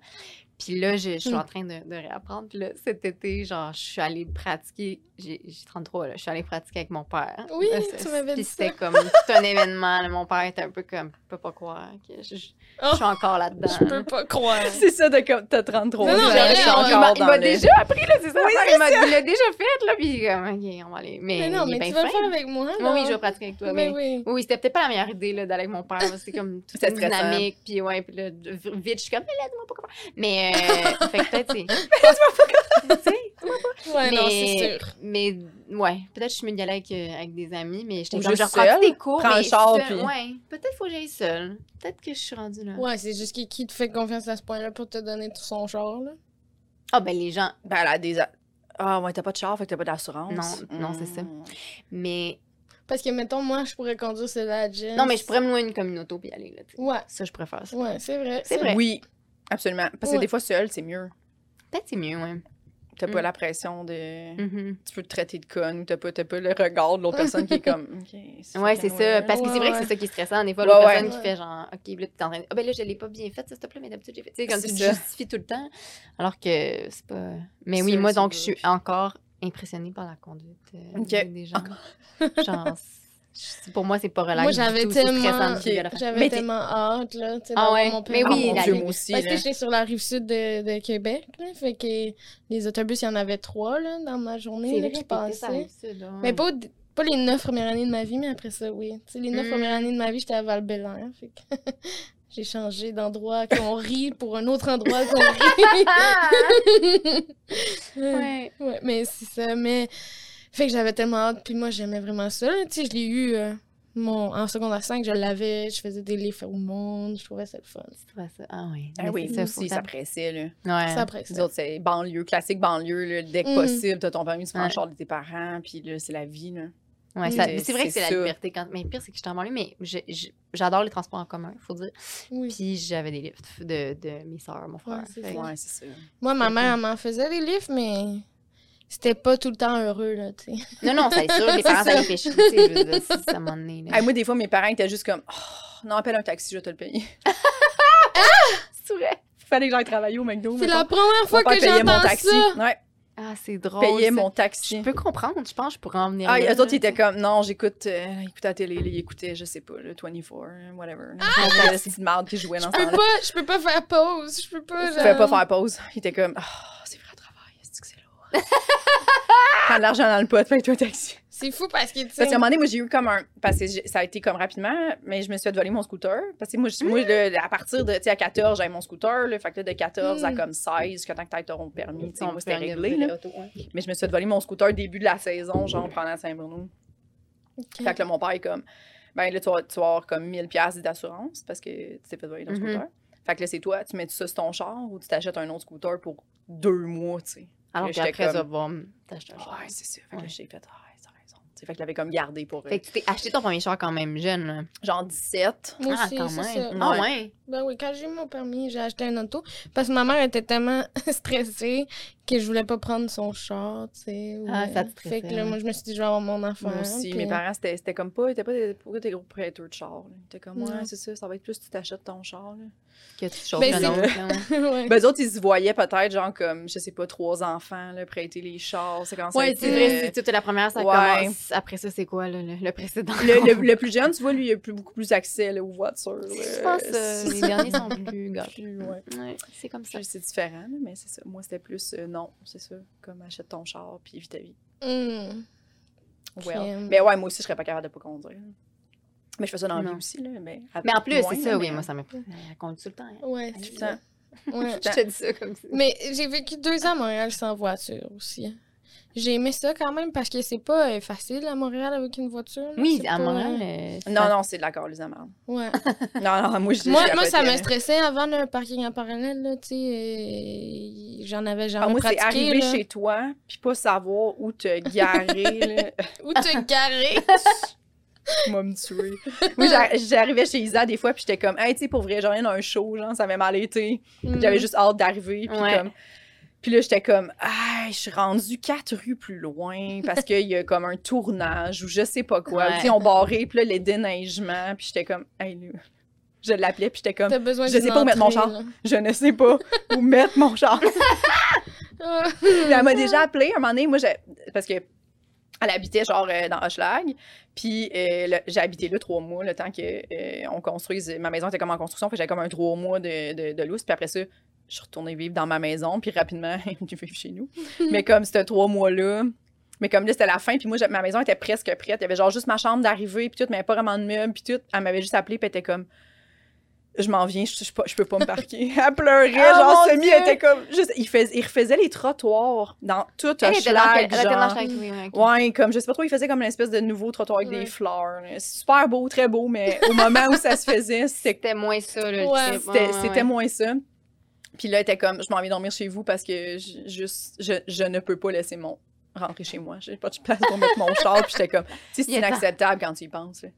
S2: Puis là, je, je suis
S3: Hmm.
S2: en train de, de réapprendre, puis là, cet été, genre, je suis allée pratiquer, j'ai j'ai 33, là, je suis allée pratiquer avec mon père.
S3: Oui,
S2: Là,
S3: tu
S2: c'est-
S3: m'avais dit
S2: Puis
S3: ça.
S2: c'était comme tout un événement, là, mon père était un peu comme, je peux pas croire que je- je- je suis encore là-dedans.
S3: Je peux pas croire.
S1: C'est ça, de comme t'as 33
S3: Non, non,
S1: ans.
S3: mais là,
S1: je suis
S3: on-
S2: il m'a-
S1: encore
S2: il m'a
S1: dans le...
S2: déjà appris, là, c'est ça. l'affaire, il m'a- il l'a déjà fait, là, puis il est comme, OK, on va aller. Mais,
S3: Mais non,
S2: il est
S3: mais
S2: bien
S3: tu vas le
S2: fin.
S3: faire avec moi.
S2: Oui, oui,
S3: là.
S2: je vais pratiquer avec toi.
S3: Mais
S2: Mais,
S3: oui.
S2: oui, oui, c'était peut-être pas la meilleure idée là, d'aller avec mon père. là, C'était
S3: <laughs>
S2: comme toute
S1: C'était
S2: une
S1: stressant.
S2: dynamique. Puis ouais, puis là, de- vite, je suis comme, mais là, dis-moi pas comment. Mais, euh, fait que peut-être,
S3: <laughs>
S2: c'est. Tu sais,
S3: Ouais, Ah non,
S2: mais-
S3: c'est sûr.
S2: Mais, ouais, peut-être je suis mieux d'y aller avec, euh, avec des amis, mais j'étais
S1: Ou
S2: comme,
S1: juste
S2: je reprends
S1: seule.
S2: des cours.
S1: Prends un
S2: mais
S1: char,
S2: seule.
S1: puis-
S2: Ouais, peut-être faut que j'aille seule. Peut-être que je suis rendue là.
S3: Ouais, c'est juste qui, qui te fait confiance à ce point-là pour te donner tout son genre, là.
S2: Ah, ben, les gens.
S1: Ben, elle a des... a- Ah, ouais, t'as pas de char, fait que t'as pas d'assurance.
S2: Non, non, c'est ça.
S1: Mm.
S2: Mais,
S3: Parce que, mettons, moi, je pourrais conduire cela à Jess.
S2: non, mais je pourrais me louer une communauté puis aller là. tu sais.
S3: Ouais,
S2: Ça, je préfère ça.
S3: ouais, c'est vrai.
S2: C'est vrai.
S1: Oui, absolument. Parce que
S3: Ouais.
S1: des fois, seule, c'est mieux.
S2: Peut-être c'est mieux, ouais.
S1: T'as pas
S2: Mm.
S1: la pression de...
S2: Mhm.
S1: Tu peux te traiter de conne, ou t'as pas, t'as pas le regard de l'autre personne qui est
S2: <laughs>
S1: comme... OK,
S2: Ouais, c'est ça.
S1: fucking
S2: Parce que
S3: Ouais,
S2: c'est vrai que
S3: ouais.
S2: c'est ça qui est stressant. Des fois,
S1: Ouais,
S2: l'autre
S1: ouais.
S2: personne qui
S3: Ouais.
S2: fait genre, OK, là, t'es en train de. Ah, ben là, je l'ai pas bien fait, ça, s'il te plaît, mais d'habitude, j'ai fait. Tu sais, comme
S1: C'est
S2: tu te
S1: ça.
S2: justifies tout le temps. Alors que c'est pas. Mais
S1: C'est
S2: oui, moi,
S1: ça,
S2: donc, je suis
S1: puis-
S2: encore impressionnée par la conduite euh,
S1: Ok.
S2: des gens. <laughs> genre, c'est- pour moi, c'est pas relax.
S3: Moi,
S2: du
S3: j'avais
S2: tout, c'est
S3: tellement-
S2: stressant, c'est violent.
S3: J'avais
S1: Mais t'es-
S3: tellement hâte, là, tu sais,
S2: Ah
S3: d'avoir
S2: ouais,
S3: mon père.
S2: mais
S1: Ah,
S2: oui,
S1: mon
S2: la
S1: Dieu,
S2: vie.
S1: moi aussi,
S3: Parce que
S1: là.
S3: j'étais sur la rive sud de, de Québec, là, fait que les autobus, il y en avait trois, là, dans ma
S2: C'est
S3: journée, là,
S2: vrai que
S3: qui
S2: je pensais.
S3: passaient. Mais pas, au dé- pas les neuf premières années de ma vie, mais après ça, oui. Tu sais, les
S1: Mm.
S3: neuf
S2: Hmm.
S3: premières années de ma vie, j'étais à val fait que <laughs> j'ai changé
S1: <laughs>
S3: d'endroit qu'on rit pour un autre endroit qu'on rit.
S2: Ah! Ouais.
S3: Ouais, mais c'est ça. Mais fait que j'avais tellement hâte. Puis moi, j'aimais vraiment ça. là. Tu sais, je l'ai eu euh, mon... en secondaire 5. Je l'avais. Je faisais des livres au monde. Je trouvais ça le fun.
S2: C'est vrai, ça. Ah oui.
S1: Ah
S2: mais
S1: oui, ça
S2: c'est faut
S1: aussi, ça
S2: faire-
S1: pressait, là.
S2: Ouais.
S3: C'est après
S1: Nous
S3: ça.
S1: autres, c'est banlieue, classique banlieue, là, dès que
S3: Mhm.
S1: possible, t'as ton permis, tu prends le
S2: Mm. Ouais.
S1: char de tes parents, puis là, c'est la vie, là.
S2: Ouais,
S3: Mm.
S2: ça-
S1: C'est-
S2: c'est vrai que
S1: c'est
S2: c'est la
S1: ça.
S2: liberté. Quand... Mais le pire, c'est que je suis en banlieue, mais je- je- j'adore les transports en commun, faut dire.
S3: Oui.
S2: Puis j'avais des livres de, de mes soeurs, mon frère.
S3: Ouais, c'est
S2: Fait
S3: ça.
S2: que-
S1: Ouais, c'est ça.
S3: Moi, ma mère, elle m'en faisait des livres, mais c'était pas tout le temps heureux, là, tu sais.
S2: Non, non, c'est sûr, les parents, ça les fait chier. tu sais, je veux dire, c'est- ça m'en est. là.
S1: Ah, moi, des fois, mes parents étaient juste comme oh, Non, appelle un taxi, je vais te le payer.
S2: c'est vrai.
S1: Fallait que j'aille travailler au McDo.
S3: C'est
S1: mettons.
S3: la première fois
S1: Mon père
S3: que
S1: payait mon
S3: j'entends
S1: taxi.
S3: ça.
S1: Ouais,
S2: Ah, c'est drôle.
S1: payait
S2: ça.
S1: mon
S2: Je
S1: taxi.
S2: peux comprendre, je pense, que je pourrais en venir.
S1: Ah,
S2: là,
S1: eux autres, ils
S2: là.
S1: étaient comme Non, j'écoute euh, écoute à la télé, là, ils écoutaient, je sais pas, le 24, whatever. Ah, de marde qui jouait dans ce
S3: Je peux
S1: temps-là.
S3: pas, je peux pas faire pause. Je peux pas.
S1: Je
S3: genre-
S1: pouvais pas faire pause. Ils étaient comme Ah, c'est vrai, à travail, est-ce que c'est lourd?
S3: <laughs>
S1: Prends de l'argent dans le pot, fais-toi un taxi.
S3: C'est fou parce que, tu sais.
S1: Parce qu'à un moment donné, moi, j'ai eu comme un. Parce que j'ai- ça a été comme rapidement, mais je me suis fait voler mon scooter. Parce que moi, je- moi là, à partir de. Tu sais, à 14, j'avais mon scooter. Là, fait que là, de 14 à
S3: Mm.
S1: comme 16, jusqu'à temps que tu ton permis. Tu sais,
S2: On
S1: moi, c'était
S2: peut enlever
S1: réglé.
S2: le
S1: là.
S2: auto, ouais.
S1: Mais je me suis fait voler mon scooter début de la saison, genre, en prenant Saint-Bruno.
S3: Ok.
S1: Fait que là, mon père est comme. Ben là, tu vas, tu vas avoir comme 1000$ d'assurance parce que tu t'es fait voler ton
S2: Mhm.
S1: scooter. Fait que là, c'est toi, tu mets ça sur ton char ou tu t'achètes un autre scooter pour deux mois, tu sais.
S2: Alors
S1: Là,
S2: que
S1: j'étais
S2: après, ça
S1: comme-
S2: va me t'acheter un char.
S1: Ouais, c'est ça. Fait que là,
S2: Ah, Ouais.
S1: j'ai fait, ah, t'as raison. Tu sais, Fait que je l'avais comme gardé pour euh,
S2: Fait que tu t'es acheté ton premier char quand même jeune. Là.
S1: genre 17.
S3: Moi
S2: ah,
S3: aussi,
S2: quand
S3: c'est ça.
S2: même. Ah,
S1: Ouais.
S2: ouais.
S3: Ben oui, quand j'ai eu mon permis, j'ai acheté un auto parce que ma mère était tellement <laughs> stressée que je voulais pas prendre son char, tu sais. ou,
S2: Ah, ça
S3: euh,
S2: te
S3: Fait
S2: stressait,
S3: que là,
S2: ouais.
S3: moi, je me suis dit, je vais avoir mon enfant.
S1: Moi aussi,
S3: puis- <laughs>
S1: mes parents, c'était c'était comme pas, ils étaient pas des, pourquoi t'es gros prêteurs de char. là? Ils étaient comme, ouais,
S3: Non.
S1: c'est ça, ça va être plus tu t'achètes ton char. Là.
S2: Que tu chauffes
S3: Ben,
S2: un
S3: c'est-
S2: autre. là, ouais.
S3: ouais.
S1: Ben, eux autres, ils se voyaient peut-être, genre, comme, je sais pas, trois enfants, là, prêter les chars, c'est quand ça. a
S2: Ouais,
S1: été,
S2: c'est
S1: euh,
S2: vrai, c'est toute la première, ça
S1: Ouais.
S2: commence. Après ça, c'est quoi le, le, le précédent?
S1: le, le- le plus jeune, tu vois, lui, il a plus, beaucoup plus accès là, aux voitures.
S2: Je pense que les derniers sont plus gâtés.
S1: plus, ouais.
S2: Ouais, c'est comme ça.
S1: C'est différent, là, mais c'est ça. Moi, c'était plus euh, non, c'est ça. Comme achète ton char, puis vite à vie.
S3: Hmm.
S1: Well.
S3: Ok.
S1: Mais ouais, moi aussi, je serais pas capable de pas conduire. Mais je fais ça dans la vie
S2: Non.
S1: aussi. Là, mais,
S2: Mais en plus,
S1: moins,
S2: c'est
S1: là,
S2: ça, oui,
S1: mais-
S2: moi, ça me raconte tout le temps. hein.
S3: Ouais,
S2: Tout
S3: c'est
S2: le
S3: ça.
S2: temps.
S3: Ouais.
S2: Je te dis ça comme ça.
S3: Mais j'ai vécu deux ans à Montréal sans voiture aussi. J'ai aimé ça quand même parce que c'est pas euh, facile à Montréal avec une voiture. là,
S2: Oui,
S3: c'est
S2: à
S3: pas,
S2: Montréal. euh, ça-
S1: Non, non, c'est de la corde, les amandes.
S3: euh, ouais.
S1: Non, non, moi, je
S3: moi,
S1: je
S3: moi, ça me
S1: capotais.
S3: stressait avant le parking en parallèle, là, tu sais. euh, J'en avais
S1: Ah,
S3: jamais
S1: moi, c'est
S3: pratiqué.
S1: arriver
S3: là.
S1: chez toi, puis pas savoir où te garer, là. <laughs>
S3: Ou te garer.
S1: Moi, me tuer. <laughs> Moi, j'a- j'arrivais chez Isa des fois, puis j'étais comme, hey, tu sais, pour vrai, j'en ai un show, genre, ça m'a mal été.
S3: Mm. Hmm,
S1: J'avais juste hâte d'arriver, puis
S2: Ouais.
S1: comme. Puis là, j'étais comme, ah, je suis rendue quatre rues plus loin parce qu'il y a comme un tournage ou je sais pas quoi.
S2: Ouais.
S1: Puis on barrait, puis là, les déneigements, puis j'étais comme, hey, là. Je l'appelais, puis j'étais comme,
S3: T'as besoin
S1: Je
S3: d'une
S1: sais pas où mettre mon
S3: entrée,
S1: char.
S3: là.
S1: je ne sais pas où mettre mon char. <laughs>
S3: Ah.
S1: Puis elle m'a déjà appelé un moment donné, moi, j'ai- parce que elle habitait genre euh, dans Hochelag, puis euh, le- j'ai habité là trois mois, le temps que euh, on construise. Ma maison était comme en construction, fait que j'avais comme un trois mois de, de, de lousse, puis après ça, je suis retournée vivre dans ma maison, puis rapidement, <laughs> elle est venue vivre chez
S3: <laughs>
S1: nous. mais comme c'était trois mois-là, mais comme là, c'était la fin, puis moi, j'ai- ma maison était presque prête. Il y avait genre juste ma chambre d'arrivée, puis tout, mais pas vraiment de meubles, puis tout. Elle m'avait juste appelé, puis elle était comme. Je m'en viens, je, je suis pas- je peux pas me parquer. <laughs> Elle pleurait,
S3: Oh,
S1: genre
S3: mon
S1: semi,
S3: Dieu!
S1: elle était comme. Juste, il, fais- il refaisait les trottoirs dans tout
S2: Elle était dans
S1: Hochelag,
S2: elle était dans
S1: genre.
S2: Schlag, oui, oui, ok.
S1: Ouais, comme je sais pas trop, il faisait comme une espèce de nouveau trottoir avec
S3: Ouais.
S1: des fleurs. là. C'est Super beau, très beau, mais au moment où ça se
S2: <laughs>
S1: faisait, c'était
S2: C'était moins ça, là. le
S3: Ouais.
S2: trip.
S1: c'était
S2: ouais,
S1: c'était
S2: ouais.
S1: moins ça. Puis là, elle était comme, je m'en vais dormir chez vous parce que je, juste, je, je ne peux pas laisser mon rentrer chez moi. J'ai pas de place pour
S2: <laughs>
S1: mettre mon char. Puis j'étais comme, tu sais, c'est
S2: Il y a tant-
S1: inacceptable quand tu y penses.
S2: <laughs>
S1: là.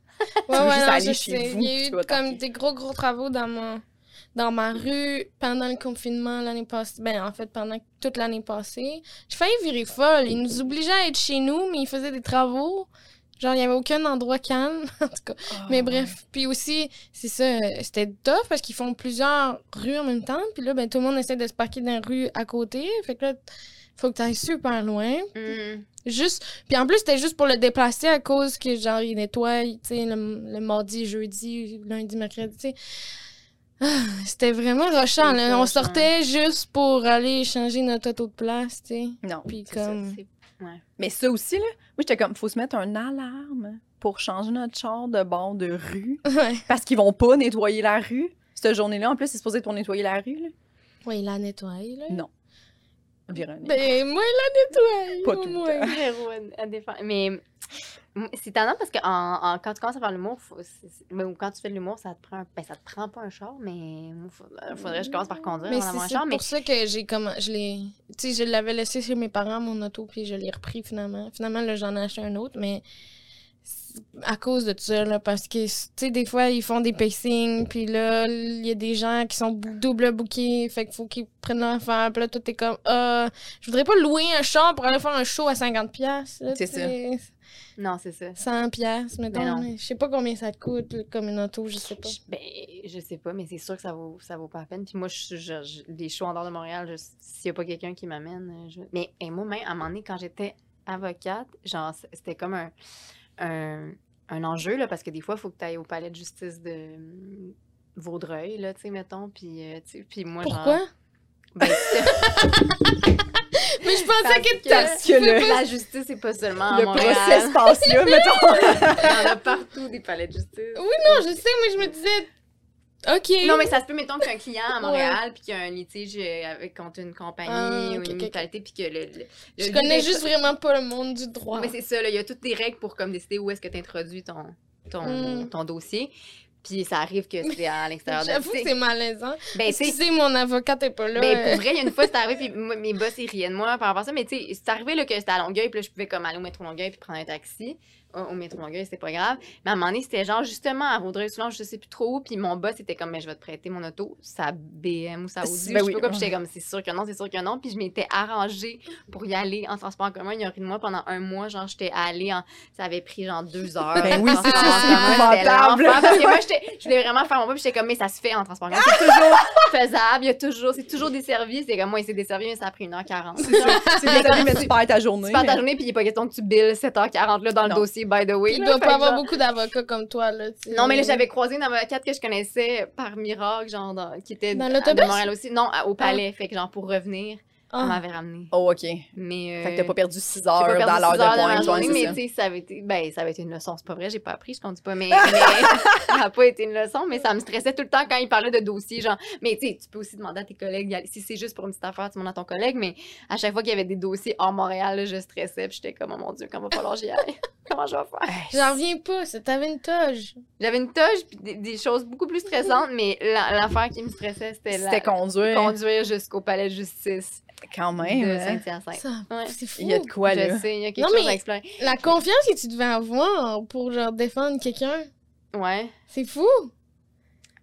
S3: Ouais,
S1: veux
S3: ouais,
S1: juste
S3: non,
S1: aller
S3: je
S1: chez
S3: sais.
S1: vous,
S3: Il y
S1: puis
S3: a
S1: tu
S3: eu
S1: vas
S3: comme
S1: t'attaquer.
S3: des gros, gros travaux dans ma, dans ma rue pendant le confinement l'année passée. Ben, en fait, pendant toute l'année passée. J'ai failli virer folle. Ils nous obligeaient à être chez nous, mais ils faisaient des travaux. Genre, il n'y avait aucun endroit calme, en tout cas.
S1: Ah,
S3: Mais bref, puis aussi, c'est ça, euh, c'était tough parce qu'ils font plusieurs rues en même temps. Puis là, ben, tout le monde essaie de se parquer dans la rue à côté. Fait que là, faut que tu ailles super loin.
S2: Mhm.
S3: Juste. Puis en plus, c'était juste pour le déplacer à cause que, genre, il nettoie, tu sais, le, le mardi, jeudi, lundi, mercredi, tu sais. Ah, C'était vraiment rushant,
S2: C'est
S3: là. On
S2: rushant.
S3: sortait juste pour aller changer notre auto de place, tu sais.
S1: Non.
S3: Puis
S1: c'est ça.
S3: comme.
S2: C'est-
S1: Mais ça aussi, là, moi, j'étais comme, faut se mettre un alarme pour changer notre char de bord de rue
S3: Ouais.
S1: parce qu'ils vont pas nettoyer la rue. Cette journée-là, en plus, c'est supposé être pour nettoyer la rue. Là.
S3: Ouais, il la nettoie, là.
S1: Véronique.
S3: Ben, moi, il la nettoie.
S1: Pas
S3: au
S1: tout le
S3: moins.
S2: Zéro à- à défendre. Mais mm, c'est étonnant parce que en- en- quand tu commences à faire de l'humour, faut- c'est- c'est- ben, ou quand tu fais de l'humour, ça te prend un- ben, ça te prend pas un char, mais il faudrait que je commence par conduire
S3: Mais
S2: avant d'avoir un
S3: c'est
S2: char.
S3: ça,
S2: Mais
S3: pour ça que j'ai comme je l'ai tu sais je l'avais laissé chez mes parents mon auto puis je l'ai repris finalement. Finalement là j'en ai acheté un autre mais c'est à cause de ça là parce que tu sais des fois ils font des pacings puis là il y a des gens qui sont bou- double bookés fait qu'il faut qu'ils prennent leur affaire puis là tout est comme ah je voudrais pas louer un char pour aller faire un show à 50 pièces
S1: C'est ça.
S2: non, c'est ça.
S3: 100 pièces mettons.
S2: non.
S3: mais Je sais pas combien ça te coûte là, comme une auto, je sais pas.
S2: Je- Ben, je sais pas, mais c'est sûr que ça vaut, ça vaut pas la peine. Puis moi, je, je- je- les shows en dehors de Montréal, je- s'il y a pas quelqu'un qui m'amène, euh, je- Mais et moi-même, à un moment donné, quand j'étais avocate, genre, c- c'était comme un, un, un enjeu, là, parce que des fois, il faut que tu ailles au palais de justice de euh, Vaudreuil, là, tu sais, mettons. Puis, euh, tu sais, puis moi,
S3: Pourquoi
S2: genre... Ben,
S3: <laughs> Mais je pensais que,
S2: que-
S3: t'as-
S1: Parce que le,
S2: la justice, c'est pas seulement à
S1: le
S2: Montréal.
S1: procès se passe là, <laughs> mettons.
S2: <laughs> Il y en a partout, des palais de justice.
S3: Non, je sais, moi je me disais OK.
S2: Non, mais ça se peut, mettons, qu'un client à
S3: Ouais.
S2: Montréal, puis qu'il y a un litige euh, avec, contre une compagnie
S3: Ah,
S2: ou
S3: ok,
S2: une
S3: ok,
S2: mutualité, puis que le. le-
S3: Je
S2: le-
S3: connais
S2: le-
S3: juste vraiment pas le monde du droit.
S2: Mais c'est ça, là, il y a toutes des règles pour comme, décider où est-ce que tu introduis ton, ton,
S3: Mm.
S2: ton dossier. Puis ça arrive que c'est
S3: <laughs>
S2: à l'extérieur de
S3: J'avoue que c'est malaisant.
S2: c'est. Ben, tu sais,
S3: Excusez, mon avocat t'es pas là.
S2: ben,
S3: euh,
S2: pour vrai, il y a une fois, c'est arrivé, puis moi, mes boss, ils riaient de moi par rapport à ça. Mais tu sais, c'est arrivé là, que c'était à Longueuil, puis là, je pouvais comme aller au métro Longueuil, puis prendre un taxi. Au, au métro Longueuil, c'était pas grave. Mais à un moment donné, c'était genre justement à Vaudreuil-Soulanges, je sais plus trop où, puis mon boss était comme, mais je vais te prêter mon auto, sa BM ou sa Audi,
S1: Ben
S2: ou je sais
S1: oui.
S2: pas quoi. Puis j'étais comme, c'est sûr que non, c'est sûr que non. Puis je m'étais arrangée pour y aller en transport en commun. Il y a ri de moi pendant un mois, genre, j'étais allée en. Ça avait pris genre deux heures.
S1: Ben oui,
S2: en
S1: c'est ça,
S2: transport en
S1: c'est
S2: commun, c'était
S1: épouvantable.
S2: l'enfer, Parce que moi, j'étais- je voulais vraiment faire mon pas, puis j'étais comme, mais ça se fait en transport en commun. C'est toujours faisable, il y a toujours, c'est toujours desservi. C'est comme moi, c'est desservi, mais ça a pris 1h40.
S1: C'est ça. C'est bien servi, mais tu perds ta journée.
S2: Tu pars ta journée, puis il n'est pas question que tu billes 7h40 là, dans le
S1: Non.
S2: dossier, by the way.
S3: il
S2: là.
S3: doit
S2: Fait
S3: pas
S2: que
S3: avoir
S2: genre-
S3: beaucoup d'avocats comme toi, là. tu sais.
S2: Non, mais là, j'avais croisé une avocate que je connaissais par miracle, genre, dans- qui était
S3: Dans
S2: de-
S3: l'autobus?
S2: de Montréal aussi. Non, à- au palais, fait que genre, pour revenir. Elle
S3: Ah,
S2: m'avait ramené.
S1: Oh, OK.
S2: Mais.
S1: Fait que
S2: euh,
S1: t'as pas perdu 6
S2: j'ai
S1: heures
S2: pas perdu
S1: dans l'heure
S2: six heures
S1: de pointe,
S2: ma
S1: toi,
S2: journée,
S1: c'est
S2: mais
S1: ça.
S2: tu sais, ça avait été, ben, ça avait été une leçon. C'est pas vrai, j'ai pas appris, je conduis
S1: <laughs>
S2: pas, mais, mais ça n'a pas été une leçon, mais ça me stressait tout le temps quand il parlait de dossiers, genre, mais tu sais, tu peux aussi demander à tes collègues, d'y aller. si c'est juste pour une petite affaire, tu demandes à ton collègue, mais à chaque fois qu'il y avait des dossiers hors Montréal, là, je stressais, puis j'étais comme, oh mon Dieu, quand va falloir que j'y aille? <laughs> Comment je vais faire?
S3: J'en reviens pas, ça t'avait une toge.
S2: J'avais une toge, puis des, des choses beaucoup plus stressantes, mais la- l'affaire qui me stressait, c'était la-
S1: C'était conduire.
S2: conduire jusqu'au palais de justice
S1: Quand
S2: de
S1: même. hein.
S2: Saint-Hyacinthe.
S3: Ça,
S2: Ouais.
S3: C'est fou.
S1: Il y a de quoi, là.
S2: Je sais, il y a quelque
S3: Non,
S2: chose
S3: mais-
S2: à explorer.
S3: La confiance que tu devais avoir pour genre défendre quelqu'un,
S2: Ouais.
S3: c'est fou.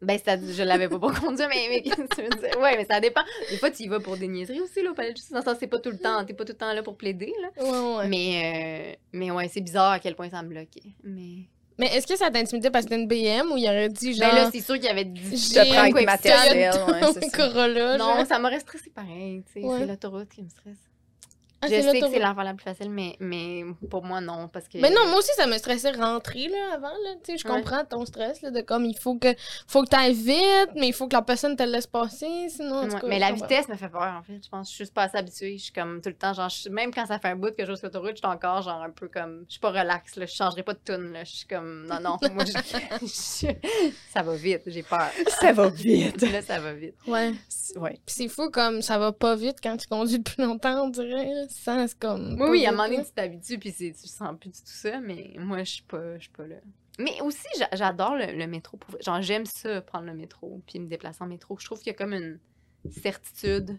S2: Ben, ça, je l'avais pas pour conduire, mais, mais qu'est-ce que tu veux dire? Ouais, mais ça dépend. Des fois, tu y vas pour des niaiseries aussi, là, au palais de justice. Dans le sens, c'est pas tout le temps, t'es pas tout le temps là pour plaider, là.
S3: Ouais, ouais. Mais,
S2: Mais, euh, mais ouais, c'est bizarre à quel point ça me bloquait. Mais,
S3: est-ce que ça t'intimidait parce que t'es une BM ou il aurait dit genre.
S2: Ben là, c'est sûr qu'il y avait
S3: j'ai
S2: du...
S1: Je te prends
S3: un
S1: avec
S2: Quoi,
S1: ma matériel. Ouais, c'est
S3: <laughs>
S1: ça.
S3: Corolla, genre.
S2: Non, ça m'aurait stressé pareil, tu sais.
S3: Ouais.
S2: C'est l'autoroute qui me stresse.
S3: Ah,
S2: je
S3: c'est
S2: sais que
S3: l'autoroute.
S2: c'est l'enfant la plus facile, mais, mais pour moi, non, parce que...
S3: Mais non, moi aussi, ça me stressait rentrer là, avant. Là, tu sais, je
S2: Ouais.
S3: comprends ton stress là, de comme il faut que faut que t'ailles vite, mais il faut que la personne te laisse passer. Sinon, en tout
S2: Ouais,
S3: cas,
S2: mais
S3: je
S2: la
S3: comprends.
S2: vitesse me fait peur, en fait. Je pense que je suis juste pas assez habituée. Je suis comme tout le temps, genre, je suis- même quand ça fait un bout que j'ose l'autoroute, je suis encore, genre, un peu comme. Je suis pas relax, là. Je changerai pas de tune, là. Je suis comme, non, non. Moi, je- <laughs> je- ça va vite, j'ai peur.
S1: Ça va vite.
S2: Là, ça va vite.
S3: Ouais.
S1: <laughs> Ouais.
S3: Puis c'est fou comme ça va pas vite quand tu conduis <laughs> depuis longtemps, on dirait. là. Ça, c'est comme.
S2: Oui, oui, à un moment
S3: pas vite,
S2: donné, tu t'habitues, puis c'est- tu sens plus du tout ça, mais moi, je suis pas, je suis pas là. Mais aussi, j'a- j'adore le, le métro. pour vrai. Genre, j'aime ça, prendre le métro, puis me déplacer en métro. Je trouve qu'il y a comme une certitude.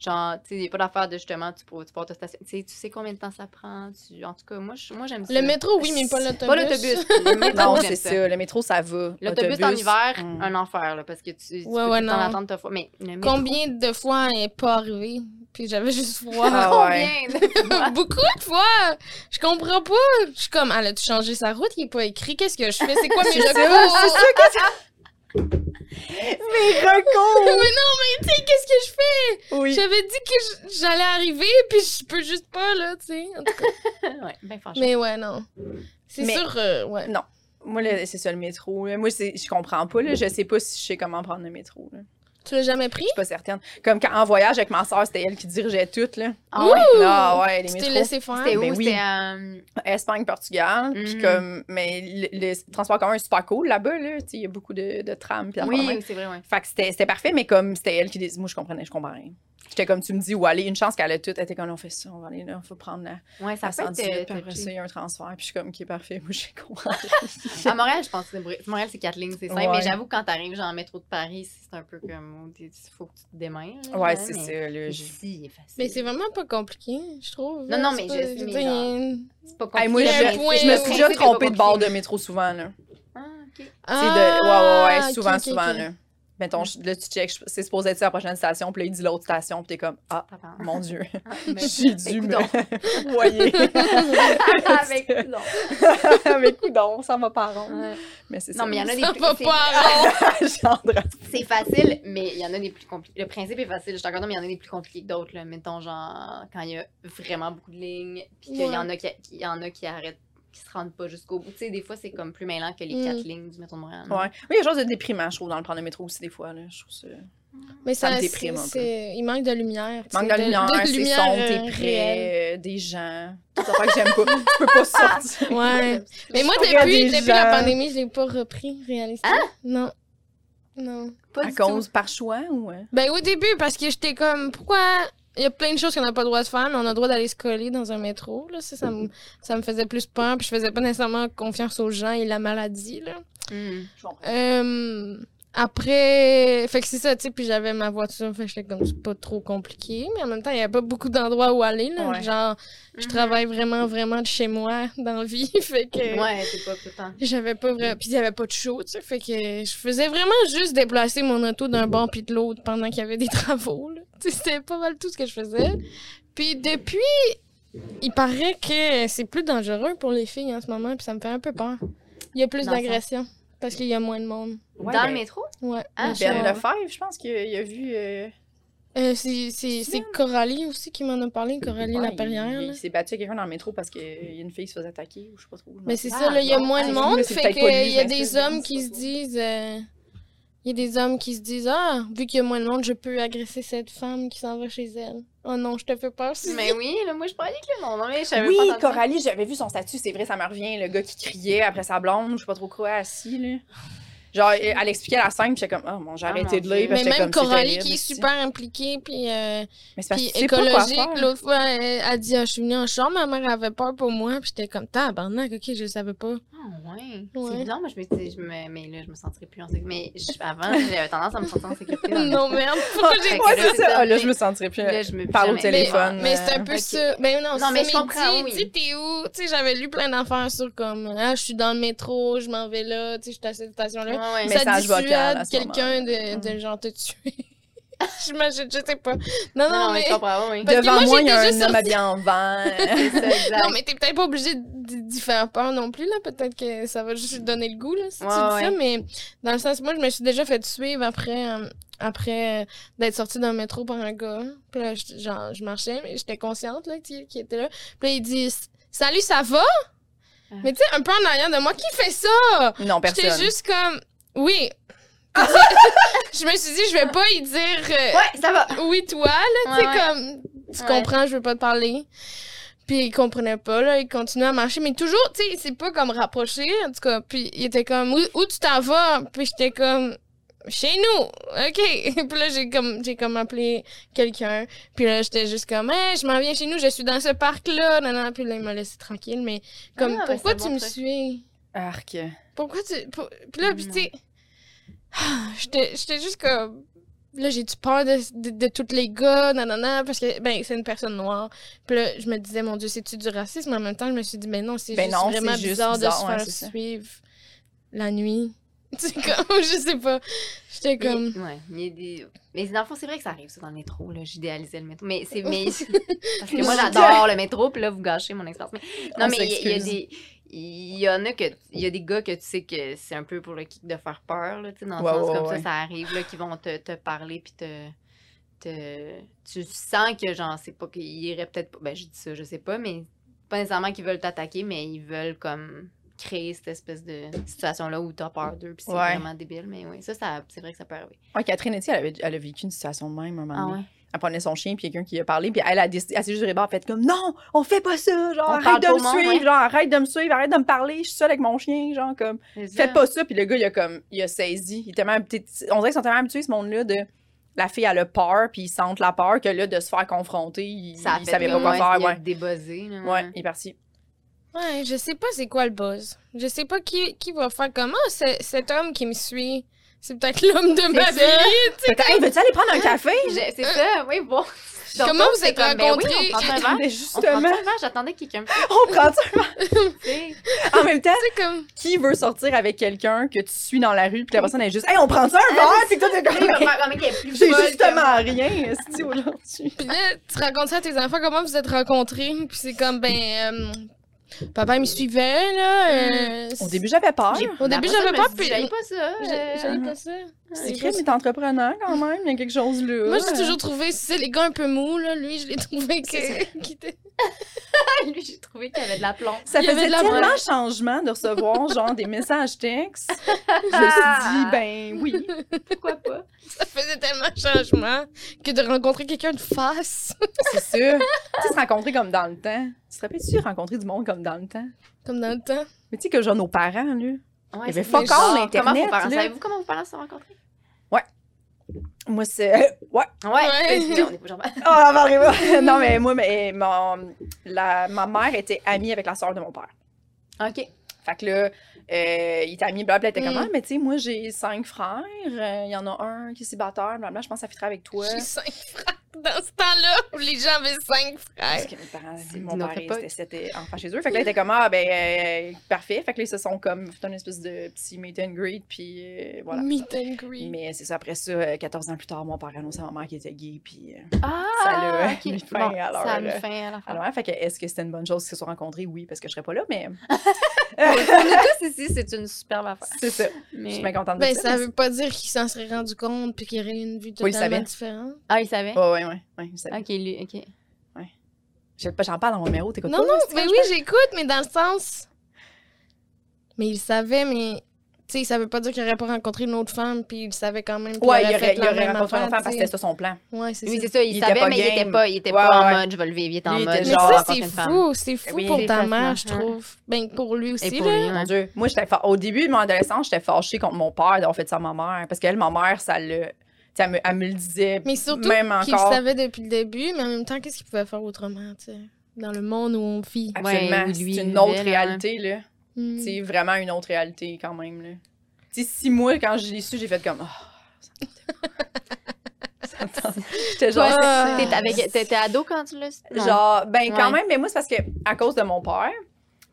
S2: Genre, tu sais, il n'y a pas d'affaire de justement, tu peux, tu peux te stationner. Tu sais, tu sais combien de temps ça prend. tu- En tout cas, moi, je- moi j'aime ça.
S3: là. Le métro, oui, mais pas l'autobus.
S2: Pas l'autobus. le métro,
S1: Non,
S2: j'aime
S1: c'est ça. Le métro, ça va.
S2: L'autobus en hiver,
S1: hmm.
S2: un enfer, là, parce que tu, tu peux
S3: ouais,
S2: tout le temps
S3: non.
S2: attendre ta fois. Mais le métro, <laughs>
S3: Combien de fois elle est pas arrivée? Puis j'avais juste froid.
S1: Ah ouais.
S2: combien de fois?
S3: <laughs> Beaucoup de fois! Je comprends pas! Je suis comme, elle a-tu changé sa route? Il est pas écrit. Qu'est-ce que je fais?
S2: <laughs>
S3: C'est quoi mes
S1: C'est ça, c'est
S3: recours?
S1: ça. qu'est-ce- Mes
S3: mais non,
S1: <laughs> recours!
S3: mais tu sais, qu'est-ce que je fais?
S1: Oui.
S3: J'avais dit que je- j'allais arriver, puis je peux juste pas, là, tu sais. En tout
S2: <laughs>
S3: cas.
S2: ouais, ben franchement.
S3: Mais ouais, non. C'est
S1: Mais-
S3: sûr, euh, ouais.
S1: Moi, le- c'est ça, le métro. là. Moi, c'est- je comprends pas. Là. Je sais pas si je sais comment prendre le métro. là.
S3: Tu l'as jamais pris?
S1: Je suis pas certaine. Comme quand en voyage avec ma soeur, c'était elle qui dirigeait tout. Là.
S2: Ah ouais,
S1: Ah ouais, les
S3: Tu t'es
S1: métros.
S3: laissé faire?
S2: c'était où?
S1: Ben oui.
S2: C'était euh,
S1: Espagne, Portugal. Puis
S2: Mhm.
S1: comme, mais le, le transport commun est super cool là-bas. Là. Tu sais, Il y a beaucoup de, de trams. puis d'affaires de même.
S2: Oui, c'est vrai, Ah ouais.
S1: Fait que c'était c'était parfait, mais comme c'était elle qui disait, moi je comprenais, je comprends rien. J'étais comme, tu me dis où aller, une chance qu'elle a tout. Elle était comme, on fait ça, on va aller là, on faut prendre la,
S2: Ouais, ça
S1: la
S2: peut
S1: 118,
S2: être
S1: puis
S2: euh,
S1: après ça,
S2: touchy.
S1: il y a un transfert. Puis je suis comme, qui est parfait, moi je comprends.
S2: À Montréal, je pense que c'est bru- Montréal, c'est quatre lignes, c'est simple.
S1: Ouais.
S2: Mais j'avoue, quand t'arrives genre en métro de Paris, c'est un peu comme. Il faut que tu te démènes. là,
S1: ouais,
S2: genre,
S1: c'est
S2: mais
S1: ça, là. j'ai-
S2: Ici, il est facile.
S3: Mais c'est vraiment pas compliqué, je trouve. hein,
S2: Non, non, mais je
S3: C'est pas-
S2: sais,
S3: je veux
S2: mais
S3: dire,
S2: genre- C'est pas compliqué.
S1: Hey, moi, je,
S3: un
S2: mais
S3: point
S1: je me
S3: où-
S1: suis déjà
S2: c'est pas
S1: trompée de bord de
S2: compliqué.
S1: métro souvent, là.
S2: Ah, ok.
S1: Tu sais,
S3: hein?
S1: de- ouais, ouais,
S3: Ah,
S2: Ah,
S1: ouais, souvent, souvent, là. Mettons, je- là, tu check, je- c'est supposé être ça, la prochaine station, puis là, il dit l'autre station, puis t'es comme, ah, <laughs>
S2: Papa.
S1: mon
S2: <laughs>
S1: Dieu,
S2: Ah,
S1: <laughs>
S2: ben,
S1: j'ai dû me
S2: écoute
S1: <laughs>
S2: donc.
S1: voyer.
S2: Avec non.
S1: Mais coudon, ça va pas rond.
S2: Ouais.
S1: Mais c'est ça.
S2: Non, mais il y en a des
S3: Ça
S2: plus.
S3: va
S2: c'est- <laughs>
S3: pas alors.
S1: <laughs> J'en
S2: C'est facile, mais il y en a des plus compliqués. Le principe est facile, je suis d'accord, mais il y en a des plus compliqués que d'autres. là. Mettons, genre, quand il y a vraiment beaucoup de lignes, puis qu'il
S3: Ouais.
S2: y en a qui, qu'il y en a qui arrêtent, qui se rendent pas jusqu'au bout. Tu sais, des fois, c'est comme plus mêlant que les
S3: Mm.
S2: quatre lignes du métro de Montréal.
S1: Ouais. Oui, il y a quelque chose de déprimant, je trouve, dans le prendre le métro aussi, des fois. Là. Je trouve ça.
S3: Mais
S1: Ça me
S3: ça, c'est-
S1: déprime un peu.
S3: c'est- Il manque de lumière. tu
S1: Manque
S3: sais,
S1: de lumière,
S3: de
S1: c'est
S3: lumière,
S1: sombre,
S3: euh,
S1: t'es <laughs>
S3: réelle.
S1: près, euh, des gens. Tout ça que j'aime pas. Je peux
S2: <laughs> Ah,
S1: pas sortir.
S3: Ouais. Mais moi,
S1: Je regarde
S3: depuis,
S1: des
S3: depuis la
S1: gens.
S3: pandémie, je l'ai pas repris, réaliste. Non. Non.
S2: Pas
S1: À
S2: du
S1: cause, par choix ou. hein?
S3: Ben, au début, parce que j'étais comme, pourquoi il y a plein de choses qu'on n'a pas le droit de faire, mais on a le droit d'aller se coller dans un métro. Là. Ça, ça, me, ça me faisait plus peur, puis je faisais pas nécessairement confiance aux gens et la maladie. Là.
S2: tout. Mm.
S1: Je comprends.
S3: Euh, après, fait que c'est ça, tu sais, puis j'avais ma voiture, fait que j'étais comme, c'est pas trop compliqué, mais en même temps, il y avait pas beaucoup d'endroits où aller. Là.
S1: Ouais.
S3: Genre, je travaille vraiment, vraiment de chez moi dans la vie, <laughs> fait que.
S2: Ouais, c'est pas tout le temps.
S3: J'avais pas vrai... Puis il y avait pas de show, tu sais. Fait que je faisais vraiment juste déplacer mon auto d'un bord puis de l'autre pendant qu'il y avait des <laughs> travaux, là. Tu sais, c'était pas mal tout ce que je faisais. Puis depuis, il paraît que c'est plus dangereux pour les filles en ce moment, puis ça me fait un peu peur. Il y a plus
S2: Dans le sens-
S3: d'agressions parce qu'il y a moins de monde.
S1: Ouais,
S2: Dans
S1: ben,
S2: le métro?
S3: Ouais.
S2: Ah,
S3: Mais
S2: je-
S1: Ben
S3: genre,
S1: Lefebvre, je pense qu'il a vu. euh,
S3: euh, c'est- c'est c'est Coralie aussi qui m'en a parlé, Coralie
S1: ouais,
S3: Laperrière,
S1: il-
S3: là.
S1: Il s'est battu avec quelqu'un dans le métro parce qu'il y a une fille qui se faisait attaquer ou je sais pas trop.
S3: Mais c'est
S2: Ah,
S3: ça, là, il y a
S2: bon.
S3: moins
S2: Ah,
S3: de
S2: je
S1: me
S3: monde,
S1: suis
S3: fait
S1: peut-être pas
S3: qu'il
S1: lu,
S3: y a
S1: je
S3: des
S1: m'excuse,
S3: hommes qui
S1: je
S3: se
S1: sais pas.
S3: disent... euh, Il Il y a des hommes qui se disent Ah, vu qu'il y a moins de monde, je peux agresser cette femme qui s'en va chez elle. Oh non, je te fais peur. Suzy.
S2: Mais Ben oui, là, moi, je parlais que le nom, non, mais je savais
S1: Oui,
S2: pas entendu ça.
S1: Coralie, j'avais vu son statut, c'est vrai, ça me revient. Le gars qui criait après sa blonde, je sais pas trop quoi, assis, là. Genre, elle elle expliquait la scène, puis j'étais comme, oh, bon, j'ai
S2: Ah,
S1: arrêté de
S2: mon
S1: lire.
S2: Dieu.
S1: parce
S3: Mais
S1: que j'étais
S3: même
S1: comme, c'est
S3: Coralie
S1: terrible,
S3: qui est
S1: c'est-
S3: super impliquée, puis, euh,
S1: Mais c'est parce
S3: puis
S1: que tu sais pas quoi
S3: écologique.
S1: faire. <laughs>
S3: L'autre fois, elle, elle dit Ah, Je suis venue en chambre, ma mère avait peur pour moi, puis j'étais comme Tabarnak, ok, je le savais pas.
S2: Ah ouais.
S3: Ouais.
S2: C'est bizarre, moi je me disais, je me... mais là, je me sentirais plus en sécurité. Mais je- avant, j'avais tendance à me sentir en sécurité.
S1: <laughs>
S2: Dans le-
S3: non, merde, pourquoi j'ai
S2: Ouais,
S1: Ouais,
S2: Là,
S1: c'est ça. Ah, là,
S2: mais-
S1: je me sentirais plus.
S2: Là, je me
S1: Parle au
S2: jamais-
S1: téléphone. euh,
S3: Mais, mais c'est un peu
S2: ok.
S3: ça. Ben non,
S2: Non,
S3: ça,
S2: mais je comprends,
S3: dis-
S2: oui.
S3: dis, t'es où? Tu sais, j'avais lu plein d'affaires sur comme, ah, je suis dans le métro, je m'en vais là, tu sais, je suis à cette
S2: Ouais,
S3: station-là.
S2: ouais.
S1: Mais-
S3: ça
S1: Message vocal, à
S3: dissuade
S1: ce moment.
S3: quelqu'un de, de genre te tuer. <laughs> J'imagine, je sais pas. Non, non,
S2: Non, non, mais
S3: mais.
S2: je comprends, oui.
S3: Parce que
S1: Devant
S3: moi,
S1: moi, il y a
S3: j'étais
S1: un
S3: juste
S1: homme
S3: sur-
S1: habillé en vent.
S2: C'est ça, exact.
S3: Non, mais t'es peut-être pas obligé d'y d'y faire peur non plus, là. Peut-être que ça va juste te donner le goût, là, si
S2: Ouais,
S3: tu dis ça.
S2: ouais.
S3: Mais dans le sens, moi, je me suis déjà fait suivre après, euh, après euh, d'être sortie d'un métro par un gars. Puis là, je- genre, je marchais, mais j'étais consciente, là, qu'il qu'il était là. Puis là, il dit Salut, ça va?
S2: Ah.
S3: Mais tu sais, un peu en arrière de moi, qui fait ça?
S1: <laughs> Non,
S3: J'étais
S1: personne.
S3: juste comme
S2: <laughs>
S3: Oui. <laughs> je me suis dit, je vais pas y dire euh,
S2: Ouais, ça va.
S3: oui, toi, là, tu sais,
S2: Ouais, ouais.
S3: comme, tu
S2: Ouais.
S3: comprends, je veux pas te parler. Puis il comprenait pas, là, il continuait à marcher, mais toujours, tu sais, il s'est pas comme rapproché, en tout cas. Puis il était comme, où, où tu t'en vas? Puis j'étais comme, chez nous, ok. <laughs> puis là, j'ai comme, j'ai comme appelé quelqu'un. Puis là, j'étais juste comme, hey, je m'en viens chez nous, je suis dans ce parc-là. Non, non, puis là, il m'a laissé tranquille, mais comme,
S2: Ah, ben,
S3: pourquoi
S2: c'est un
S3: tu
S2: bon
S3: me
S2: truc.
S3: suis?
S1: Arc.
S3: Pourquoi tu. pour- Puis là, puis
S1: Hmm.
S3: tu sais. <sighs> ah, J'étais j'étais juste comme. Là, j'ai du peur de, de, de tous les gars, nanana, parce que, ben, c'est une personne noire. Puis là, je me disais, mon Dieu, c'est-tu du racisme? En même temps, je me suis dit, ben non, c'est
S1: Ben
S3: juste
S1: non, c'est
S3: vraiment
S1: juste
S3: bizarre,
S1: bizarre, ouais,
S3: de
S1: c'est
S3: se
S1: ça.
S3: faire suivre la nuit. <laughs> Tu sais, comme, je sais pas. J'étais comme.
S2: Il- ouais, il y a des... Mais dans le fond, c'est vrai que ça arrive, ça, dans le métro. Là. J'idéalisais le métro. Mais c'est.
S3: <laughs>
S2: Mais... Parce que moi, j'adore le métro, puis là, vous gâchez mon expérience. Mais- Non,
S1: On
S2: mais il y- il y, a
S1: s'excuse.
S2: des. Il y en a que. Il y a des gars que tu sais que c'est un peu pour le kick de faire peur, là, tu sais, dans le
S1: Ouais,
S2: sens
S1: ouais,
S2: comme
S1: ouais.
S2: ça, ça arrive, là, qui vont te, te parler, puis te. te- Tu sens que, genre, c'est pas qu'ils iraient peut-être pas. Ben, je dis ça, je sais pas, mais pas nécessairement qu'ils veulent t'attaquer, mais ils veulent, comme, créer cette espèce de situation-là où t'as peur d'eux, puis c'est
S1: Ouais.
S2: vraiment débile, mais oui, ça, ça c'est vrai que ça peut arriver.
S1: Ouais, Catherine, tu sais, elle, avait- elle a vécu une situation de même un moment
S2: Ah
S1: donné.
S2: ouais.
S1: Elle prenait son chien, puis quelqu'un qui lui a parlé, puis elle, a décidé, elle s'est juste rébarbée, elle fait comme Non, on fait pas ça, genre,
S2: On
S1: arrête
S2: parle
S1: de
S2: pas
S1: me
S2: au monde,
S1: suivre,
S2: ouais.
S1: genre, arrête de me suivre, arrête de me parler, je suis seule avec mon chien, genre, comme.
S2: C'est ça.
S1: faites pas ça. Puis le gars, il a comme, il a saisi. Il est tellement, habitué- on dirait qu'ils sont tellement habitués, ce monde-là, de la fille, elle a peur, puis ils sentent la peur, que là, de se faire confronter, il,
S2: Ça a
S1: il
S2: fait
S1: savait pas
S2: comme,
S1: quoi
S2: ouais,
S1: faire.
S2: il a Mm.
S1: Ouais.
S2: débuzzé, là,
S1: ouais, il est parti.
S3: Ouais, je sais pas c'est quoi le buzz. Je sais pas qui, qui va faire comment c'est- cet homme qui me suit. C'est peut-être <laughs> l'homme de ma
S2: ça.
S3: vie.
S1: Peut-être, hey, veux-tu aller prendre un café?
S2: J'ai- C'est ça, oui, bon.
S3: Euh. Comment vous êtes
S2: rencontrés? ben
S3: rencontrés?
S2: on prend
S1: Mais
S2: un verre. On prend un
S1: justement,
S2: verre, j'attendais que quelqu'un me
S1: on prend ça. <laughs>
S2: dise.
S1: En même temps,
S3: C'est comme.
S1: qui veut sortir avec quelqu'un que tu suis dans la rue, puis la personne est juste, hey, on prend ça un verre? Puis toi, t'es
S2: Tu sais,
S1: comme,
S2: comme faire un mec qui est plus
S1: j'ai
S2: folle
S1: justement rien, esti, aujourd'hui.
S3: Puis là, tu racontes ça à tes enfants, comment vous êtes rencontrés? Puis c'est comme, ben, euh, papa, il me suivait, là. euh,
S1: Hmm. Au début, j'avais peur.
S2: que- J'ai-
S3: Au début,
S2: Après ça,
S3: j'avais
S2: je me
S3: pas
S2: suis
S3: pu-
S2: dit, J'aille pas ça. euh,
S3: j'a-
S2: <laughs>
S3: j'avais pas ça.
S1: C'est
S3: J'avais
S1: crime,
S3: pas ça.
S1: est entrepreneur quand même, il y a quelque chose là.
S3: Moi, j'ai toujours trouvé, si c'est les gars un peu mous, là, lui, je l'ai trouvé que... <laughs> qu'il était-
S2: Ah, Lui, j'ai trouvé qu'il y avait de la plombe.
S1: Ça
S3: Il y avait
S1: faisait
S3: de la
S1: tellement changement de recevoir genre des messages textes. <laughs> je me suis dit ben oui.
S2: Pourquoi pas?
S3: ça faisait tellement changement que de rencontrer quelqu'un de face. <laughs>
S1: C'est <laughs> sûr. tu sais, se rencontrer comme dans le temps. Tu te rappelles-tu rencontrer du monde comme dans le temps?
S3: Comme dans le temps.
S1: Mais tu sais que genre nos parents, là.
S2: Ouais,
S1: Il y avait
S2: c'est
S1: Eh ben, fuck
S2: bizarre.
S1: all
S2: Comment
S1: l'Internet,
S2: vos parents,
S1: là.
S2: savez-vous comment vos parents se sont rencontrés?
S1: Moi, c'est. <laughs> Ouais!
S2: Ouais.
S3: Ouais.
S2: c'est- on est pas genre-
S1: Oh, on va arriver. <laughs> Non, mais moi, mais, mon- la, ma mère était amie avec la soeur de mon père.
S2: Ok.
S1: Fait que là, euh, il était ami, blablabla. Il était comme,
S3: Mm.
S1: ah, mais tu sais, moi, j'ai cinq frères. Euh, Il y en a un qui est célibataire, blablabla. Je pense que ça fitterait avec toi.
S3: J'ai cinq frères. Dans ce temps-là, où les gens avaient cinq
S1: Parce
S3: frères.
S1: que mes parents,
S2: C'est
S1: mon
S2: une
S1: père,
S2: autre
S1: il-
S2: époque.
S1: c'était c'était enfant chez eux. Fait que là, il était comme, ah, ben, euh, parfait. Fait que là, ils se sont comme fait un espèce de petit meet and greet, puis euh, voilà.
S3: Meet and greet.
S1: Mais c'est ça, après ça, euh, 14 ans plus tard, mon père annonçait à ma mère qu'il était gay, puis euh,
S2: Ah!
S1: Ça l'a
S2: ok.
S1: mis fin
S2: Bon,
S1: à leur,
S2: Ça a mis
S1: euh,
S2: fin à la fin.
S1: alors, hein, fait que est-ce que c'était une bonne chose qu'ils se soient rencontrés? Oui, parce que je serais pas là, mais
S2: On est tous ici, c'est une superbe affaire.
S1: c'est ça. Je suis
S2: Mais...
S1: bien contente de
S3: Ben,
S1: ça.
S3: ça
S1: mais
S3: veut pas dire qu'il s'en serait rendu compte puis qu'il y aurait une vue
S1: Oui, il savait.
S3: totalement différente.
S2: Ah, il savait?
S1: c'est- Ouais, ouais, ouais, ouais, ça-
S2: Ok, lui, ok.
S1: Je- J'en parle dans mon numéro, t'écoutes
S3: Non, ben
S1: pas?
S3: non,
S1: est-ce que
S3: mais
S1: je
S3: oui, j'écoute, mais dans le sens. Mais il savait, mais tu sais, ça veut pas dire qu'il aurait pas rencontré une autre femme, puis il savait quand même qu'il
S1: Ouais, il
S3: aurait
S1: aurait,
S3: fait
S1: il
S3: la
S1: aurait
S3: même
S1: rencontré un
S3: affaire,
S1: enfant parce que
S3: tu
S1: c'était
S3: sais.
S1: ça son plan.
S3: Ouais, c'est
S2: Oui,
S3: ça.
S2: c'est ça, il,
S1: Il était
S2: savait,
S1: pas
S2: mais il était
S1: game.
S2: pas, il était
S1: Ouais,
S2: pas en
S1: ouais.
S2: mode je vais le vivre, il était en
S1: Lui, il
S2: mode
S1: était
S3: Mais
S1: genre,
S3: ça,
S2: rencontre
S3: c'est
S2: une femme.
S3: fou, c'est fou
S1: Oui,
S3: pour
S2: c'est
S3: ta
S2: fascinant,
S3: mère, je
S2: hein.
S3: trouve. Ben, pour lui aussi,
S2: Et pour
S3: là.
S2: lui,
S1: Mon
S2: ouais.
S1: Dieu. Moi, j'étais fa- au début de mon adolescence, j'étais fâchée contre mon père d'avoir fait ça à ma mère. Parce qu'elle, ma mère, ça le. tu sais, Elle me, elle me le disait.
S3: Mais surtout
S1: même
S3: qu'il le
S1: encore.
S3: savait depuis le début, mais en même temps, qu'est-ce qu'il pouvait faire autrement, tu sais, dans le monde où on vit.
S1: Absolument.
S2: Ouais, ou lui,
S1: c'est une
S2: il
S1: autre
S3: hein.
S2: vivait, là,
S1: réalité, là.
S3: Hmm.
S1: Ah, C'est vraiment une autre réalité, quand même, là. Tu sais, si moi, quand je l'ai su, j'ai fait comme. Oh,
S3: <laughs>
S1: ça me tentait pas. Ça me tentait- J'étais genre.
S3: Ah.
S2: T'es avec- T'étais ado quand tu l'as su? Non.
S1: Genre, ben quand
S2: Ouais.
S1: même, mais moi, c'est parce que à cause de mon père,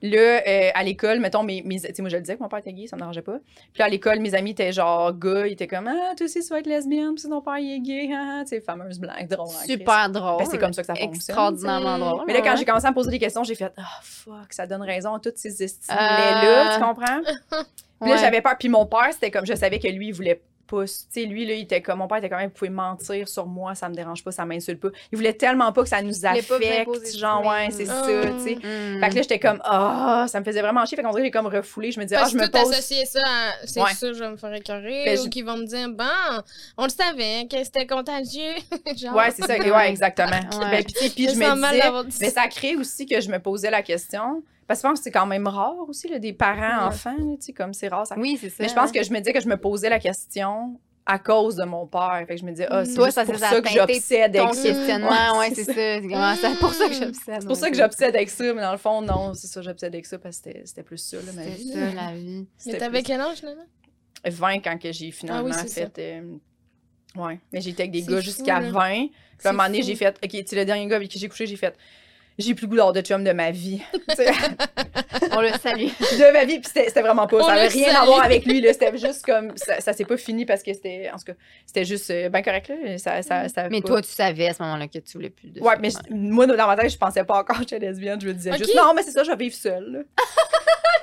S1: là, euh, à l'école, mettons, mes, mes tu sais, moi, je le disais que mon père était gay, ça me dérangeait pas. Puis là, à l'école, mes amis étaient genre gars, ils étaient comme, ah, toi aussi, tu vas être lesbienne, puis ton père, il est gay, <laughs> ah, ah, tu sais, fameuse blague drôle. hein, Chris.
S2: super drôle.
S1: Ben, c'est comme ça que ça fonctionne.
S2: Extraordinairement
S3: tu sais.
S2: drôle.
S1: Mais là, quand
S2: ouais.
S1: j'ai commencé à me poser des questions, j'ai fait, ah, fuck, ça donne raison à toutes ces estimés-là,
S2: Euh.
S1: tu comprends? Puis là,
S2: Ouais.
S1: j'avais peur. Puis mon père, c'était comme, je savais que lui, il voulait pas. Tu sais, lui, là, il était comme, mon père était quand même, vous pouvez mentir sur moi, ça me dérange pas, ça m'insulte pas. Il voulait tellement pas que ça nous
S2: voulait pas vous
S1: affecte.
S2: imposer
S1: Genre,
S2: de
S1: ouais, c'est
S2: choses.
S1: ça, tu sais.
S2: Hmm.
S1: Fait que là, j'étais comme, ah, ça me faisait vraiment chier. Fait qu'on dirait que j'ai comme refoulé. Je me disais, ah,
S3: Parce
S1: je
S3: que
S1: me
S3: tout
S1: pose.
S3: associer ça à c'est
S1: Ouais.
S3: sûr, je vais me faire écœurer.
S1: Ben,
S3: ou
S1: je-
S3: qu'ils vont me dire, bon, on le savait, que c'était contagieux. <laughs> Genre,
S1: Ouais, c'est ça. Ouais, exactement. Ben, puis, tu sais, puis je
S3: sens
S1: me
S3: mal
S1: disais,
S3: d'avoir dit
S1: mais
S3: ça.
S1: ça crée aussi que je me posais la question. Parce que je pense que c'est quand même rare aussi, là, des parents,
S3: Ouais.
S1: enfants, là, tu sais, comme c'est rare, ça
S2: Oui, c'est ça.
S1: Mais je
S3: hein.
S1: pense que je me disais que je me posais la question à cause de mon père. Fait que je me disais, ah,
S3: Mm.
S1: c'est
S2: Toi,
S1: juste
S2: ça,
S1: pour
S2: ça
S1: ça,
S2: a
S1: que
S2: teinté
S1: j'obsède
S2: ton
S1: avec ça.
S2: questionnement,
S1: Ouais,
S2: ouais,
S1: c'est
S2: c'est ça. C'est vraiment- c'est pour ça que j'obsède.
S1: C'est pour
S3: euh.
S1: ça que j'obsède avec ça, mais dans le fond, non, c'est ça, j'obsède avec ça parce que c'était- c'était plus ça, là, ma
S2: C'est
S1: vie.
S2: ça, la vie.
S3: Mais
S1: C'était
S3: t'avais quel âge, finalement?
S1: plus 20 quand que j'ai finalement
S3: Ah oui, c'est
S1: fait. euh, ouais, mais j'étais avec des
S3: C'est
S1: gars
S3: fou,
S1: jusqu'à
S3: là.
S1: 20. Puis
S3: C'est
S1: à un moment donné,
S3: fou.
S1: j'ai fait, OK, tu sais, le dernier gars avec qui j'ai couché, j'ai fait. J'ai plus le goût d'avoir de chum de ma
S3: <laughs>
S1: vie. Tu sais,
S2: On le
S1: <laughs>
S2: salue.
S1: de ma vie, puis c'était c'était vraiment pas.
S3: On
S1: Ça
S3: le
S1: avait rien à
S3: salue.
S1: voir avec lui, là. C'était juste comme. Ça, ça s'est pas fini parce que c'était. En tout cas, c'était juste euh, ben correct, là. Ça, ça, ça avait
S2: Mais
S1: pas-
S2: toi, tu savais à ce moment-là que tu voulais plus de
S1: Ouais,
S2: ça.
S1: mais je- moi, dans ma tête, je pensais pas encore que j'étais lesbienne. Je me disais
S3: Ok.
S1: juste, non, mais c'est ça, je vais vivre seule.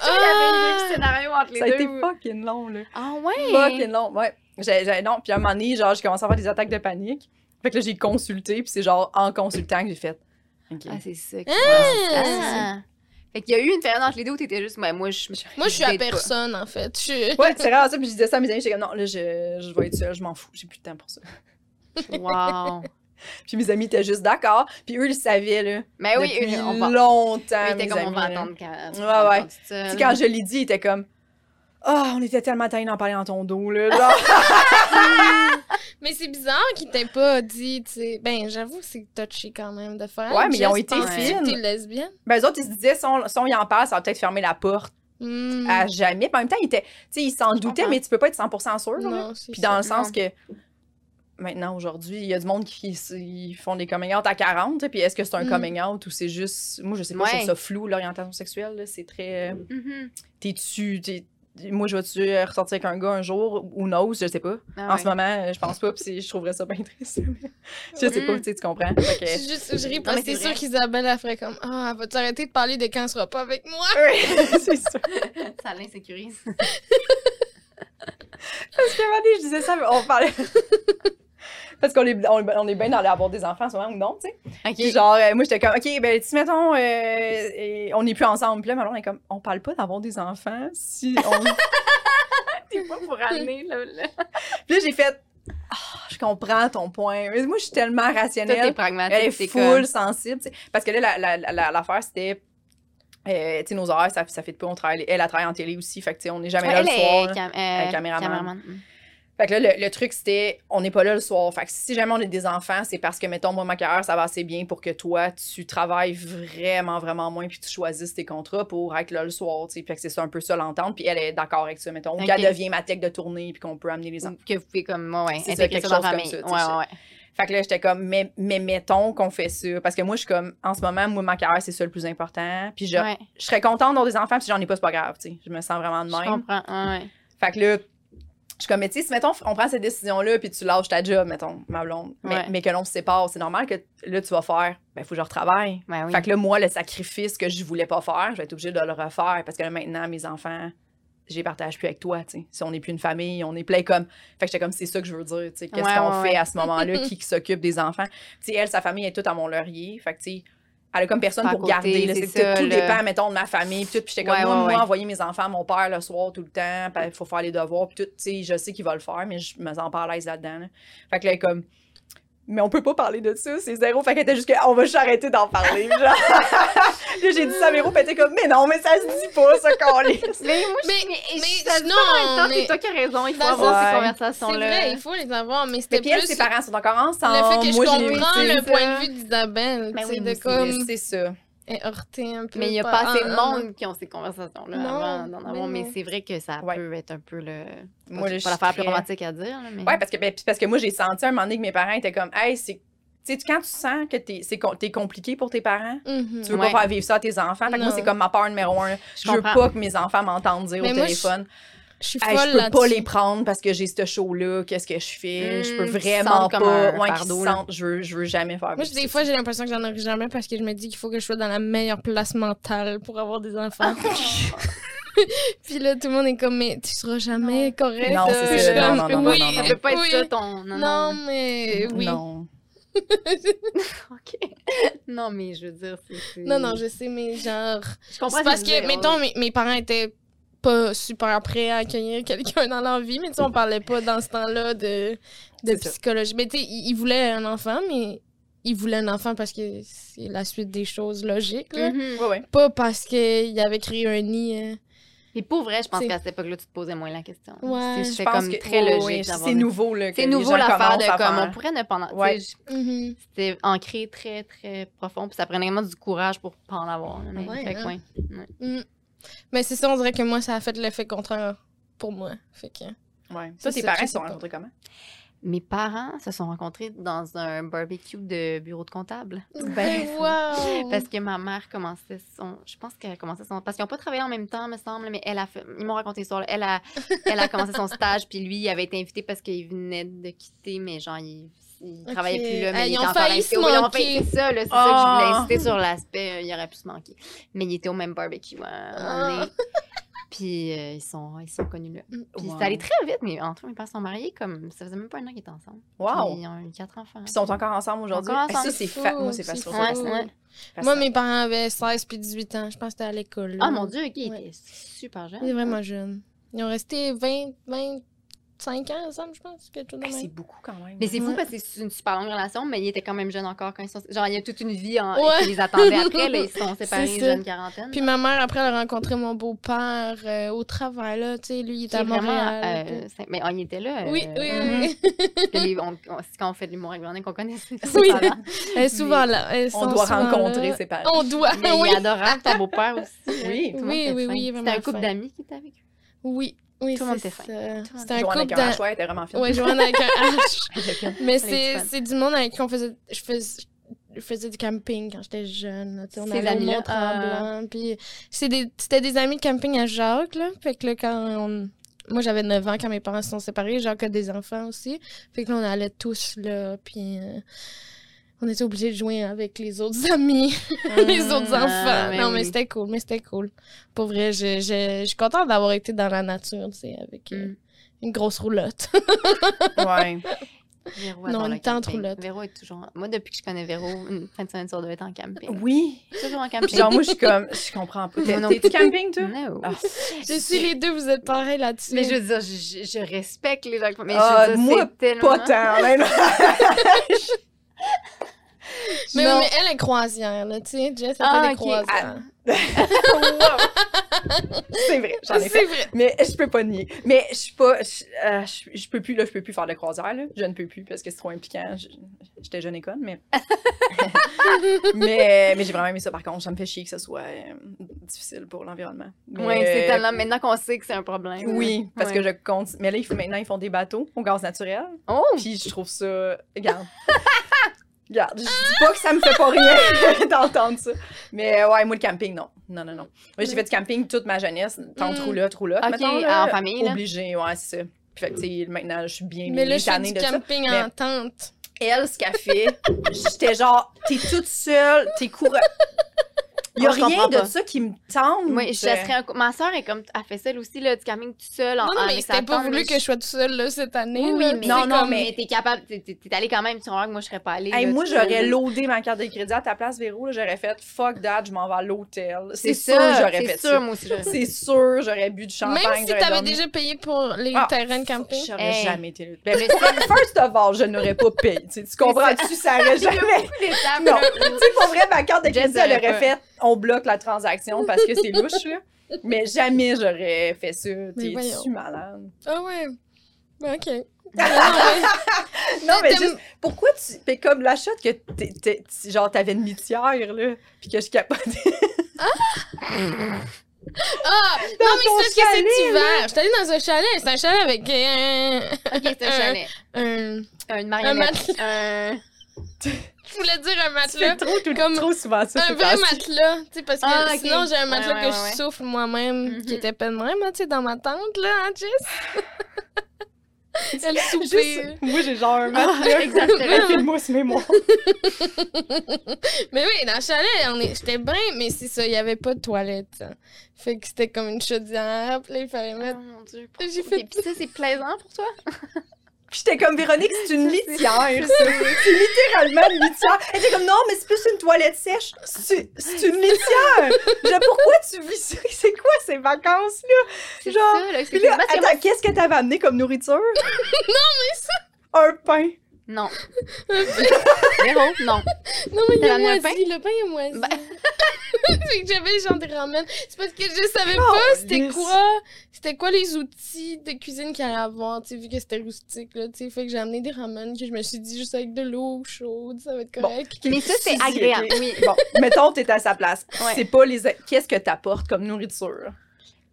S2: Ah!
S3: Ah!
S2: scénario entre les
S1: Ça a
S2: deux,
S1: été
S2: ou-
S1: fucking long, là.
S2: Ah ouais!
S1: Fucking long, ouais. J'ai, j'ai- non, puis à un moment donné, genre, j'ai commencé à avoir des attaques de panique. Fait que là, j'ai consulté, puis c'est genre en consultant que j'ai fait. OK.
S2: Ah, c'est ça.
S3: Ah!
S2: Ah! Fait qu'il y a eu une période entre les deux où t'étais juste, ben moi, je.
S3: Moi, je suis à
S2: Peut-être pas.
S3: personne, en fait. Je suis- <laughs>
S1: Ouais, c'est rare ça, puis je disais ça à mes amis, j'étais comme, non, là, je, je vais être seule, je m'en fous, j'ai plus de temps pour ça.
S2: Wow!
S1: Puis mes amis étaient juste d'accord, puis eux, ils le savaient, là.
S2: Mais Eh oui,
S1: depuis
S2: une- on va.
S1: longtemps.
S2: C'était
S1: mes
S2: comme on va
S1: amis, là.
S2: attendre
S1: Ouais,
S2: quand.
S1: ouais. Tu sais, quand je l'ai dit, il était comme, ah, on était tellement tannés d'en parler dans ton dos, là. <laughs> Genre,
S3: Mais c'est bizarre qu'ils t'aient pas dit, tu sais. Ben, j'avoue, c'est touché quand même de faire.
S1: Ouais, mais ils ont
S3: Juste
S1: été
S3: penses-tu
S1: fines.
S3: que t'es lesbienne?
S1: Ben, eux autres, ils se disaient, si on, si on y en parle, ça va peut-être fermer la porte
S3: Hmm.
S1: à jamais. Puis en même temps, ils étaient- tu sais, ils s'en doutaient,
S2: Mm. comprends.
S1: mais tu peux pas être 100% sûr. là.
S3: Non, c'est
S1: Puis dans le
S2: ça.
S1: sens que maintenant, aujourd'hui, il y a du monde qui s- ils font des coming out à 40. tu sais, Puis est-ce que c'est un
S3: Mm.
S1: coming out ou c'est juste. Moi, je sais pas, je
S2: Ouais.
S1: trouve ça flou, l'orientation sexuelle. là. C'est très. euh,
S2: Mhm.
S1: T'es-tu. t'es- Moi, je vais-tu euh, ressortir avec un gars un jour ou knows, je sais pas.
S2: Ah
S1: en
S2: ouais.
S1: ce moment, euh, je pense pas, puis c'est- je trouverais ça bien triste. <laughs> je sais pas,
S2: Mm.
S1: tu sais, tu comprends. <laughs> Fait
S3: Je,
S1: que-
S3: suis juste, je ris
S2: Non,
S3: parce
S2: mais
S3: que c'est
S2: c'est
S3: sûr
S2: vrai.
S3: qu'Isabelle, elle ferait comme Ah, vas-tu arrêter de parler de quand elle sera pas avec moi?
S1: Oui, c'est sûr.
S2: Ça l'insécurise.
S1: Parce qu'à un moment donné, je disais ça, mais on parlait. <laughs> Parce qu'on est, on, on est bien dans l'avoir des enfants en ce moment ou non, tu sais. Puis
S2: Ok.
S1: genre, euh, moi, j'étais comme, OK, ben, si, mettons, euh, et on n'est plus ensemble. Puis là, maintenant, on est comme, on parle pas d'avoir des enfants si <laughs> on.
S2: T'es pas pour amener, là. là.
S1: Puis là, j'ai fait, Ah, je comprends ton point. Mais moi, je suis tellement
S2: Toi, t'es
S1: rationnelle.
S2: pragmatique.
S1: Elle est
S2: t'es
S1: full sensible, tu sais. Parce que là, l'affaire, la, la, l'affaire, c'était. euh, tu sais, nos horaires, ça, ça fait de peu, on travaille. Elle, elle travaille en télé aussi, fait que, tu sais, on n'est jamais
S2: Ouais,
S1: là le
S2: elle
S1: soir. là.
S2: est cam- euh,
S1: caméraman.
S2: Mm.
S1: Fait que là, le, le truc, c'était, on n'est pas là le soir. Fait que si jamais on a des enfants, c'est parce que, mettons, moi, ma carrière, ça va assez bien pour que toi, tu travailles vraiment, vraiment moins, puis tu choisisses tes contrats pour être là le soir, tu sais. Fait que c'est ça un peu ça l'entente, puis elle est d'accord avec ça, mettons. Ou
S2: Ok. Mm.
S1: qu'elle devient ma tech de tournée, puis qu'on peut amener les enfants.
S2: Ou Que vous pouvez comme, ouais, ouais,
S1: C'est ça,
S2: intégrer
S1: quelque
S2: ça dans
S1: chose
S2: la
S1: comme
S2: famille.
S1: ça, tu sais,
S2: ouais, ouais.
S1: Fait que là, j'étais comme, mais, mais mettons qu'on fait ça. Parce que moi, je suis comme, en ce moment, moi, ma carrière, c'est ça le plus important. Puis je,
S2: ouais.
S1: je serais contente d'avoir des enfants, puis si j'en ai pas, c'est pas grave, tu sais. Je me sens vraiment de
S2: Je
S1: même.
S2: comprends. Ouais, ouais.
S1: Fait que là, je suis comme, mais tu sais, si mettons, on prend cette décision-là, puis tu lâches ta job, mettons, ma blonde, mais,
S2: Ouais.
S1: mais que l'on se sépare, c'est normal que là, tu vas faire, ben, faut que je retravaille.
S2: Ouais, oui.
S1: Fait que là, moi, le sacrifice que je voulais pas faire, je vais être obligée de le refaire parce que là, maintenant, mes enfants, je les partage plus avec toi, tu sais. Si on n'est plus une famille, on est plein comme. Fait que j'étais comme, c'est ça que je veux dire, tu sais. Qu'est-ce
S2: Ouais,
S1: qu'on
S2: ouais,
S1: fait
S2: <laughs> ouais.
S1: à ce moment-là, qui, qui s'occupe des enfants. Tu sais, elle, sa famille est toute à Mont-Laurier. Fait que, tu sais, elle a comme personne
S2: Pas à
S1: pour
S2: côté,
S1: garder. là.
S2: c'est
S1: C'est
S2: ça,
S1: que tout
S2: le-
S1: dépend, mettons, de ma famille. Puis tout. Puis j'étais comme,
S2: Ouais,
S1: moi,
S2: ouais,
S1: moi,
S2: ouais.
S1: envoyer mes enfants à mon père le soir tout le temps, puis il faut faire les devoirs, puis tout, tu sais, je sais qu'il va le faire, mais je me sens pas à l'aise là-dedans. là. Fait que là, elle est comme, mais on peut pas parler de ça, c'est zéro. Fait qu'elle était juste que, on va juste arrêter d'en parler.
S3: <laughs>
S1: Genre. là, j'ai dit ça à Véro, puis elle était comme, mais non, mais ça se dit pas, ça, qu'on
S3: <laughs>
S2: Mais moi, je-
S3: Mais-
S2: mais,
S3: mais
S2: je- ça se
S3: sinon,
S2: fait en même temps,
S3: on est-
S2: c'est toi qui as raison, il faut
S3: Dans
S1: un-
S2: avoir ces
S1: Ouais.
S3: C'est
S2: conversations-là.
S3: vrai, il faut les avoir, mais
S1: Mais
S3: c'était
S1: puis
S3: plus
S1: elle, ses parents sont encore ensemble.
S3: le fait que
S1: Moi,
S3: je
S1: l'ai
S3: comprends
S1: été. Ben
S2: c'est
S3: le
S2: ça.
S3: point de vue d'Isabelle.
S2: Ben
S3: tu
S2: oui,
S3: sais,
S2: moi
S3: de
S2: aussi,
S3: comme
S1: C'est ça.
S3: est heurtée un peu.
S2: Mais il n'y a pas assez de
S3: ah,
S2: monde qui ont ces conversations-là
S3: Non,
S2: avant d'en
S3: mais
S2: avoir. Mais,
S3: non.
S2: c'est vrai que ça
S1: Ouais.
S2: peut être un peu le. c'est
S1: Moi,
S2: pas
S1: là, je
S2: l'affaire la plus
S1: serais-
S2: romantique à dire. là, mais...
S1: Ouais, parce que, ben, puis parce que moi, j'ai senti un moment donné que mes parents étaient comme, hey, c'est. Tu sais, quand tu sens que t'es c'est com- t'es compliqué pour tes parents,
S3: ah. Mhm.
S1: tu veux
S2: Ouais.
S1: pas faire vivre ça à tes enfants. Fait que moi,
S3: Non.
S1: c'est comme ma peur numéro un. Je, veux
S2: comprends.
S1: pas que mes enfants m'entendent dire
S3: Mais
S1: au
S3: moi, je-
S1: téléphone.
S3: Je suis
S1: Hey,
S3: folle
S1: je peux pas
S3: là-dessus.
S1: les prendre parce que j'ai ce show-là. Qu'est-ce que je fais? je peux
S2: Mm, qu'ils se
S1: vraiment
S2: sentent
S1: pas.
S2: comme un
S1: ouais, qu'ils se
S2: fardeau, là.
S1: sentent- je, veux, je veux jamais faire
S3: Moi,
S1: vivre
S3: des
S1: ça.
S3: fois, j'ai l'impression que j'en aurai jamais parce que je me dis qu'il faut que je sois dans la meilleure place mentale pour avoir des
S1: <laughs>
S3: enfants. <laughs> Puis là, tout le monde est comme, mais tu seras jamais correct.
S1: Non,
S3: euh,
S1: c'est ça, non,
S3: comme,
S1: non, non, non,
S3: oui,
S1: non, non.
S2: Ça peut pas être
S3: oui.
S2: ça ton. Non, non.
S3: Non, mais oui. Non.
S1: Non.
S2: OK. non, mais je veux dire. c'est- c'est-
S3: non, je sais, mais genre.
S2: Je comprends.
S3: C'est
S2: ce
S3: parce
S2: tu veux
S3: que,
S2: dire,
S1: oh.
S3: mettons, mes, mes parents étaient pas super prêts à accueillir <laughs> quelqu'un dans leur vie, mais tu sais, on parlait pas dans ce temps-là de, de
S1: C'est ça.
S3: psychologie. Mais tu sais, ils, ils voulaient un enfant, mais ils voulaient un enfant parce que c'est la suite des choses logiques, là.
S2: ouais. Mhm.
S1: Ouais, ouais.
S3: Pas parce qu'ils avaient créé un nid. euh,
S2: Mais pour vrai, je pense
S3: C'est-
S2: qu'à cette époque-là, tu te posais moins la question.
S3: Ouais.
S2: C'est-
S3: Je
S2: C'était
S1: pense
S2: comme
S1: que-
S2: très
S1: ouais, ouais,
S2: logique. d'avoir
S1: C'est
S2: des-
S1: nouveau, là. que
S2: C'est
S1: les
S2: nouveau
S1: gens
S2: l'affaire
S1: commencent à
S2: de comme
S1: faire.
S2: on pourrait ne pas en avoir.
S1: Ouais.
S2: Tu sais, je-
S3: mhm.
S2: C'était ancré très, très profond. Puis ça prenait vraiment du courage pour pas en avoir. là, mais-
S3: Ouais,
S2: fait que
S3: hein.
S2: ouais.
S3: Mais c'est ça, on dirait que moi, ça a fait l'effet contraire pour moi. Fait que...
S1: Ouais.
S3: C'est
S1: Ça, tes
S3: ça,
S1: parents se
S3: je sais
S1: sont
S3: pas.
S1: rencontrés comment?
S2: Mes parents se sont rencontrés dans un barbecue de bureau de comptable.
S3: <laughs>
S1: Ben,
S3: wow!
S2: Parce que ma mère commençait son. Je pense qu'elle commençait son. Parce qu'ils n'ont pas travaillé en même temps, me semble, mais elle a fait- Ils m'ont raconté l'histoire. là. Elle
S3: <laughs>
S2: a... elle a commencé son stage, puis lui, il avait été invité parce qu'il venait de quitter, mais genre, il. Il
S3: Ok.
S2: travaillait plus là, mais
S3: Ah,
S2: il
S3: ils
S2: était
S3: ont
S2: encore
S3: failli
S2: là.
S3: se
S2: Oui, ils ont
S3: manquer.
S2: failli- C'est ça, là, c'est ça que je voulais
S1: Ah.
S2: insister sur l'aspect. euh, il aurait pu se manquer. Mais il était au même barbecue à un
S3: Ah.
S2: moment donné. Puis euh, ils, sont, ils sont connus là. Puis
S1: Wow.
S2: ça allait très vite, mais entre eux, mes parents sont mariés comme. Ça faisait même pas un an qu'ils étaient ensemble.
S1: Wow!
S2: Puis ils ont eu quatre enfants.
S1: Puis ils sont encore ensemble aujourd'hui.
S2: Encore
S1: Eh,
S2: ensemble.
S1: Ça, c'est
S3: Fou,
S1: fa... Moi, c'est
S3: c'est
S1: facile.
S3: fou.
S2: Ouais, ouais.
S3: Moi, mes parents avaient 16 puis 18 ans. Je pense que c'était à l'école. là.
S2: Ah mon dieu, ok, ils
S3: Ouais.
S2: étaient super jeunes.
S3: Ils étaient vraiment jeunes. Ils ont resté 20, 25 ans ensemble, je pense. Quelque chose de
S1: Ah, C'est
S3: même.
S1: beaucoup quand même.
S2: Mais c'est fou
S3: Ouais.
S2: parce que c'est une super longue relation, mais ils étaient quand même jeunes encore quand ils sont. Genre, il y a toute une vie en...
S3: Ouais.
S2: qui les attendait après, là, ils se sont
S3: <laughs> C'est
S2: séparés,
S3: ça.
S2: jeune quarantaine.
S3: Puis ma mère, après, elle a rencontré mon beau-père euh, au travail. Là, tu sais, lui, il
S2: Qui
S3: était
S2: est
S3: à
S2: vraiment,
S3: Montréal.
S2: euh, c'est- mais oh, ils étaient là.
S3: puis- Oui,
S2: euh,
S3: oui,
S1: euh,
S3: oui.
S2: parce que les- on- on- c'est quand on fait de l'humour avec Véronique qu'on connaît.
S3: <laughs>
S2: c'est-
S3: Oui.
S2: ça, là.
S3: Elle est souvent là. Elles
S1: euh, On
S3: sont
S1: doit
S3: souvent
S1: rencontrer
S3: là.
S1: ses parents.
S3: On doit,
S2: Mais
S3: <laughs> oui.
S2: il est adorable, ton beau-père aussi. hein.
S1: Oui.
S2: Tout le monde
S3: Oui,
S2: était
S3: oui,
S2: fin.
S3: oui, il est
S2: C'était
S3: vraiment
S2: un couple
S3: fin.
S2: d'amis qui était avec eux.
S3: Oui, oui,
S2: Tout le monde
S3: c'est
S2: était fin.
S3: ça.
S2: monde
S3: C'était un
S1: Joanne
S3: couple
S1: avec
S3: d'un...
S1: un choix, elle était vraiment fine.
S3: Ouais, Joanne avec
S1: <laughs>
S3: un H. Mais
S2: Elle est
S3: c'est
S2: fun.
S3: c'est du monde avec qui on faisait. Je faisais, je faisais du camping quand j'étais jeune. là, tu sais, on
S2: Ces
S3: allait au
S2: amis-là, ah.
S3: Mont-Tremblant. Puis c'est des- c'était des amis de camping à Jacques. Là, fait que là, quand on. Moi, j'avais 9 ans quand mes parents se sont séparés. Jacques a des enfants aussi. Fait que là, on allait tous là. Puis. euh, on était obligés de jouer avec les autres <laughs> amis, les autres
S2: ah,
S3: enfants.
S2: ben
S3: non, mais
S2: oui.
S3: c'était cool, mais c'était cool. Pour vrai, je, je, je suis contente d'avoir été dans la nature, tu sais, avec euh,
S2: Mm.
S3: une grosse roulotte.
S1: Ouais.
S2: Véro
S3: Non,
S2: adore
S3: une
S2: le
S3: tente
S2: camping.
S3: roulotte.
S2: Véro est toujours. Moi, depuis que je connais Véro, une fin de semaine sur deux est en camping.
S1: Oui.
S2: Toujours en camping.
S1: Genre, moi, je suis comme, je comprends pas.
S2: Non, non.
S1: T'es- T'es du camping, toi?
S2: No.
S1: Ah.
S3: je suis les deux, vous êtes pareils là-dessus.
S2: Mais je veux dire, je, je- je respecte les gens. qui font- Mais
S1: Ah,
S2: je veux dire,
S1: moi,
S2: c'est tellement...
S1: Pas tant, honnêtement.
S3: Mais,
S1: Non.
S3: mais elle est croisière, là, tu sais. Jess, elle
S2: Ah,
S3: fait des
S2: ok.
S3: croisières.
S1: Wow. C'est vrai, j'en ai fait.
S3: C'est vrai.
S1: Mais je peux pas nier. Mais je suis pas. Je, euh, je- je peux plus, là, je peux plus faire de croisière, là. Je ne peux plus parce que c'est trop impliquant. Je- J'étais jeune école, mais. mais mais j'ai vraiment aimé ça, par contre. Ça me fait chier que ce soit euh, difficile pour l'environnement. Mais-
S2: Oui, c'est tellement. Maintenant qu'on sait que c'est un problème.
S1: Oui, parce
S2: Ouais.
S1: que je compte. Mais là, ils font- maintenant, ils font des bateaux au gaz naturel.
S2: Oh!
S1: Puis je trouve ça. Regarde. <laughs> Regarde, je dis pas que ça me fait pas rien <laughs> d'entendre ça. Mais euh, ouais, moi, le camping, non. Non, non, non. Moi, j'ai fait du camping toute ma jeunesse, tente
S3: Mm.
S1: roulotte, roulotte.
S2: Ok,
S1: mettons, là.
S2: en famille, là.
S1: Obligé, ouais, c'est ça. Puis fait que, tu sais, maintenant, je suis bien
S3: Mais là, je fais
S1: tannée
S3: du
S1: de ça.
S3: camping
S1: Mais-
S3: en tente.
S1: Elle, ce qu'elle fait, j'étais genre, t'es toute seule, t'es courage. Il y a
S2: Moi, je
S1: rien
S2: comprends
S1: de
S2: pas.
S1: ça qui me tente.
S2: Moi, je laisserais un coup- Ma soeur est comme. Elle fait ça elle aussi, là, du camping tout seul. en-
S3: Non, non,
S2: en-
S3: mais
S2: avec sa
S3: c'était pas
S2: tante,
S3: voulu
S2: là,
S3: que je sois toute seule là, cette année.
S2: Oui,
S3: là,
S2: oui, mais,
S3: tu sais,
S1: Non, non,
S3: comme-
S1: mais-
S2: t'es capable, t'es, t'es- t'es allée quand même, tu comprends que moi je serais pas allée.
S1: Hey,
S2: là,
S1: moi,
S2: tu
S1: j'aurais
S2: sais.
S1: loadé ma carte de crédit à ta place, Véro. là, J'aurais fait fuck that, je m'en vais à l'hôtel.
S2: C'est
S1: C'est sûr,
S2: ça,
S1: j'aurais
S2: c'est
S1: fait
S2: sûr,
S1: ça.
S2: moi aussi j'aurais fait
S1: C'est sûr, j'aurais bu du champagne.
S3: Même si
S1: j'aurais
S3: t'avais
S1: dormi.
S3: déjà payé pour les
S1: Ah,
S3: terrains de camping.
S1: J'aurais
S2: Hey.
S1: jamais été là. Ben,
S2: Mais
S1: <laughs> first of all, je n'aurais pas payé. Tu sais, tu comprends-tu? Ça
S2: <laughs>
S1: aurait jamais.
S2: ça.
S1: Non. Tu sais, pour vrai, ma carte de
S2: Je
S1: crédit,
S2: saurais
S1: elle aurait
S2: pas.
S1: fait on bloque la transaction parce que c'est louche, là. Mais jamais j'aurais fait ça. T'es-tu
S3: voyons.
S1: malade?
S3: Ah ouais. Ben, ok.
S1: Non, mais
S3: T'aimes-
S1: juste, pourquoi tu. Puis comme la shot que t'es- t'es- t- genre, t'avais une litière, là, puis que je capotais.
S3: Ah! Non, mais
S1: Dans ton
S3: c'est parce que
S1: chalet,
S3: cet
S1: là.
S3: hiver, j'étais allée dans un chalet. C'est un chalet avec euh,
S2: Ok, c'est un chalet.
S3: un,
S2: Une marionnette. Un.
S3: Je voulais dire un
S1: C'est
S3: matelas.
S1: trop, tout-
S3: Comme-
S1: trop souvent ça.
S3: Un
S1: c'est
S3: vrai
S1: passé.
S3: matelas, tu sais, parce que
S2: Ah, ok.
S3: sinon j'ai un
S2: Ouais,
S3: matelas
S2: ouais,
S3: que
S2: ouais, ouais.
S3: je souffle moi-même, qui
S2: Mhm.
S3: était pas de même, hein, tu sais, dans ma tente, là, hein, Jess? <laughs> Elle soupire.
S1: Juste, moi, j'ai genre un
S3: Ah. <laughs>
S1: matelas.
S2: Ah, exactement.
S1: Avec une mousse mémoire.
S3: Mais oui, dans le chalet, on est... j'étais bien, mais c'est ça, il n'y avait pas de toilette. hein. Fait que c'était comme une chaudière, puis là, il fallait
S2: Oh
S3: mettre.
S2: mon dieu.
S3: J'ai fait.
S2: Et puis ça, c'est plaisant pour toi?
S1: Puis j'étais comme, Véronique, c'est une litière, ça. C'est littéralement une litière. Elle était comme, non, mais c'est plus une toilette sèche. C'est c'est une litière. Je, pourquoi tu vis ça? C'est quoi ces vacances-là?
S2: C'est
S1: Genre,
S2: ça, là.
S1: Puis là,
S2: parce que moi-
S1: attends, qu'est-ce que t'avais amené comme nourriture? non, mais
S3: ça-
S1: Un pain.
S3: <laughs>
S2: Non. Véro, non.
S3: Non, mais il
S2: T'as
S3: est
S2: amené
S3: moisi,
S2: un
S3: le pain est moisi.
S2: Ben-
S3: <laughs> fait que j'avais genre des ramen. C'est parce que je savais
S1: Oh,
S3: pas c'était
S1: lisse.
S3: quoi, c'était quoi les outils de cuisine qu'il allait avoir, tu sais, vu que c'était rustique, là, tu sais. Fait que j'ai amené des ramen que je me suis dit juste avec de l'eau chaude, ça va être
S1: Bon.
S3: correct.
S2: Mais ça, c'est
S1: Suzy, ok.
S2: agréable. Oui.
S1: Bon, mettons, t'es à sa place.
S2: Ouais.
S1: C'est pas les. Qu'est-ce que t'apportes comme nourriture?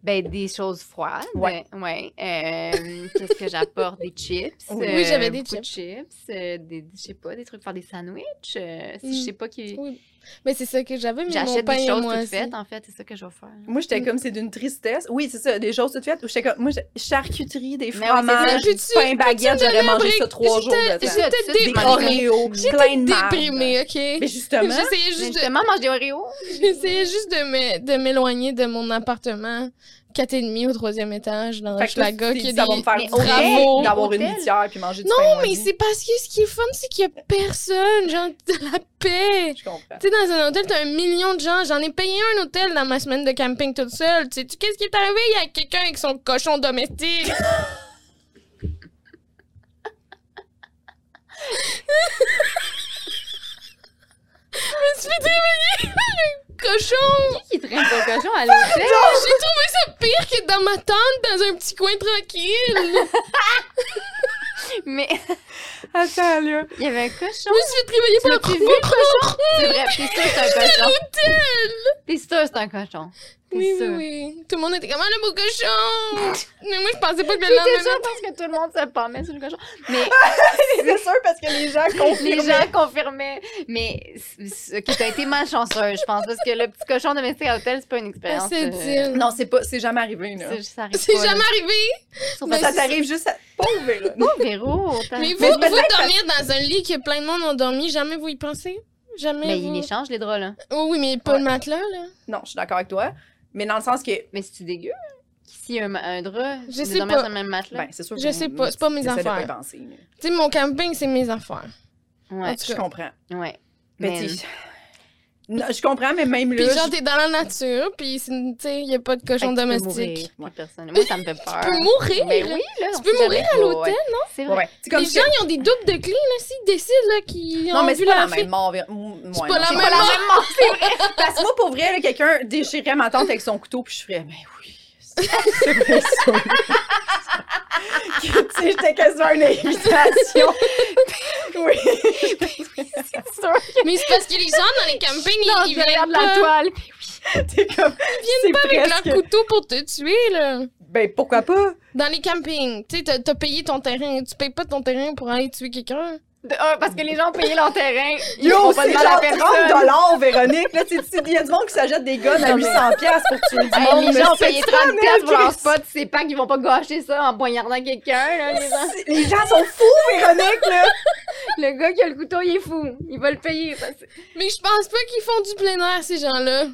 S2: Ben, des choses froides.
S1: Ouais.
S2: Ouais. Euh, Qu'est-ce que j'apporte? Des chips.
S1: Oui,
S2: euh,
S3: j'avais des
S2: beaucoup de chips. euh, des, je sais pas, des trucs, faire des sandwichs. euh, si Je sais pas qui.
S3: Mm. Oui. Mais c'est ça que j'avais, mais mon
S2: J'achète
S3: pain
S2: des
S3: est
S2: choses toutes
S3: moisi.
S2: faites, en fait. C'est ça que je vais faire.
S1: Moi, j'étais
S3: Mm.
S1: comme, c'est d'une tristesse. Oui, c'est ça, des choses toutes faites. Ou J'étais comme, moi, j'ai- charcuterie, des
S2: Mais oui,
S1: fromages,
S3: Mais
S2: Mange,
S3: peux-tu-
S1: pain baguette,
S3: peux-tu me
S1: j'aurais mangé
S3: bric-
S1: ça trois jours de
S3: J'étais
S1: temps.
S2: Ça, ça,
S3: j'étais
S2: c'est
S1: Des
S2: mon
S3: déprimée.
S1: Oreos, plein de marde.
S3: Déprimée,
S1: Mais
S3: ok?
S1: justement,
S3: J'essayais
S2: Mais
S3: juste de...
S2: Justement, mange des Oreos.
S3: J'essayais juste de me- de m'éloigner de mon appartement 4,5 au troisième étage dans
S1: fait que toi, tu
S3: Schlaga.
S1: t'es
S3: qui a
S1: dit, ça va
S3: des-
S1: me faire
S2: mais
S1: du bien
S3: hôtel,
S1: d'avoir une
S2: hôtel.
S1: litière puis manger du
S3: Non,
S1: pain
S3: Mais
S1: moisi.
S3: c'est parce que ce qui est fun, c'est qu'il y a personne, genre, de la paix.
S1: Je comprends.
S3: Tu sais, dans un hôtel, t'as un million de gens. J'en ai payé un hôtel dans ma semaine de camping toute seule. Tu sais-tu qu'est-ce qui est arrivé? Il y a quelqu'un avec son cochon domestique. Je me suis fait réveiller par un cochon!
S2: Qui traîne ton cochon à l'hôtel?
S3: <laughs> J'ai trouvé ça pire que dans ma tente, dans un petit coin tranquille.
S2: Mais
S1: Attends, là.
S2: il y avait un cochon.
S3: Je me suis fait réveiller par un
S2: l'as-tu vu,
S3: cochon.
S2: C'est vrai, t'es sûr que c'est
S3: <laughs>
S2: un cochon. T'es sûr que c'est un cochon. T'es
S3: Oui, oui,
S2: sûr.
S3: oui. Tout le monde était comme, ah, le beau cochon! Mais moi, je pensais pas que le
S2: T'es
S3: lendemain.
S2: sûr parce que tout le monde se palmait sur le cochon. Mais
S1: <laughs> C'est sûr parce que les gens confirment.
S2: les gens confirmaient. Mais c- c- que t'as été malchanceuse, je pense. Parce que le petit cochon domestique à l'hôtel, c'est pas une
S3: Ah,
S2: expérience.
S3: c'est
S2: euh,
S3: dire.
S1: Non, c'est pas, c'est jamais arrivé, là.
S2: c'est- ça arrive
S3: C'est
S2: pas, là.
S3: jamais arrivé.
S2: Sauf
S3: mais
S2: que
S1: Ça
S2: ça
S1: t'arrive juste à. Pauvre Véronique.
S2: Bon, Véro, t'as-
S3: Mais
S2: Ah. mais,
S3: vous,
S1: Mais
S3: vous
S1: peut-être
S3: dormir dans un lit que plein de monde ont dormi, jamais vous y pensez? Jamais.
S2: Ben, il
S3: vous-
S2: échange les draps, là.
S3: Oh oui, mais pas
S1: Ouais.
S3: le matelas, là.
S1: Non, je suis d'accord avec toi. Mais dans le sens que.
S2: Mais si tu dégueu, hein? s'il y a un, un drap,
S3: Je
S2: de
S3: sais
S2: dormir
S3: pas.
S2: sur le même matelas.
S1: Ben, c'est sûr
S3: Je sais pas, c'est pas mes
S1: j'essaie de pas y
S3: affaires.
S1: penser, mais-
S3: Tu sais, mon camping, c'est mes affaires.
S2: ouais,
S3: en tout
S1: Je
S3: cas. ben,
S1: comprends.
S2: ouais.
S1: Mais
S2: Man.
S1: tu- Non, je comprends, mais même
S3: Puis
S1: là.
S3: genre,
S1: je-
S3: t'es dans la nature, puis c'est- tu sais, y a pas de cochon
S2: Fait que tu peux mourir,
S3: domestique.
S2: puis personne- Moi, ça me fait peur.
S3: Tu peux mourir!
S2: Ben oui, là. on
S3: Tu peux
S2: sait
S3: mourir à
S1: Ouais,
S3: l'hôtel?
S1: ouais,
S2: jamais. C'est
S1: ouais,
S2: vrai.
S1: ouais. C'est comme
S3: les
S1: si-
S3: gens, ils ont des doubles de clés, là, s'ils décident, là, qu'ils
S1: Non,
S3: ont
S1: mais
S3: vu
S1: c'est pas la
S3: la
S1: même
S3: fille.
S1: mort. Vér- Mou-
S3: C'est
S1: ouais,
S3: pas
S1: non,
S3: la
S1: c'est
S3: même mort.
S1: mort, c'est vrai. <laughs> Parce que moi, pour vrai, là, quelqu'un déchirait ma tante avec son couteau, puis je ferais, ben oui. <laughs> c'est- C'est bien sûr. tu sais, j'étais quasiment une invitation. <laughs> oui.
S2: C'est sûr.
S3: <laughs> Mais c'est parce que les gens dans les campings,
S2: Non,
S3: ils, ils
S2: je regarde
S3: viennent
S2: la
S3: pas
S2: toile. puis
S1: T'es comme. C'est
S3: avec leur
S1: presque.
S3: couteau pour te tuer, là.
S1: Ben pourquoi pas?
S3: Dans les campings, tu sais, t'as- t'as payé ton terrain. Tu payes pas ton terrain pour aller tuer quelqu'un.
S2: de- ah, parce que les gens ont payé leur terrain. Ils
S1: Yo,
S2: font pas
S1: c'est
S2: de mal à
S1: genre 30
S2: personne.
S1: Véronique. Là, tu sais, il y a du monde qui s'achète des guns à 800$ piastres pour tuer du
S2: Hey,
S1: monde.
S2: les
S1: mais
S2: gens ont
S1: c'est
S2: payé
S1: ça,
S2: 30 piastres pour leur
S1: Chris.
S2: spot. C'est pas qu'ils vont pas gâcher ça en poignardant quelqu'un. là, les
S3: <laughs>
S2: gens.
S1: C'est- Les gens sont fous, Véronique, là!
S2: Le gars qui a le couteau, il est fou. Il va le payer. parce que-
S3: Mais je pense pas qu'ils font du plein air, ces gens-là.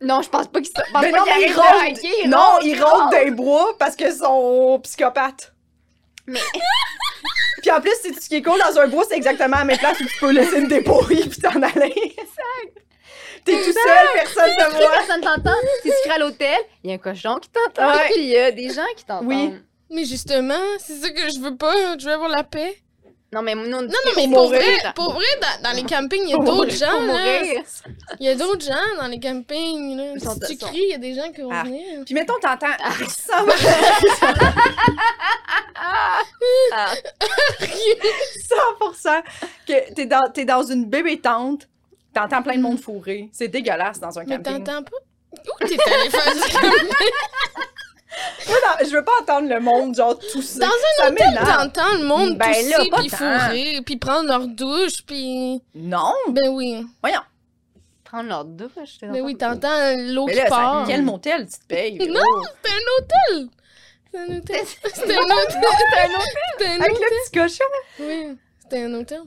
S2: Non, je pense pas qu'il se. je pense
S1: Ben
S2: pas
S1: non,
S2: qu'il
S1: mais il
S2: arrête de
S1: ronde.
S2: hacker, il
S1: non,
S2: ronde,
S1: ils
S2: ronde.
S1: rentrent des bras parce qu'ils sont psychopathes.
S2: Mais-
S1: <laughs> puis en plus, c'est ce qui est cool dans un bois, c'est exactement à la même place où tu peux laisser une dépouille puis t'en aller. Exact. T'es tout seul, personne te
S2: Puis <laughs>
S1: voit.
S2: Oh, personne t'entend. Si tu cries à l'hôtel, il y a un cochon qui t'entend.
S1: Ouais.
S2: Puis il y a des gens qui t'entendent.
S1: Oui.
S3: Mais justement, c'est ça que je veux pas. Je veux avoir la paix.
S2: Non, mais nous, on dit
S3: Non, non, mais
S2: qu'on
S3: pour
S2: mourait.
S3: vrai, pour vrai, dans, dans les campings, il y a
S1: Pour
S3: d'autres
S1: vrai,
S3: gens,
S2: Pour
S3: là.
S2: mourir.
S3: Il y a d'autres gens dans les campings, là.
S2: Ils sont-
S3: Si tu
S2: sont-
S3: cries, il y a des gens qui vont
S1: Ah.
S3: venir.
S1: <laughs> Puis mettons, t'entends. <laughs> Ça
S2: <laughs>
S1: <laughs>
S2: Ah,
S1: 100% que t'es dans, t'es dans une bébé tente, t'entends plein de monde fourré. C'est dégueulasse dans un
S3: Mais
S1: camping.
S3: t'entends pas? Où t'es allé faire du
S1: <laughs>
S3: camping?
S1: Moi, non, je veux pas entendre le monde, genre, tousser.
S3: Dans un
S1: ça m'énerve.
S3: T'entends le monde
S1: Ben
S3: tousser,
S1: là, pas
S3: puis
S1: tant.
S3: fourrer, puis prendre leur douche, puis...
S1: Hmm. Non!
S3: Ben oui.
S1: Voyons.
S2: prendre leur douche.
S3: Ben oui, t'entends l'eau
S1: Mais
S3: qui
S1: là, ça-
S3: part.
S1: quel motel tu te payes?
S3: Non,
S1: oh.
S3: C'était un hôtel!
S1: <laughs>
S3: C'était un hôtel. C'était un hôtel. C'était un
S1: Avec
S3: hôtel.
S1: le petit cochon.
S3: Oui, c'était un hôtel.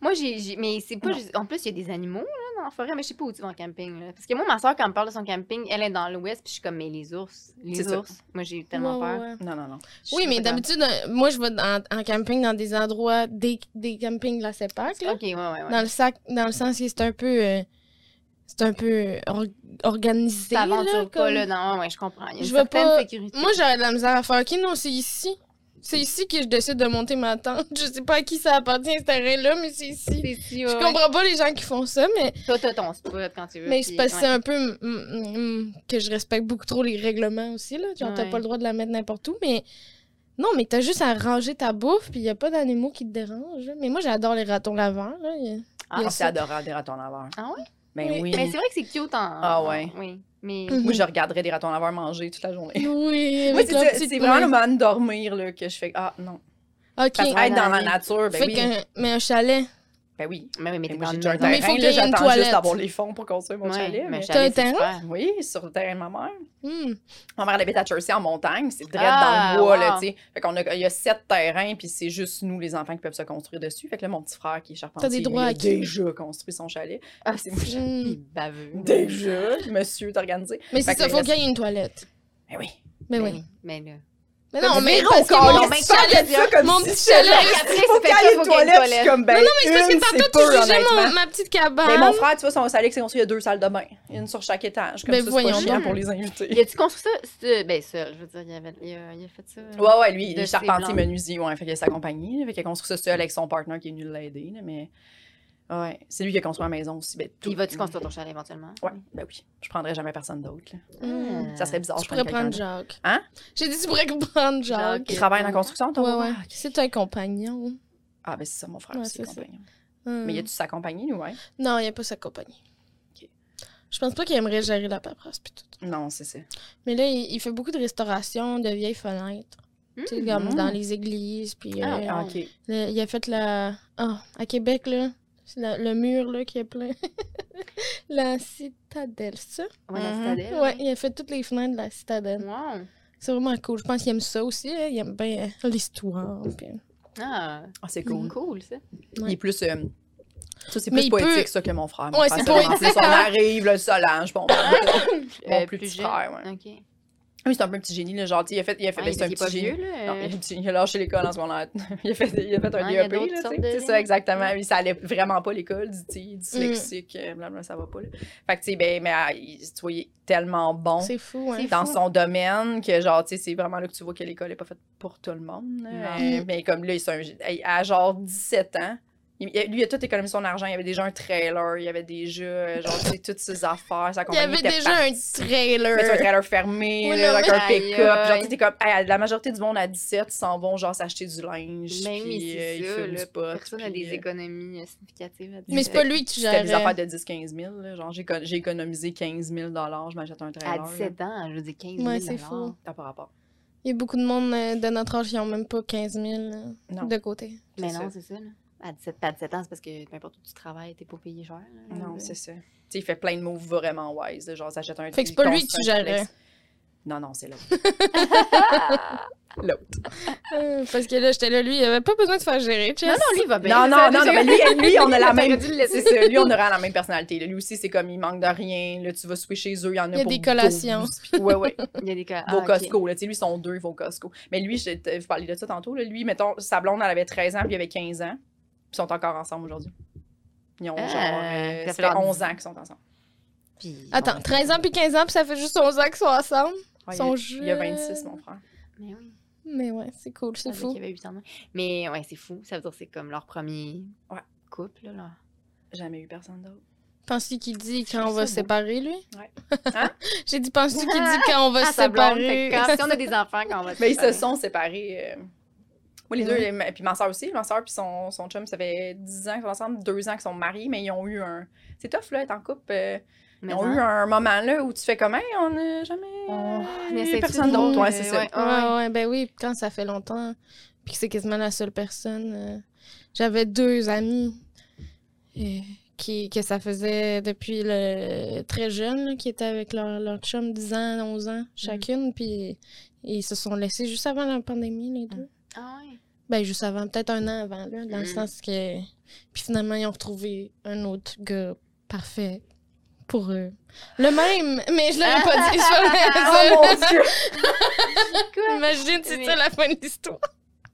S2: Moi, j'ai. j'ai- Mais c'est pas juste. En plus, il y a des animaux là, dans la forêt, mais je sais pas où tu vas en camping. Là. Parce que moi, ma soeur, quand elle me parle de son camping, elle est dans l'ouest, puis je suis comme, mais les ours.
S1: C'est
S2: Les
S1: ça.
S2: ours. Moi, j'ai eu tellement
S3: Ouais, ouais,
S2: peur.
S3: ouais.
S1: Non, non, non.
S2: Je
S3: Oui,
S2: sais
S3: mais
S2: pas
S3: d'habitude, euh, moi, je vais dans- en camping dans des endroits, des, des campings de la CEPAC,
S2: comment- ah,
S3: là.
S2: Ok, ouais, ouais. ouais.
S3: Dans le sac, dans le sens que c'est un peu... euh, c'est un peu euh, or- organisé, là.
S2: T'aventures pas
S3: comme-
S2: là. Dans... Ouais, ouais, je comprends. Il y a une
S3: Je vais
S2: certaine
S3: pas-
S2: sécurité.
S3: Moi, j'aurais de la misère à faire. Ok, non, c'est ici. C'est ici que je décide de monter ma tente. <laughs> Je sais pas à qui ça appartient, ce terrain-là, mais c'est ici.
S2: C'est sûr,
S3: Je
S2: ouais.
S3: comprends pas les gens qui font ça, mais,
S2: Toi, t'as ton spot quand tu
S1: Euh,
S2: veux.
S3: mais
S2: puis-
S3: c'est parce que c'est
S2: ouais.
S3: un peu mm, mm, mm, que je respecte beaucoup trop les règlements aussi. Là. Genre, t'as
S2: Ouais.
S3: pas le droit de la mettre n'importe où, mais non, mais t'as juste à ranger ta bouffe, puis y a pas d'animaux qui te dérangent. là. Mais moi, j'adore les ratons laveurs. Là. Y a-
S1: Ah,
S3: Bien
S1: c'est
S3: sûr.
S1: adorable, des ratons laveurs.
S2: Ah ouais?
S1: Ben
S3: Oui.
S1: oui.
S2: Mais c'est vrai que c'est cute en.
S1: Ah ouais.
S2: Oui. Mais.
S3: Mhm.
S1: Moi, je regarderais des ratons laveurs manger toute la journée.
S3: Oui,
S1: Moi,
S3: avec
S1: c'est
S3: leur
S1: ça,
S3: petite
S1: c'est vraiment le
S3: main.
S1: moment de dormir là, que je fais Ah non.
S3: Ok.
S1: Parce
S2: Ouais,
S1: qu'être dans
S2: dans la
S1: la
S2: vie.
S1: nature, ben
S3: Fait
S1: oui.
S3: qu'un- mais un chalet.
S1: Ben oui.
S2: Mais oui, mais
S1: Mais
S2: t'es
S1: moi,
S2: dans
S1: j'ai
S2: le
S1: déjà un
S2: maison.
S1: terrain,
S3: Mais faut
S1: là,
S3: qu'il y ait une
S1: j'attends juste
S3: toilette.
S1: d'avoir les fonds pour construire mon
S2: Ouais,
S1: chalet.
S2: mais
S1: mais-
S2: chalet,
S3: T'as un
S2: c'est
S3: terrain?
S2: super.
S1: Oui, sur le terrain de ma mère.
S3: Hmm.
S1: Ma mère elle habite à Chelsea en montagne, c'est direct
S2: Ah,
S1: dans le bois, là,
S2: wow.
S1: tu sais. Fait qu'on a, il y a sept terrains, puis c'est juste nous, les enfants, qui peuvent se construire dessus. Fait que là, mon petit frère qui est charpentier,
S3: T'as des
S1: lui,
S3: droits
S1: il a
S3: acquis.
S1: déjà construit son chalet.
S2: Ah,
S1: C'est moi, j'ai-
S3: Hmm.
S2: Il baveux.
S1: déjà, <laughs> monsieur, t'as organisé.
S3: Mais c'est
S1: Fait que
S3: ça, faut
S1: reste-
S3: qu'il y ait une toilette.
S1: Ben oui.
S3: Mais oui.
S2: Mais là.
S3: Mais
S1: T'as
S3: non,
S1: dit,
S3: mais
S1: Véro,
S3: parce que
S1: encore,
S3: mon
S1: là,
S3: petit
S1: tu parles
S3: chalet...
S1: de ça comme
S3: mon
S1: si
S3: petit
S1: c'était-
S3: chalet-
S1: Faut qu'il y ait une toilette, je suis comme ben. Non,
S3: Mais c'est parce que tantôt, tu jugeais mon- ma petite cabane.
S1: Mais mon frère, tu vois, son chalet qui s'est construit, il y a deux salles de bain. Une sur chaque étage. Comme
S3: Ben
S1: ça, c'est pas
S3: voyons
S1: chiant
S3: donc.
S1: pour les invités.
S2: Il a-tu construit ça? C'est- Ben, seul, je veux dire, il, avait- il a, il a fait ça.
S1: Ouais, ouais, lui, il
S2: De
S1: est
S2: ses
S1: charpentier
S2: blancs.
S1: menuisier, ouais. Fait qu'il a sa compagnie. là, Fait qu'il a construit ça seul avec son partenaire qui est venu l'aider, là, mais. Ouais, c'est lui qui a construit la maison aussi. Ben, tout.
S2: Il va-tu construire ton chalet éventuellement?
S1: Ouais, ben oui. Je prendrais jamais personne d'autre, là.
S3: Hmm.
S1: Ça serait bizarre.
S3: Tu
S1: je
S3: pourrais
S1: prends quelqu'un
S3: prendre
S1: d'autre.
S3: Jacques.
S1: Hein?
S3: J'ai dit tu pourrais <laughs> prendre Jacques.
S1: Qui travaille dans la construction, toi?
S3: Ouais, ouais. C'est un compagnon.
S1: Ah, ben c'est ça, mon frère,
S3: Ouais,
S1: c'est
S3: c'est
S1: son
S3: ça.
S1: compagnon.
S3: Hum.
S1: Mais y a-tu sa compagnie, lui, ouais?
S3: Non, il n'y a pas sa compagnie.
S1: Ok.
S3: Je pense pas qu'il aimerait gérer la paperasse pis tout.
S1: Non, c'est ça.
S3: Mais là, il, il fait beaucoup de restauration de vieilles fenêtres.
S2: Hmm.
S3: Tu sais, comme
S1: Mhm.
S3: dans les églises. Puis
S2: Ah,
S3: euh,
S2: ouais.
S1: Ah, ok.
S3: le- il a fait la. Ah, à Québec, là. c'est la- le mur, là, qui est plein. <laughs> la citadelle, ça.
S2: Ouais, la
S1: Mhm.
S2: citadelle.
S3: Ouais, il a fait toutes les fenêtres de la citadelle.
S2: Wow.
S3: C'est vraiment cool. Je pense qu'il aime ça aussi. là. Il aime bien euh, l'histoire. puis-
S2: Ah,
S1: Ah, c'est
S2: cool.
S1: cool.
S2: cool, ça.
S1: Il est plus. euh, ça, c'est
S3: Mm. Mais
S1: plus
S3: il
S1: poétique,
S3: peut-
S1: ça, que mon frère. Mon
S3: Ouais,
S1: frère,
S3: c'est
S1: vraiment
S3: poétique,
S1: plus, On
S3: hein.
S1: arrive, le solange, bon.
S3: <laughs>
S1: mon
S2: Euh,
S1: plus petit
S2: jeune.
S1: frère, ouais. Ah
S2: Ok. Ouais,
S1: Oui, c'est un peu un petit génie, le genre, tu sais, il a fait. Il a fait ben,
S2: il
S1: c'est un
S2: est pas
S1: petit génie.
S2: vieux, là.
S1: Non,
S2: euh,
S1: il a dit- il a lâché l'école en secondaire. <laughs> il, a fait, il a fait un
S2: Ouais, il y a
S1: DEP,
S2: d'autres
S1: là,
S2: sortes
S1: tu sais.
S2: de
S1: C'est
S2: liens.
S1: ça, exactement.
S2: Ouais. Mm.
S1: Lui, ça allait vraiment pas à l'école, dit il est dyslexique, euh, blablabla, ça va pas, là. Fait que, tu sais, ben, mais ah, il, tu vois, il est tellement bon
S3: C'est fou, hein.
S2: C'est
S1: dans
S2: fou.
S1: son domaine que, genre, tu sais, c'est vraiment là que tu vois que l'école est pas faite pour tout le monde. là.
S2: Non.
S1: Euh, mais comme là, il est un- à genre 17 ans, il- il- lui, il a tout économisé son argent. Il y avait déjà un trailer, il y avait déjà, euh, genre, tu sais, toutes ses affaires, sa
S3: Il y
S1: compagnie
S3: avait
S1: était
S3: déjà un
S1: partie.
S3: trailer.
S1: Mais c'est un trailer fermé,
S3: Oui,
S1: là,
S3: non,
S1: avec
S2: mais-
S1: un pick-up.
S2: Aïe,
S1: Genre,
S2: aïe.
S1: tu sais, t'es comme, hey, la majorité du monde à 17 s'en vont, genre, s'acheter du linge.
S2: Ben oui,
S1: puis, euh,
S2: c'est
S1: ils
S2: ça.
S1: fument
S2: là,
S1: du pot.
S2: Personne n'a
S1: puis,
S2: des
S1: euh,
S2: économies euh, significatives à
S3: Mais c'est pas lui qui
S1: C'était des affaires
S3: gérait.
S1: de 10-15 000. là. Genre, j'ai, éco- j'ai économisé 15 000 je m'achète un
S2: À
S1: trailer. là.
S2: 17 ans, je veux dire 15 000
S3: Ouais, c'est fou.
S1: T'as pas rapport.
S3: Il y a beaucoup de monde euh, de notre âge qui n'ont même pas 15 000 euh,
S1: Non.
S3: de côté.
S2: Mais
S1: C'est
S2: non,
S1: ça.
S2: c'est ça, là. À 17, pas à 17 ans, c'est parce que peu importe où tu travailles, t'es pas payé cher. là.
S1: Non,
S2: Euh,
S1: c'est ça. Tu sais, il fait plein de moves vraiment wise. là, Genre, s'achète un
S3: Fait que c'est pas lui que tu
S1: construit un
S3: gérais.
S1: complexe. Non, non, c'est là.
S3: Euh, Parce que là, j'étais là, lui, il avait pas besoin de se faire gérer, tu
S2: Non,
S3: sais.
S2: non, lui, il va
S1: Non,
S2: bien.
S1: non, non, non, mais lui, lui, on a
S2: <laughs>
S1: la
S2: T'aurais
S1: même.
S2: dû le laisser.
S1: C'est ça, lui, on aura la même personnalité. là. Lui aussi, c'est comme il manque de rien. Là, tu vas souper chez eux, il y en a
S3: Il y a
S1: pour
S3: des collations.
S1: 12, puis-
S2: <laughs>
S1: Ouais, ouais.
S2: Il y a des cas.
S1: Vos
S2: ah, ok.
S1: Costco, là, tu sais, lui, ils sont deux, vos Costco. Mais lui, je, te- vous parliez de ça tantôt, là, lui, mettons, sa blonde, elle avait 13 ans, puis il avait 15 ans, puis ils sont encore ensemble aujourd'hui. Ils ont
S2: Ah,
S1: genre, euh,
S2: ça
S1: ça
S2: fait
S1: fait
S2: leur
S1: 11 ans qu'ils sont ensemble.
S2: Puis,
S3: Attends,
S2: bon,
S3: 13 ans puis 15 ans, puis ça fait juste 11 ans qu'ils sont ensemble.
S1: Ouais,
S3: Son
S1: il, a, il a
S3: jeu-
S1: 26, mon frère.
S2: Mais oui,
S3: Mais ouais, c'est cool, c'est
S2: c'est fou.
S3: fou.
S2: Il avait 8 ans. de moins. Mais ouais, c'est fou. Ça veut dire que c'est comme leur premier
S1: Ouais.
S2: couple, là.
S1: Jamais eu personne d'autre.
S3: Penses-tu qu'il dit quand
S2: trouve
S3: on
S2: ça
S3: va se
S2: beau.
S3: séparer, lui?
S1: Ouais. Hein?
S3: <laughs> J'ai dit, penses-tu qu'il dit quand on
S2: <laughs>
S3: va
S2: Ah,
S3: se
S2: sa blonde, fait
S3: séparer?
S2: que quand- si on a des enfants, quand
S1: <laughs>
S2: on va
S1: Mais ils se
S2: séparer.
S1: sont séparés. euh, Moi, les deux, les- ma- puis ma soeur aussi, ma soeur puis son, son chum, ça fait 10 ans qu'ils sont ensemble, 2 ans qu'ils sont mariés, mais ils ont eu un. C'est tough, là, être en couple. euh,
S2: Mais
S1: ils ont
S2: hein.
S1: eu un moment, là, où tu fais comme, Hey, on n'a jamais.
S2: On
S1: eu
S2: essaie de-
S1: personne d'autre. euh, Ouais, c'est ça. <laughs>
S2: Ouais,
S3: Ouais,
S2: ouais.
S3: ouais, ben oui, quand ça fait longtemps, puis que c'est quasiment la seule personne. euh, J'avais deux amis euh, qui, que ça faisait depuis le très jeune, là, qui étaient avec leur, leur chum 10 ans, 11 ans chacune, puis ils se sont laissés juste avant la pandémie, les deux.
S2: Ah ouais.
S3: Ben, juste avant, peut-être un an avant, là, dans le
S2: Mm.
S3: sens que. Puis finalement, ils ont retrouvé un autre gars parfait pour eux. Le même, mais je l'aurais pas dit, je
S1: <laughs> Oh
S3: l'aurais-
S1: mon dieu!
S2: Quoi?
S3: Imagine, c'est
S2: Mais-
S3: ça la fin de l'histoire.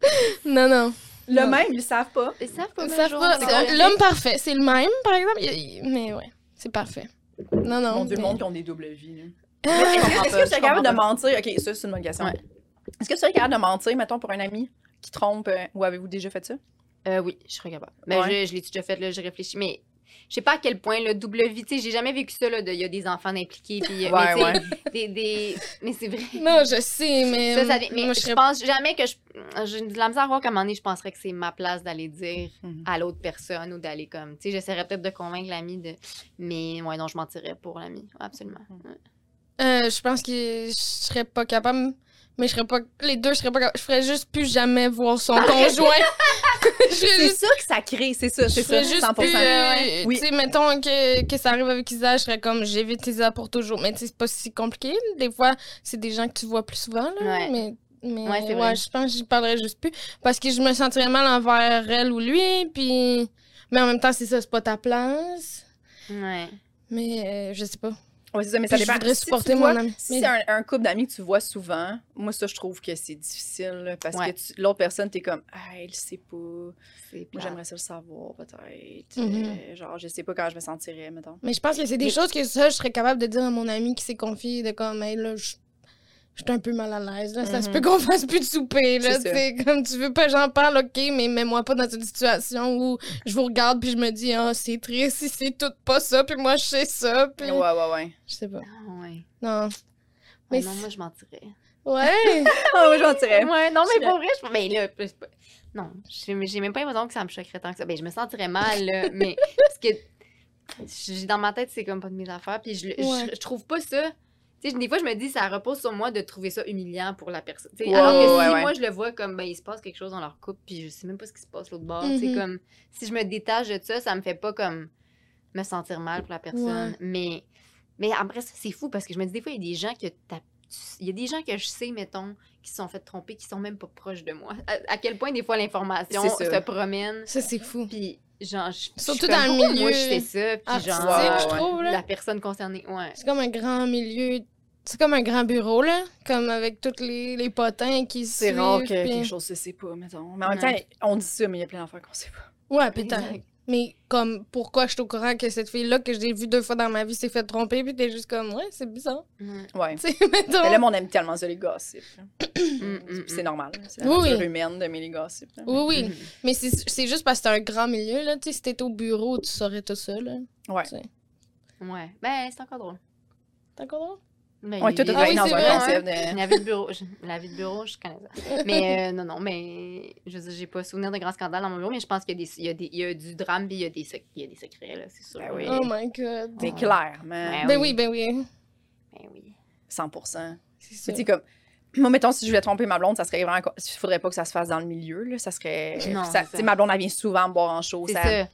S3: <laughs> Non, non.
S1: Le
S3: Non.
S1: même, ils le savent pas.
S2: Ils savent pas. même
S3: Ça va,
S2: jour,
S3: c'est-
S2: mais on-
S3: L'homme parfait, c'est le même, par exemple. Il- il- Mais ouais, c'est parfait. Non, non.
S1: Mon Dieu, le
S3: mais-
S1: monde qui ont des doubles vies. là. <laughs> Est-ce
S3: Ah,
S2: comprends
S1: que- est-ce que
S2: pas,
S1: tu
S2: je
S1: es capable de
S2: comprends
S1: mentir? Ok, ça, c'est une bonne question.
S2: Ouais.
S1: Est-ce que tu es capable de mentir, mettons, pour un ami qui trompe euh, ou avez-vous déjà fait ça?
S2: Euh, oui, je serais capable. Mais
S1: Ouais.
S2: je, je l'ai déjà fait, là, je réfléchis. Mais je sais pas à quel point le double vie, tu sais, j'ai jamais vécu ça, là, de- il y a des enfants impliqués, puis euh, mais, tu sais, des, des- Mais c'est vrai.
S3: Non, je sais, mais.
S2: Ça, ça vient- mais
S3: Hum, moi, je
S2: je
S3: serais
S2: pense jamais que je. J'ai de la misère à voir qu'à un moment donné, je penserais que c'est ma place d'aller dire
S3: Mm-hmm.
S1: Mhm.
S2: à l'autre personne ou d'aller comme. Tu sais, j'essaierais peut-être de convaincre l'ami de. Mais ouais, non, je mentirais pour l'ami. Absolument. Ouais.
S3: Euh, je pense que je serais pas capable, mais je serais pas. Les deux, je serais pas capable. Je ferais juste plus jamais voir son conjoint. <laughs> je ferais
S1: C'est
S3: juste.
S1: ça que ça crée, c'est ça,
S3: Je
S1: c'est ça,
S3: ferais juste
S1: 100%.
S3: plus. euh,
S1: Oui.
S3: Tu sais, mettons que, que ça arrive avec Isa, je serais comme j'évite Isa pour toujours. Mais tu sais, c'est pas si compliqué. Des fois, c'est des gens que tu vois plus souvent, là.
S2: Ouais.
S3: Mais, mais
S2: Ouais,
S3: ouais,
S2: c'est vrai.
S3: je pense que j'y parlerais juste plus. Parce que je me sentirais mal envers elle ou lui. Puis. Mais en même temps, c'est ça, c'est pas ta place.
S2: Ouais.
S3: Mais euh, je sais pas.
S1: Ouais, c'est ça, mais ça
S3: Puis je
S1: dépend.
S3: voudrais
S1: Si tu
S3: supporter
S1: vois-
S3: mon ami.
S1: Si
S3: Mais-
S1: c'est un, un couple d'amis que tu vois souvent, moi, ça, je trouve que c'est difficile là, parce
S2: Ouais.
S1: que tu- l'autre personne, t'es comme, ah, elle sait pas. Moi,
S2: C'est plate.
S1: j'aimerais ça le savoir, peut-être.
S3: Mhm.
S1: Euh, genre, je sais pas quand je me sentirais, mettons.
S3: Mais je pense que c'est des
S2: Mais-
S3: choses que ça, je serais capable de dire à mon ami qui s'est confié de comme, hey, là, je je suis un peu mal à l'aise, là. Ça se
S1: Mhm.
S3: peut qu'on fasse plus de souper, là.
S1: C'est
S3: Tu
S1: ça.
S3: sais, comme tu veux pas, j'en parle, OK, mais mets-moi pas dans une situation où je vous regarde puis je me dis, ah, c'est triste, si c'est tout pas ça, puis moi, je sais ça, puis.
S1: Ouais, ouais, ouais.
S3: Je sais pas.
S2: Ah, ouais.
S3: Non.
S2: Mais
S3: Mais
S2: non, moi, je mentirais.
S3: Ouais!
S1: Ah, moi, je mentirais.
S2: Ouais, non,
S1: Je
S2: mais pour vrai, je. Mais là, c'est pas- non, j'ai j'ai même pas l'impression que ça me choquerait tant que ça. Ben, je me sentirais mal,
S1: <laughs>
S2: là, mais. Parce que. j'ai- Dans ma tête, c'est comme pas de mes affaires, puis je, le- je-
S3: Ouais.
S2: je trouve pas ça. Tu sais, des fois, je me dis, ça repose sur moi de trouver ça humiliant pour la personne. Tu sais,
S1: Ouais,
S2: alors que
S1: ouais,
S2: si
S1: ouais.
S2: moi, je le vois comme, ben, il se passe quelque chose dans leur couple, puis je sais même pas ce qui se passe l'autre bord. Tu sais,
S3: Mhm.
S2: comme. Si je me détache de ça, ça me fait pas comme me sentir mal pour la personne.
S3: Ouais.
S2: Mais. Mais après ça, c'est fou parce que je me dis, des fois, il y a des gens que t'as- Il y a des gens que je sais, mettons, qui se sont fait tromper, qui sont même pas proches de moi. À, à quel point, des fois, l'information
S1: C'est ça.
S2: se promène.
S3: ça, c'est fou.
S2: Puis, genre, je, je
S3: Surtout
S2: suis
S3: dans
S2: comme,
S3: le
S2: Pourquoi
S3: milieu
S2: Moi, je sais ça. Puis,
S3: artistique,
S2: genre,
S1: ouais,
S3: je
S1: ouais.
S3: trouve, là.
S2: la personne concernée. Ouais.
S3: C'est comme un grand milieu. C'est comme un grand bureau, là. Comme avec tous les, les potins qui se.
S1: C'est rare que
S3: suivent, puis-
S1: quelque chose se sait pas, mettons. Mais en même
S2: Ouais.
S1: temps, on dit ça, mais il y a plein d'affaires qu'on sait pas.
S3: Ouais, putain.
S1: <laughs>
S2: Exact.
S3: Mais comme, pourquoi je suis au courant que cette fille-là, que j'ai vue deux fois dans ma vie, s'est fait tromper, puis t'es juste comme, ouais, c'est bizarre. <laughs>
S2: Ouais.
S1: Ouais.
S3: Tu sais,
S1: Mais là,
S3: mettons.
S1: mon ami tellement ça, les gossips. là.
S2: mm,
S1: C'est normal. là. C'est la
S3: Oui,
S1: nature
S3: oui.
S1: humaine d'aimer les gossips. là.
S3: Oui, oui.
S2: Mhm.
S3: Mais c'est c'est juste parce que c'est un grand milieu, là. Tu sais, si t'étais au bureau, tu saurais tout ça, là.
S1: Ouais.
S2: Ouais. Ben, c'est encore drôle.
S3: T'as compris?
S2: Ben,
S1: On est
S2: il-
S1: tous
S2: il-
S1: travaillés dans
S3: Ah oui,
S1: un
S3: c'est vrai,
S1: concept de.
S2: hein. La vie de bureau, je, la vie de bureau, je connais ça. Mais euh, non, non, mais je veux dire, j'ai pas souvenir de grand scandale dans mon bureau, mais je pense qu'il y, a des- il y a des- il y a du drame, puis il y a des, sec- il y a des secrets, là, c'est sûr.
S1: Ben oui.
S3: Oh my god.
S1: Mais clairement,
S2: Ouais.
S3: Ben oui, ben oui.
S2: Ben oui.
S1: 100%.
S3: C'est
S1: Tu
S3: ça.
S1: sais, comme. Moi, mettons, si je voulais tromper ma blonde, ça serait vraiment. Il faudrait pas que ça se fasse dans le milieu, là. Ça serait.
S2: Non,
S1: ça-
S2: c'est
S1: tu sais,
S2: ça.
S1: ma blonde, elle vient souvent me boire en chaud.
S2: C'est
S1: Ça,
S2: ça.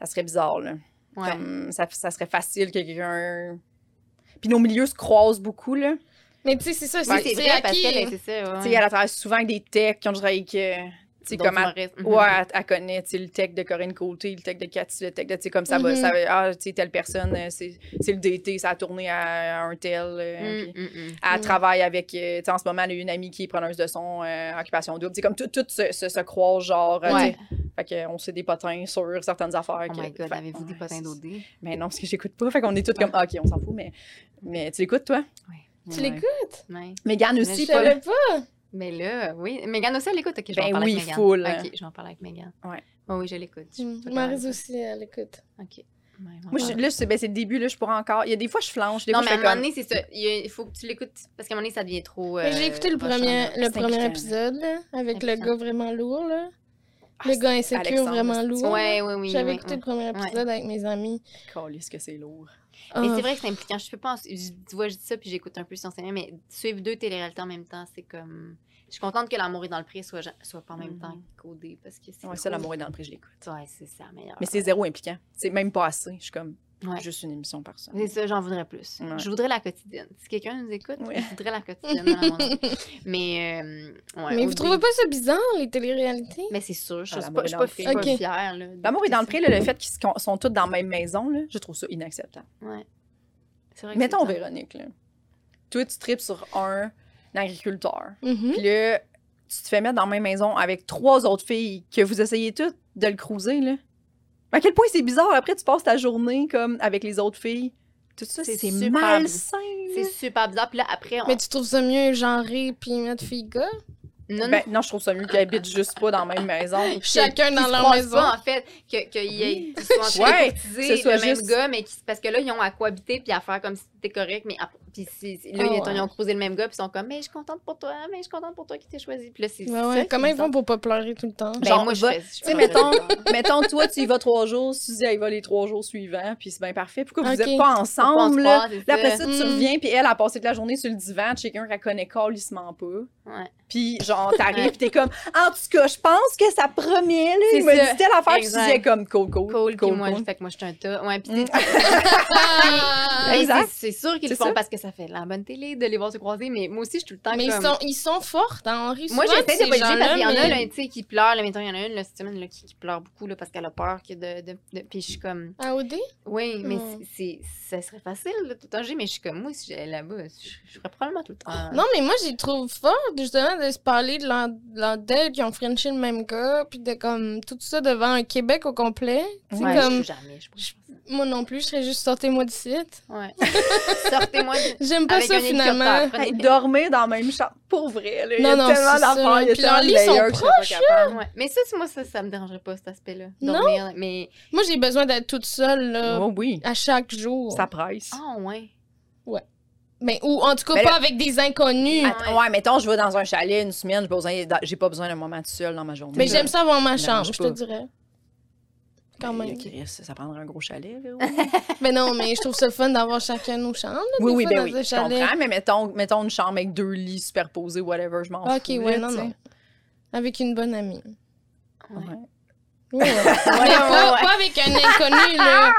S1: ça serait bizarre, là.
S2: Ouais.
S1: Comme, ça, ça serait facile que quelqu'un. Puis nos milieux se croisent beaucoup, là.
S3: Mais tu sais, c'est ça,
S2: Ouais,
S3: c'est
S2: c'est
S3: c'est
S2: vrai,
S3: à
S2: parce
S3: qui...
S2: qu'elle, c'est ça.
S1: Tu
S2: ouais.
S1: sais, elle travaille souvent avec des techs qui ont travaillé avec. euh, Tu sais,
S2: D'autres
S1: comme elle-
S2: humoristes. Mhm.
S1: Ouais, elle, elle connaît, tu sais, le tech de Corinne Côté, le tech de Cathy, le tech de, tu sais, comme ça va,
S3: Mhm.
S1: ça va, ah, tu sais, telle personne, euh, c'est c'est le DT, ça a tourné à, à un tel. euh,
S2: Mm,
S1: puis
S2: mm, mm.
S1: Elle
S3: Mhm.
S1: travaille avec, euh, tu sais, en ce moment, elle a une amie qui est preneuse de son, euh, occupation double, tu sais, comme tout, tout se, se, se croise, genre, euh, tu sais.
S2: Ouais.
S1: fait qu'on sait des potins sur certaines affaires.
S2: Oh
S1: que-
S2: my god,
S1: fait-
S2: avez-vous des
S1: ouais,
S2: potins
S1: c'est-
S2: d'OD?
S1: Mais non, parce que j'écoute pas, fait qu'on est toutes comme, ah, ok, on s'en fout, mais, mais tu l'écoutes, toi?
S2: Ouais.
S3: Tu
S1: Ouais.
S3: l'écoutes?
S2: Ouais.
S1: Mégane
S3: Je
S1: aussi,
S2: Mais
S1: pas.
S3: savais pas.
S2: Mais là, oui. Mégane aussi, elle écoute. Ok, je vais
S1: Ben
S2: en parler
S1: oui,
S2: avec Mégane.
S1: full.
S2: Ok, je vais en parler avec Mégane.
S1: Ouais.
S2: Oui, oui, je l'écoute. Je- je vais
S3: Marise
S2: parler.
S3: aussi, elle écoute.
S2: Ok. Ouais, on va
S1: Moi, je-
S2: parler.
S1: là, c'est ben, c'est le début, là, je pourrais encore. Il y a des fois, je flanche, des
S2: non,
S1: fois,
S2: mais
S1: je
S2: à un
S1: fais
S2: moment
S1: comme.
S2: donné, c'est ça. Il y a- il faut que tu l'écoutes parce qu'à un moment donné, ça devient trop.
S3: Mais J'ai
S2: euh,
S3: écouté le
S2: proche en
S3: premier,
S2: mode.
S3: le
S1: C'est
S3: premier
S1: inquiétant.
S3: épisode, là, avec le
S2: Inquiétant.
S3: gars vraiment lourd, là.
S1: Ah,
S3: Le gars insécure
S1: Alexandre,
S3: vraiment
S1: c'est-
S3: lourd.
S2: Ouais, oui, oui.
S3: J'avais
S2: oui,
S3: écouté
S2: oui.
S3: le premier épisode avec mes amis.
S1: Calisse que c'est lourd.
S2: Mais
S3: Oh,
S2: c'est vrai que c'est impliquant. Je peux pas. en- je- Tu vois, je dis ça puis j'écoute un peu si on sait rien, mais suivre deux télé-réalités en même temps, c'est comme. Je suis contente que l'amour est dans le prix soit, ja- soit pas en même
S1: Mhm.
S2: temps codé parce que c'est.
S1: Ouais, ça,
S2: trop-
S1: l'amour est dans le prix, je l'écoute.
S2: Ouais, c'est ça, meilleur.
S1: Mais c'est zéro impliquant. C'est même pas assez. Je suis comme,
S2: Ouais.
S1: juste une émission par semaine.
S2: C'est ça, j'en voudrais plus.
S1: Ouais.
S2: Je voudrais la quotidienne. Si quelqu'un nous écoute,
S1: Ouais.
S2: je voudrais la quotidienne. madame,
S1: <laughs>
S2: madame. Mais, euh, ouais,
S3: Mais
S2: au
S3: vous trouvez
S2: début-
S3: pas ça bizarre, les téléréalités?
S2: Mais c'est sûr, je
S1: Ah,
S2: suis
S1: l'amour
S2: pas,
S1: est
S2: je suis
S1: dans
S2: pas,
S1: le pré.
S2: je suis pas
S3: Ok.
S2: fière. là, de-
S1: L'amour est dans le
S2: de-
S1: prix, là, le fait qu'ils se- qu'on- sont tous dans la même maison, là, je trouve ça inacceptable.
S2: Ouais. C'est vrai que
S1: Mettons
S2: c'est bizarre.
S1: Véronique. Là. Toi, tu tripes sur un, agriculteur.
S3: Mhm.
S1: Puis là, tu te fais mettre dans la même maison avec trois autres filles que vous essayez toutes de le cruiser. Là. À quel point c'est bizarre. Après, tu passes ta journée comme avec les autres filles. Tout ça,
S2: C'est
S1: c'est
S2: super
S1: malsain.
S2: C'est super bizarre. Puis là, après, on...
S3: Mais tu trouves ça mieux genré puis mettre fille-gars?
S2: non, non,
S1: Ben, non, je trouve ça mieux qu'ils habitent juste pas dans la même
S2: <laughs>
S1: maison.
S3: Chacun
S2: qu'ils
S3: dans
S2: se
S3: leur
S2: croisent
S3: maison.
S2: Pas, en fait, que- qu'il y ait qu'ils soient en train
S1: Ouais,
S2: de
S1: que
S2: courtiser
S1: ce soit
S2: le même
S1: juste-
S2: gars, mais qui- parce que là, ils ont à cohabiter puis à faire comme si c'était correct. Mais à- puis c'est- c'est- là,
S3: Ah
S2: ils, ont-
S3: ouais.
S2: ils ont croisé le même gars, puis ils sont comme, mais je suis contente pour toi, mais je suis contente pour toi qui t'es choisi. Puis là, c'est.
S3: Ouais, ouais. Comment ils vont pour pas pleurer tout
S2: <laughs>
S3: le temps?
S1: Ben,
S2: Genre, moi, je
S1: va-
S2: fais. Tu
S1: sais, mettons- Mettons, toi, tu y vas trois jours, Suzy, elle y va les trois jours suivants, puis c'est bien parfait. Pourquoi vous
S3: Ok.
S1: n'êtes pas ensemble? Là? Là, après ça, tu
S3: Mm.
S1: reviens, puis elle a passé toute la journée sur le divan de quelqu'un qu'elle connaît calissement pas.
S2: Ouais.
S1: Puis, genre,
S2: Ouais.
S3: <laughs>
S1: t'arrives, puis t'es comme, en tout cas, je pense que ça promet, là.
S2: C'est
S1: Il m'a
S2: ça.
S1: dit telle affaire, puis
S2: Exact.
S1: Suzy est comme, cool, cool,
S2: Cool,
S1: cool,
S2: puis
S1: cool.
S2: moi, je fait que moi, je suis un tas. Ouais, puis
S1: Mm.
S3: Ah!
S2: Mais
S1: Exact.
S2: C'est c'est sûr qu'ils le
S1: C'est
S2: font
S1: ça.
S2: parce que ça fait de la bonne télé de les voir se croiser, mais moi aussi, je suis tout le temps
S3: Mais ils
S2: comme-
S3: sont, ils sont forts, hein, Henri.
S2: Moi,
S3: souvent,
S2: j'essaie de
S3: ces
S2: pas le dire parce
S3: gens-là,
S2: qu'il y en a,
S3: mais-
S2: là, tu sais, qui pleure. Là, mettons, il y en a une, là, cette semaine, là, qui, qui pleure beaucoup, là, parce qu'elle a peur que de, de, de- Puis je suis comme...
S3: À OD?
S2: Oui, mais
S3: Mm.
S2: c'est, c'est- ça serait facile, là, tout un jeu, mais je suis comme, moi, si j'allais là-bas, je, je ferais probablement tout le temps...
S3: Non, mais moi, je les trouve forts, justement, de se parler de leur, de leur date, qui ont frenché le même gars, puis de comme tout ça devant un Québec au complet. Tu sais,
S2: Ouais,
S3: comme,
S2: je suis jamais, je pense.
S3: moi non plus, je serais juste sortez-moi d'ici.
S2: Ouais. <laughs> Sortez-moi de...
S3: J'aime pas
S2: Avec un
S3: ça,
S2: hélicoptère,
S3: finalement.
S1: Hey,
S2: prenez-
S1: dormir dans la même chambre, pour vrai, là. Il y
S3: Non,
S1: a
S3: non,
S1: tellement
S3: c'est ça.
S1: d'affaires, il y a
S3: Puis leurs
S1: tellement de
S3: lits sont
S1: layers que je serais
S3: proches,
S1: pas capable.
S2: Ouais. Mais ça, c'est- moi, ça, ça me dérangerait pas, cet aspect-là.
S3: Non.
S2: Dormir, mais...
S3: Moi, j'ai besoin d'être toute seule, là,
S1: Oh oui,
S3: à chaque jour.
S1: ça presse.
S2: Ah, ouais.
S3: Mais, ou en tout cas,
S1: Mais
S3: pas avec des inconnus.
S2: Ah,
S1: Attends, ouais, mettons, je vais dans un chalet une semaine, j'ai pas besoin, d'a- j'ai pas besoin d'un moment tout seul dans ma journée.
S3: mais j'aime ça avoir ma
S1: me
S3: chambre,
S1: dérange
S3: je te
S1: pas. Ben,
S3: dirais. Quand
S1: Mais,
S3: même.
S1: Chris, ça prendrait un gros chalet, Véro.
S3: <laughs> Mais non, mais je trouve ça fun d'avoir chacun nos chambres. là,
S1: Oui,
S3: des
S1: oui,
S3: fois,
S1: ben
S3: dans
S1: oui.
S3: un
S1: Je
S3: chalet.
S1: comprends, mais mettons, mettons une chambre avec deux lits superposés, whatever, je m'en
S3: Ah, Ok,
S1: fous.
S3: ouais,
S1: là,
S3: non,
S1: tu sais.
S3: non. Avec une bonne amie.
S2: Ouais.
S3: Ouais. Mais pas, pas avec un inconnu, là.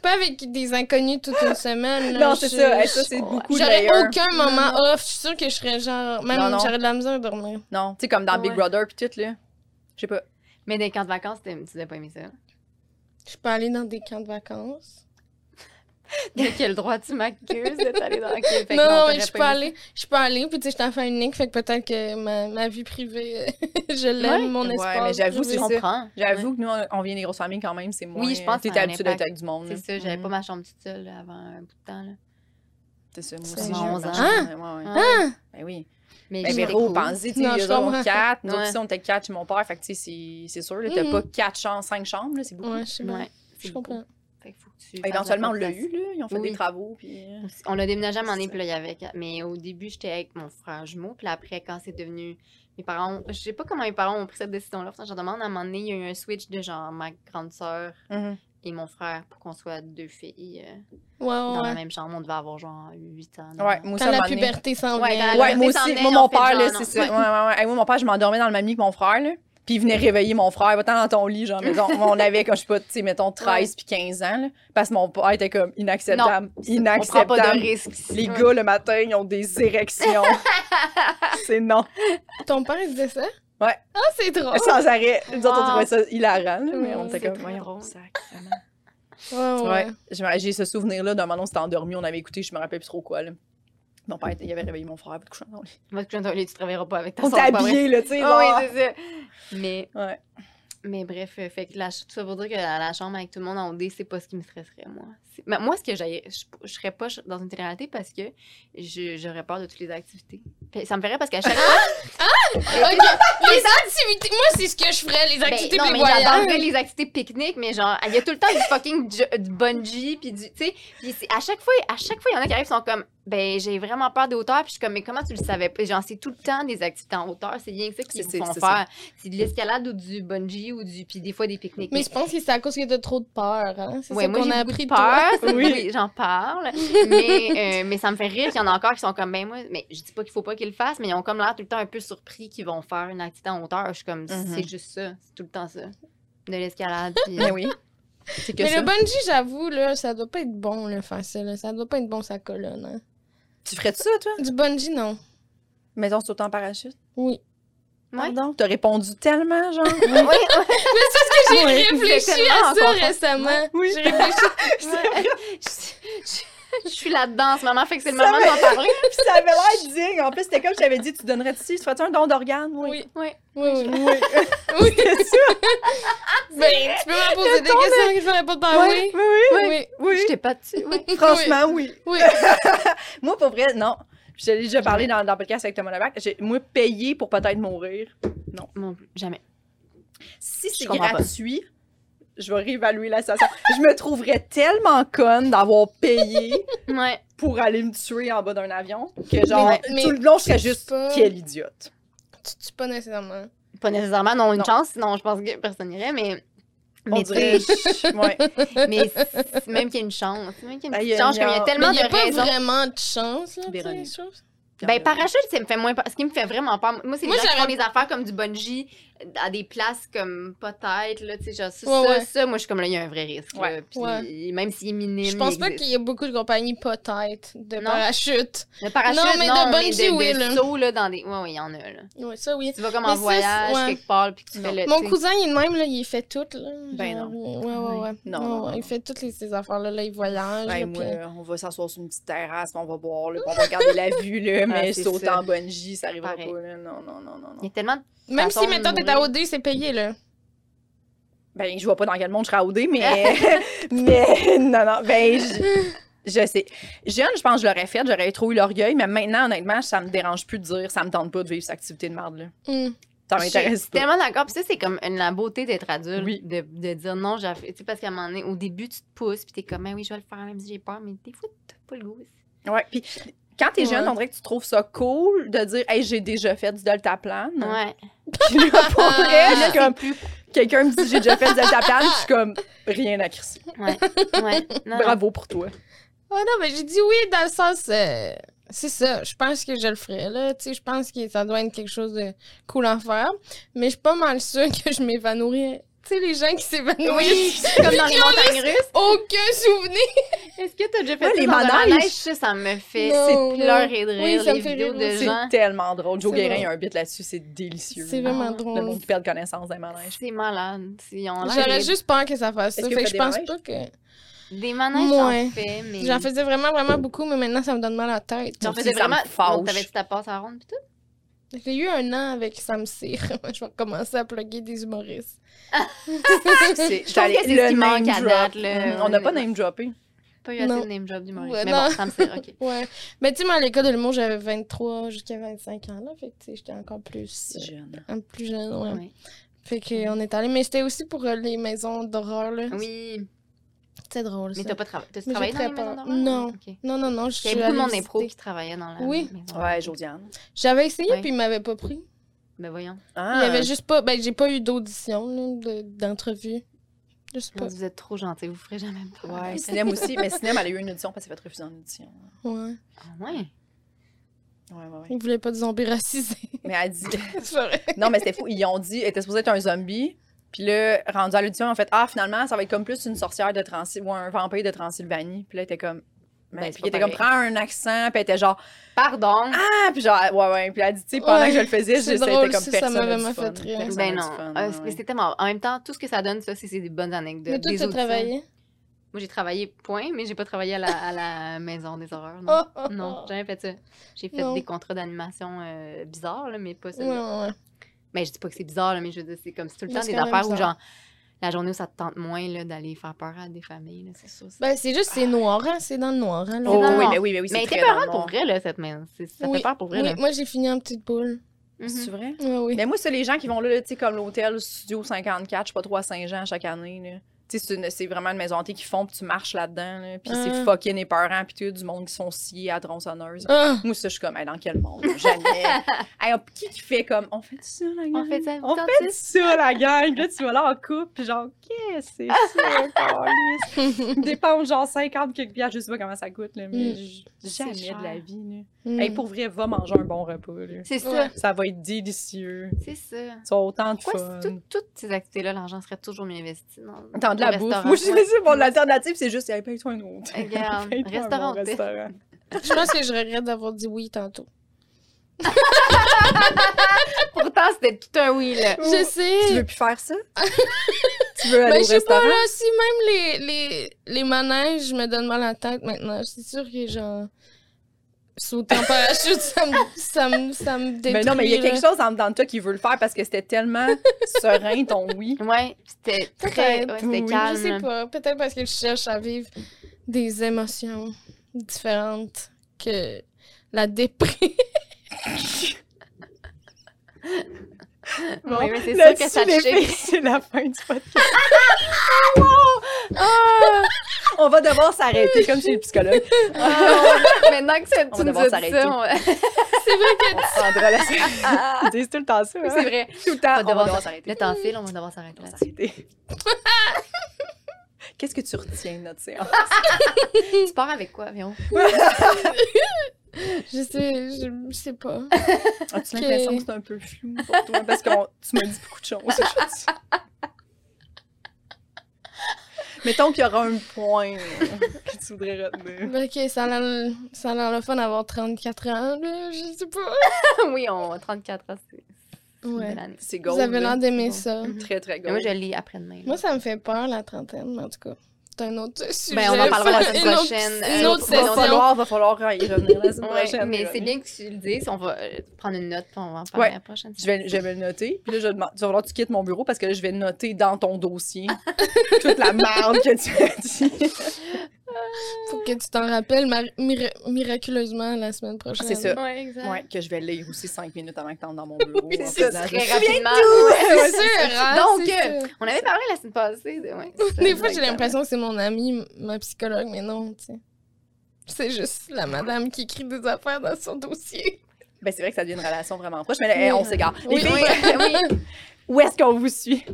S3: Pas avec des inconnus toute une semaine. là.
S1: Non, c'est
S3: Je-
S1: ça. hey, ça, c'est
S3: je-
S1: beaucoup de
S3: J'aurais
S1: layers.
S3: aucun moment off. Je suis sûre que je serais
S1: Non,
S3: genre. Même,
S1: non.
S3: j'aurais de la misère à dormir.
S1: Non, tu sais, comme dans Big
S2: Ouais.
S1: Brother pis tout, là. Je sais pas.
S2: Mais des camps de vacances, t'aimes- tu n'as pas aimé
S3: <laughs>
S2: ça.
S3: Je peux aller dans des camps de vacances.
S2: De quel droit tu m'accuses d'être allée dans la queue? Fait que
S3: non, non, mais
S2: t'aurais
S3: je
S2: pas
S3: peux
S2: aimé
S3: aller. Je peux aller. Puis, tu sais, je suis enfant unique. Fait que peut-être que ma, ma vie privée, euh, <laughs> je l'aime,
S2: Ouais.
S3: mon
S1: Ouais,
S3: espace.
S1: mais j'avoue,
S2: ça. Je
S1: c'est ça.
S3: privé.
S2: comprends.
S1: J'avoue que nous, on- on vient des grosses familles quand même, c'est moins.
S2: je pense que
S1: T'es
S2: ça a un
S1: habitué d'être
S2: impact.
S1: avec du monde.
S2: C'est
S1: là.
S2: ça, j'avais
S1: Mhm.
S2: pas ma chambre toute seule là, avant un bout de temps. Là.
S1: C'est ça, moi
S3: Ça
S1: aussi.
S2: fait
S1: j'ai eu
S2: 11
S1: ma
S2: ans.
S1: chambre, ouais, ouais.
S3: Ah!
S1: Ben oui.
S2: Mais
S1: Ben,
S2: j'étais
S1: Véro,
S2: cool.
S1: pensez, tu
S3: Non,
S1: sais,
S3: je
S1: les autres
S3: comprends.
S1: ont quatre. Nous autres
S2: Ouais.
S1: aussi, on était quatre chez mon père. Fait que, tu sais, c'est- c'est sûr, là, t'as
S3: Mhm.
S1: pas quatre chambres, cinq chambres, là, c'est beaucoup.
S3: Ouais, je sais bien.
S2: Ouais, c'est
S3: Je
S2: beaucoup.
S3: comprends.
S2: Fait que faut que tu fasses la
S1: Éventuellement, on l'a
S2: cotisation.
S1: eu, là. Ils ont fait
S2: Oui.
S1: des travaux, puis. euh,
S2: On a déménagé à un moment donné,
S1: C'est
S2: puis là, il y avait... quatre- Mais au début, j'étais avec mon frère jumeau, puis là, après, quand c'est devenu... Mes parents, je sais pas comment mes parents ont pris cette décision-là, parce que j'en demande, à un moment donné, il y a eu un switch de genre ma grande sœur
S3: Mm-hmm.
S1: mhm.
S2: et mon frère pour qu'on soit deux filles euh,
S3: Ouais, ouais,
S2: dans la
S3: ouais.
S2: même chambre. On devait avoir genre 8 ans. 9
S1: Ouais,
S2: ans.
S1: moi,
S3: Quand
S1: ça, à un
S3: la
S1: moment donné-
S3: puberté s'en
S2: Ouais,
S3: vient.
S2: quand la
S3: là.
S1: Ouais, moi
S2: s'en
S1: aussi.
S2: venait,
S1: Moi,
S2: on
S1: mon
S2: fait le
S1: père, là,
S2: genre,
S1: c'est
S2: non. Mm.
S1: ça. Ouais, ouais, ouais. Hey, moi, mon père, je m'endormais dans le même lit que mon frère, là. Puis il venait réveiller mon frère, va-t'en dans ton lit, genre,
S2: <laughs>
S1: mettons. on avait, comme je sais pas, tu sais, mettons 13 puis 15 ans, là, parce que mon père était comme inacceptable.
S2: On prend
S1: inacceptable.
S2: pas de risque. Mm. ici.
S1: Les
S2: Ouais.
S1: gars, le matin, ils ont des
S2: <laughs>
S1: érections. c'est non.
S3: Ton père, il disait ça?
S1: Ouais.
S3: Ah, c'est
S2: <laughs>
S3: drôle!
S1: Sans arrêt. Nous autres, on
S2: Wow.
S1: trouvait ça hilarant, là, mais on
S3: Mm,
S1: était
S2: c'est
S1: comme,
S2: très
S1: voyons,
S2: drôle.
S1: sacrément.
S3: Ouais, ouais.
S1: Ouais. J'ai- J'ai ce souvenir-là d'un moment où on s'était endormi, on avait écouté, je me rappelle plus trop quoi, là. Mon père, il avait réveillé mon frère, va te coucher dans le lit.
S2: Va te coucher dans ton lit, tu travailleras pas avec ta
S1: On
S2: soeur,
S1: s'est
S2: c'est pas vrai.
S1: habillés, là, tu sais.
S2: Ah
S1: genre.
S2: oui, c'est ça. Mais,
S1: Ouais.
S2: mais bref, euh, fait que la, ch- tout ça pour dire que la, la chambre avec tout le monde en OD, c'est pas ce qui me stresserait, moi. C'est- Mais moi, ce que j'aille, je, je serais pas ch- dans une télé-réalité parce que je- j'aurais peur de toutes les activités. Fait- ça me ferait parce qu'à
S1: <laughs>
S2: chaque fois.
S3: Ok, les activités. Moi, c'est ce que je ferais, les
S2: Ben,
S3: activités
S2: non, mais
S3: prévoyantes.
S2: j'adorerais les activités pique-nique, mais genre, il y a tout le temps du fucking ju- du bungee, puis du. Tu sais, puis c'est- à chaque fois, à chaque fois, il y en a qui arrivent, ils sont comme, ben, j'ai vraiment peur des hauteurs, puis je suis comme, mais comment tu le savais pas? Genre, c'est tout le temps des activités en hauteur, c'est bien que ça qu'ils
S1: C'est-
S2: vous font
S1: c'est ça.
S2: faire. C'est de l'escalade ou du bungee ou du. Puis des fois, des pique-niques.
S3: Mais je pense que c'est à cause que t'as trop de peur. Hein? C'est
S2: Ouais,
S3: ça
S2: moi,
S3: qu'on
S2: j'ai
S3: a
S2: beaucoup
S3: appris
S2: de
S3: de toi.
S2: peur. ça,
S1: Oui.
S2: oui, j'en parle. Mais, euh, mais ça me fait rire qu'il y en a encore qui sont comme, ben moi, mais je dis pas qu'il faut pas qu'ils le fassent, mais ils ont comme l'air tout le temps un peu surpris qu'ils vont faire une activité en hauteur. Je suis comme,
S1: Mhm.
S2: c'est juste ça, c'est tout le temps ça. De l'escalade. puis- euh,
S1: Mais oui. C'est que
S3: Mais
S1: ça.
S3: le bungee, j'avoue, là, ça doit pas être bon, le facile. là. Ça doit pas être bon, sa colonne. hein.
S1: Tu ferais-tu ça, toi?
S3: Du bungee, non.
S1: Maison saut en parachute?
S3: Oui.
S2: Ouais.
S1: Pardon? T'as répondu tellement, genre.
S2: <laughs> Ouais, ouais.
S3: Mais c'est parce que j'ai
S1: Ouais.
S3: réfléchi
S2: Vous êtes
S3: à
S2: tellement
S3: ça
S2: en confort.
S3: récemment.
S1: Oui.
S3: J'ai réfléchi.
S2: Je- je- Je suis là-dedans en ce moment, fait que c'est le
S1: Ça
S2: moment
S1: va-
S2: d'en parler.
S1: Puis ça avait l'air digne. En plus, c'était comme je t'avais dit, tu donnerais tu tu ferais-tu un don d'organe? Oui.
S3: Oui.
S2: Ouais.
S3: Oui, oui.
S1: Oui.
S3: <laughs> oui.
S1: C'est sûr.
S3: <laughs> Ben, tu peux me poser des questions que je ferais pas de parler.
S1: Ah Oui, oui,
S3: Oui.
S1: oui.
S2: J'étais pas dessus. ouais.
S1: Franchement, oui.
S3: Oui.
S1: Moi, pour vrai, non. Je t'ai déjà parlé dans, dans le podcast avec Thomas Levac. J'ai- Moi, payer pour peut-être mourir.
S2: Non, plus, jamais.
S1: Si c'est
S2: comprends pas.
S1: gratuit, je vais réévaluer la situation. je me trouverais tellement conne d'avoir payé
S2: Ouais.
S1: pour aller me tuer en bas d'un avion que, genre,
S3: Mais- mais-
S1: tout le long, je serais juste
S3: pas-
S1: quelle idiote.
S3: Tu tues pas nécessairement.
S2: Pas nécessairement, non, une
S1: Non.
S2: chance, sinon je pense que personne n'irait, mais.
S1: On
S2: Mais tu
S1: dirait. ouais.
S2: sais, mais c'est- même qu'il y a une chance. Même qu'il y a une
S1: Aïe,
S2: petite chance,
S1: aïe,
S2: comme il y a
S1: aïe.
S2: tellement
S3: Mais y a
S2: de
S3: pas
S2: raisons.
S3: vraiment de chance, là, tu sais,
S1: Véronique.
S3: je trouve.
S2: Ben, parachute, ça me fait moins peur. Ce qui me fait vraiment peur. Moi, c'est les
S3: Moi,
S2: gens qui font
S3: j'aurais-
S2: des affaires comme du bungee à des places comme peut-être, là, tu sais, genre, ça,
S3: Ouais,
S2: ça,
S3: ouais.
S2: ça, moi, je suis comme là, il y a un vrai risque. là.
S1: Ouais.
S2: Puis,
S3: Ouais.
S2: même s'il est minime.
S3: Je pense
S2: il
S3: pas
S2: existe.
S3: qu'il y ait beaucoup de compagnies peut-être de
S2: Non.
S3: parachute.
S2: Le parachute, non, mais de
S3: bungee,
S2: de,
S3: oui, là.
S2: saut, là, dans des. Ouais, ouais, il y en a, là.
S3: Oui, ça oui.
S2: Tu vas comme
S3: Mais
S2: en
S3: ça,
S2: voyage,
S3: c'est- ouais.
S2: quelque part, puis tu fais le.
S3: Mon
S2: tu sais,
S3: cousin, il est de même, là, il fait tout, là.
S1: Ben
S3: Genre,
S2: non.
S3: Ouais, ouais, ouais.
S2: Ouais.
S1: Non, non,
S3: Ouais, ouais,
S1: non,
S3: Il
S1: non.
S3: fait toutes les- ces affaires-là, là, il voyage.
S1: Ben,
S3: là,
S1: moi,
S3: puis-
S1: on va s'asseoir sur une petite terrasse, puis on va boire, là, puis on
S2: <laughs>
S1: va regarder la vue, là, mais
S2: Ah, c'est
S1: sauter
S2: ça.
S1: en bungee, ça arrivera
S2: Pareil.
S1: pas, là. Non, non, non, non,
S2: Il y
S1: non.
S2: a tellement. de-
S3: Même si,
S2: façon de
S3: mettons, t'es à
S2: mourir.
S3: OD, c'est payé, là.
S1: Ben, je vois pas dans quel monde je serais OD,
S2: <laughs>
S1: mais. <laughs> mais, <laughs> non, non, ben, je, je sais. Jeune, je pense que je l'aurais fait, j'aurais trop eu l'orgueil, mais maintenant, honnêtement, ça me dérange plus de dire, ça me tente pas de vivre cette activité de merde, là.
S3: Hum.
S1: Ça
S2: Je suis
S1: m'intéresse pas.
S2: tellement d'accord. Puis ça, c'est comme une- la beauté d'être adulte,
S1: Oui.
S2: de, de dire non, j'ai fait. Tu sais, parce qu'à un moment donné, au début, tu te pousses, puis t'es comme, ben oui, je vais le faire, même si j'ai peur, mais des fois, t'as pas le goût.
S1: Ouais, puis quand t'es jeune,
S3: Ouais.
S1: on dirait que tu trouves ça cool de dire, hey, j'ai déjà fait du deltaplane.
S2: Ouais.
S1: <laughs> Puis là, pour vrai,
S2: <laughs>
S1: je suis
S2: C'est
S1: comme,
S2: plus.
S1: quelqu'un me dit, j'ai déjà fait du deltaplane, je suis comme, rien à crisser.
S2: Ouais. Ouais. Non, non.
S3: <laughs>
S1: Bravo pour toi.
S3: Oh non, mais j'ai dit oui dans le sens. euh, c'est ça, je pense que je le ferais, là. Tu sais, je pense que ça doit être quelque chose de cool à faire. Mais je suis pas mal sûre que je m'évanouirais. Tu sais, les gens
S2: Oui,
S3: qui s'évanouissent.
S2: comme dans les montagnes russes.
S3: <laughs> Aucun souvenir.
S2: Est-ce que t'as déjà
S1: Ouais,
S2: fait ça
S1: les
S2: dans un
S1: manèges.
S2: manège? Ça, ça me fait
S3: Non,
S2: c'est
S3: non.
S2: de pleurer de
S3: Oui,
S2: rire,
S3: ça me
S2: les
S3: fait
S2: vidéos
S3: rire
S2: de
S3: aussi.
S2: gens.
S1: C'est tellement drôle. Joe
S3: C'est
S1: Guérin,
S3: drôle.
S1: il y a un bit là-dessus, c'est délicieux.
S3: C'est vraiment
S2: Ah,
S1: Le
S3: drôle.
S1: monde qui perd connaissance des manèges.
S2: C'est malade. C'est- Ils ont l'air
S3: J'aurais
S2: des-
S3: juste peur que ça fasse ça.
S1: Est-ce que Hmm.
S3: Fait
S1: vous
S3: que je
S1: faites
S3: pense
S1: des
S3: pas que.
S2: Des manèges, j'en
S3: Ouais.
S2: fais, mais.
S3: J'en faisais vraiment, vraiment beaucoup, mais maintenant, ça me donne mal à la tête.
S2: J'en
S1: Aussi,
S2: faisais
S1: ça me
S2: vraiment.
S1: fâche.
S2: Donc, T'avais-tu ta passe à ronde pis tout?
S3: J'ai eu un an avec Sam Cyr. <laughs> je vais commencer à plugger des humoristes.
S1: C'est
S2: Je pense que c'est ce qui manque à date, là.
S1: Mm, On n'a pas name droppé.
S2: Pas eu assez
S3: Non.
S2: de name job du monde.
S3: Ouais,
S2: mais
S3: non.
S2: bon, ça me sert, ok.
S3: Ouais. Mais tu sais, moi, à l'école de l'humour, j'avais 23 jusqu'à 25 ans, là. Fait que, tu sais, j'étais encore plus,
S1: Si
S3: euh,
S1: jeune.
S3: un plus jeune, <laughs> ouais.
S2: Ouais.
S3: Fait qu'on est allé. Mais c'était aussi pour euh, les maisons d'horreur, là.
S2: Oui,
S3: C'était drôle, ça.
S2: mais t'as pas trava- t'as-tu
S3: Mais
S2: travaillé
S3: j'ai
S2: dans
S3: très
S2: les maisons
S3: peur.
S2: d'horreur?
S3: Non.
S2: Ok.
S3: Non, non, non, je suis
S2: Il y avait beaucoup de
S3: allée
S2: monde d'impro
S3: visiter.
S2: qui travaillait dans la
S3: Oui.
S2: maison d'horreur.
S1: Ouais, Josiane.
S3: J'avais essayé,
S2: Ouais.
S3: puis ils m'avaient pas pris.
S2: Mais voyons,
S1: Ah,
S3: Il y avait juste pas... Ben, j'ai pas eu d'audition, là, de- d'entrevue. Je sais pas.
S2: vous êtes trop gentils, vous ferez jamais peur.
S1: Ouais, Cinem aussi. Mais Cinem, elle a eu une audition parce qu'elle s'est fait refuser en audition.
S3: Ouais.
S2: Ah ouais.
S1: Ouais, ouais, ouais.
S3: Ils voulaient pas de zombies racisés. <laughs>
S1: Mais elle dit.
S3: C'est vrai.
S1: non, mais c'était fou. Ils ont dit, elle était supposée être un zombie. Puis là, rendu à l'audition, en fait, ah, finalement, ça va être comme plus une sorcière de Transylvanie ou un vampire de Transylvanie. Puis là, elle était comme.
S2: Ben,
S1: Mais puis
S2: c'est pas
S1: elle était comme, prends un accent. Puis elle était genre,
S2: Pardon.
S1: ah, <laughs> puis genre, ouais, ouais. Puis elle dit, tu sais, pendant
S3: Ouais.
S1: que je le faisais,
S3: C'est
S1: j'étais
S3: drôle,
S1: comme
S3: ça, ça
S1: personne.
S3: m'a
S1: a du
S3: vraiment
S1: fun.
S3: fait rire.
S1: Personne
S2: ben
S1: a
S2: non.
S1: du fun,
S2: Ah,
S1: ouais,
S2: c'est-
S1: ouais.
S2: C'est tellement. En même temps, tout ce que ça donne, ça, c'est c'est des bonnes anecdotes.
S3: Mais toi,
S2: des
S3: t'as
S2: auditions.
S3: travaillé.
S2: Moi, j'ai travaillé, point, mais j'ai pas travaillé à la, à la <laughs> maison des horreurs. Non,
S3: Oh, oh, oh.
S2: non j'ai jamais fait ça. J'ai fait
S3: Non.
S2: des contrats d'animation euh, bizarres, là, mais pas ça.
S3: Ouais, ouais, ouais.
S2: Mais je dis pas que c'est bizarre, là, mais je veux dire, c'est comme c'est tout le
S3: Mais
S2: temps
S3: c'est
S2: des
S3: quand même
S2: affaires où,
S3: bizarre.
S2: genre, la journée où ça te tente moins là, d'aller faire peur à des familles, là, c'est sûr. c'est-
S3: Ben, c'est juste, c'est noir, hein. C'est dans le noir, hein. là.
S1: Oh,
S2: dans
S1: oui,
S2: le noir.
S1: mais oui, mais oui, c'est
S2: mais elle était
S1: très dans le
S2: peurante pour
S1: noir.
S2: vrai, là, cette maison. C'est- Ça
S3: Oui,
S2: fait peur pour vrai,
S3: Oui,
S2: là.
S3: moi, j'ai fini en petite boule.
S2: Mhm.
S1: C'est vrai?
S3: Ouais, oui.
S1: Mais moi, c'est les gens qui vont là, là, tu sais, comme l'hôtel Studio 54, je sais pas trop, à Saint-Jean chaque année. là. Tu sais, c'est une- c'est vraiment une maison hantée qu'ils font, puis tu marches là-dedans, là, puis
S3: Ah.
S1: c'est fucking épeurant, puis tout, du monde qui sont sciés à tronçonneuse.
S2: <laughs>
S3: Ah,
S1: Moi, ça, je suis comme, Hey, dans quel monde? Jamais. hey, on- qui qui fait comme, on fait ça, la gang?
S2: On fait ça,
S1: On
S2: quand
S1: fait
S2: tu-
S1: ça, la gang. Puis Là, tu vas là en couple, puis genre, qu'est-ce que c'est
S2: <laughs>
S1: ça, câlisse? Dépense genre 50 quelques piastres, je sais pas comment ça coûte, là, mais
S3: Mm.
S1: j-
S2: C'est
S1: jamais
S2: cher.
S1: de la vie.
S3: hmm.
S2: Mm.
S1: Là. Hey, pour vrai, va manger un bon repas. Là.
S2: C'est ça.
S3: Ouais.
S1: Ça va être délicieux.
S2: C'est ça.
S1: Ça a autant de fun.
S2: Pourquoi tout- toutes ces activités-là, l'argent serait toujours mieux investi dans
S1: Tant euh, de la
S2: au
S1: bouffe.
S2: restaurant,
S1: Moi, je
S2: ouais.
S1: dis, c'est mon alternative, c'est juste, hey, paye-toi un
S2: <laughs>
S1: autre. <laughs>
S2: Regarde,
S1: Paye-toi un
S2: restaurant
S1: bon
S2: hôtel.
S1: restaurant.
S3: <laughs> Je pense que je regrette d'avoir dit oui tantôt.
S2: <laughs> Pourtant, c'était tout un oui, là.
S1: Ouais.
S3: Je sais.
S1: Tu veux plus faire
S2: <laughs>
S1: ça? tu veux aller
S3: Ben,
S1: au
S3: je sais
S1: restaurant?
S3: pas, là, si même les, les, les manèges me donnent mal à la tête maintenant, c'est sûr que, genre, sauter en parachute, <laughs> ça me, ça me, ça me détruit.
S1: Mais Ben non, mais il y a
S3: là.
S1: quelque chose en dedans de toi qui veut le faire parce que c'était
S2: <laughs>
S1: tellement serein ton oui.
S2: Ouais, c'était très
S3: Peut-être,
S2: ouais,
S3: oui,
S2: c'était
S3: Je sais
S2: calme.
S3: pas, peut-être parce que je cherche à vivre des émotions différentes que la <laughs> déprime.
S2: Oui, mais c'est sûr
S1: Là-dessus,
S2: que ça
S1: les
S2: te
S1: filles, <laughs>
S2: shake.
S1: c'est la fin du podcast. Ah! On va devoir s'arrêter comme chez le
S2: <laughs>
S1: psychologue.
S2: Ah, Maintenant que ça- tu nous
S1: devoir
S2: as dit
S1: s'arrêter.
S2: ça, on <laughs> va-
S3: c'est vrai que
S1: On prendra la <laughs> Ils disent tout le temps ça. hein?
S2: Ah, c'est vrai.
S1: Tout le temps,
S2: Ah,
S1: on va
S2: On va devoir
S1: devoir
S2: s'arrêter. Le
S1: s'arrêter.
S2: temps file, on va devoir s'arrêter
S1: On va
S2: là-dessus.
S1: s'arrêter. <laughs> Qu'est-ce que tu retiens de notre séance?
S2: Tu pars avec quoi, Véron?
S3: Je sais, je sais pas.
S1: As-tu
S3: Que-
S1: l'impression que c'est un peu flou pour toi? Parce que tu m'as dit beaucoup de choses aujourd'hui. Mettons qu'il y aura un point là, que tu voudrais retenir.
S3: Ben, ok, ça a l'air ça a l'air le fun d'avoir 34 ans, là, je sais pas.
S2: <laughs> oui, on 34 ans, c'est c'est une
S3: Ouais.
S2: belle année.
S1: C'est gold.
S3: Vous avez
S1: là. Mm-hmm.
S3: l'air d'aimer
S2: Bon.
S3: ça.
S2: Mhm.
S1: Très, très
S2: Mais
S1: gold.
S2: Moi, je lis après-demain. là.
S3: Moi, ça me fait peur, la trentaine, mais en tout cas. C'est un autre sujet.
S2: Ben, on en parlera la
S3: Faut-
S2: semaine
S3: <laughs> une autre-
S2: prochaine.
S3: Une
S2: Euh,
S3: autre
S2: va
S1: va
S3: session.
S1: falloir, va falloir y revenir la semaine
S2: Ouais,
S1: prochaine.
S2: mais
S1: là.
S2: c'est bien que tu le dises. On va euh, prendre une note puis on va en parler
S1: Ouais.
S2: la prochaine
S1: Je vais, je vais le noter. Puis là, je vais demander- tu vas falloir que tu quittes mon bureau parce que là, je vais noter dans ton dossier <laughs> toute la merde que tu as dit.
S3: Faut que tu t'en rappelles mar- mir- miraculeusement la semaine prochaine.
S1: C'est
S2: Ah,
S1: ça.
S2: Ouais, exact.
S1: Ouais, que je vais lire aussi cinq minutes avant que tu dans mon bureau.
S2: Oui,
S1: en
S2: c'est
S1: faisant-
S2: ça,
S1: Je-
S2: très rapidement.
S3: <laughs>
S2: <laughs>
S3: C'est sûr, hein,
S2: Donc,
S3: c'est
S2: euh,
S3: sûr.
S2: On avait parlé la semaine passée. de- ouais, c'est <laughs> ça,
S3: Des fois, j'ai
S2: exactement.
S3: l'impression que c'est mon amie, ma psychologue, mais non, tu sais. C'est juste la madame qui écrit des affaires dans son dossier.
S1: Ben, c'est vrai que ça devient une relation vraiment proche, mais là, hey,
S3: Oui.
S1: on s'égare. Les
S3: Oui,
S1: filles,
S2: oui,
S1: <laughs>
S2: oui.
S1: où est-ce qu'on vous suit?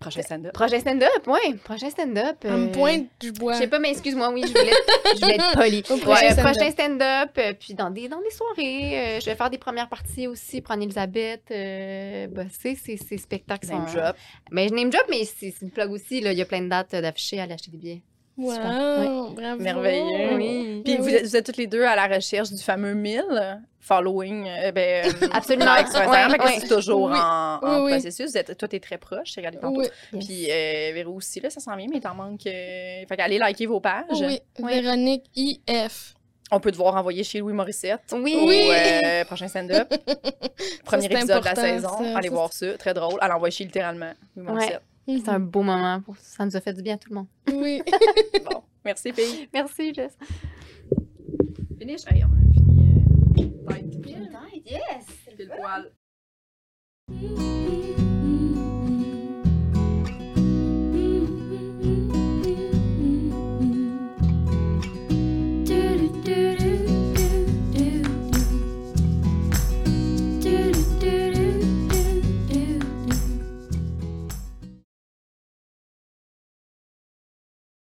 S1: Prochain stand-up.
S2: Prochain stand-up, ouais. Prochain stand-up.
S3: Elle me
S2: euh,
S3: pointe du bois.
S2: Je sais pas, mais excuse-moi, oui, je voulais, je
S3: <laughs>
S2: voulais être polie.
S3: Au
S2: Ouais,
S3: prochain stand-up.
S2: prochain stand-up, euh, puis dans des, dans des soirées. euh, je vais faire des premières parties aussi, prendre Elisabeth, euh, bosser ces, ces spectacles.
S1: Name
S2: sont-
S1: drop.
S2: Mais je name drop, mais c'est c'est une plug aussi. Là. Il y a plein de dates euh, d'affichés à l'acheter des billets.
S3: Wow,
S2: Super.
S3: bravo.
S1: Merveilleux.
S2: Oui.
S1: Puis
S3: Ben
S1: vous,
S3: oui.
S1: êtes, vous êtes toutes les deux à la recherche du fameux 1000 following. euh, ben, euh, <laughs>
S2: Absolument.
S1: likes sur Instagram,
S2: Ouais,
S1: fait que
S2: ouais.
S1: c'est toujours
S3: Oui.
S1: en, en
S3: Oui, oui.
S1: processus. Vous êtes- toi, t'es très proche, j'ai regardé tantôt.
S3: Oui,
S1: Puis euh, Véro aussi, là, ça sent bien, mais il t'en manque. euh, Fait qu'allez liker vos pages.
S3: oui. Véronique IF.
S1: On peut devoir envoyer chez Louis Morissette.
S2: Oui.
S1: Au
S3: Oui.
S1: euh, prochain
S3: <laughs>
S1: stand-up. Premier
S3: c'est
S1: épisode de la
S3: important,
S1: saison.
S3: ça.
S1: Allez
S3: Ça,
S1: voir ça. Très drôle. Elle envoie chez littéralement Louis
S2: Ouais.
S1: Morissette.
S2: C'est un beau moment. Pour... Ça nous a fait du bien à tout le monde.
S3: Oui.
S1: Bon, merci, filles.
S2: Merci, Jess.
S1: Finish. Hey, on a fini. euh, tête.
S2: Yes!
S1: Pile poil.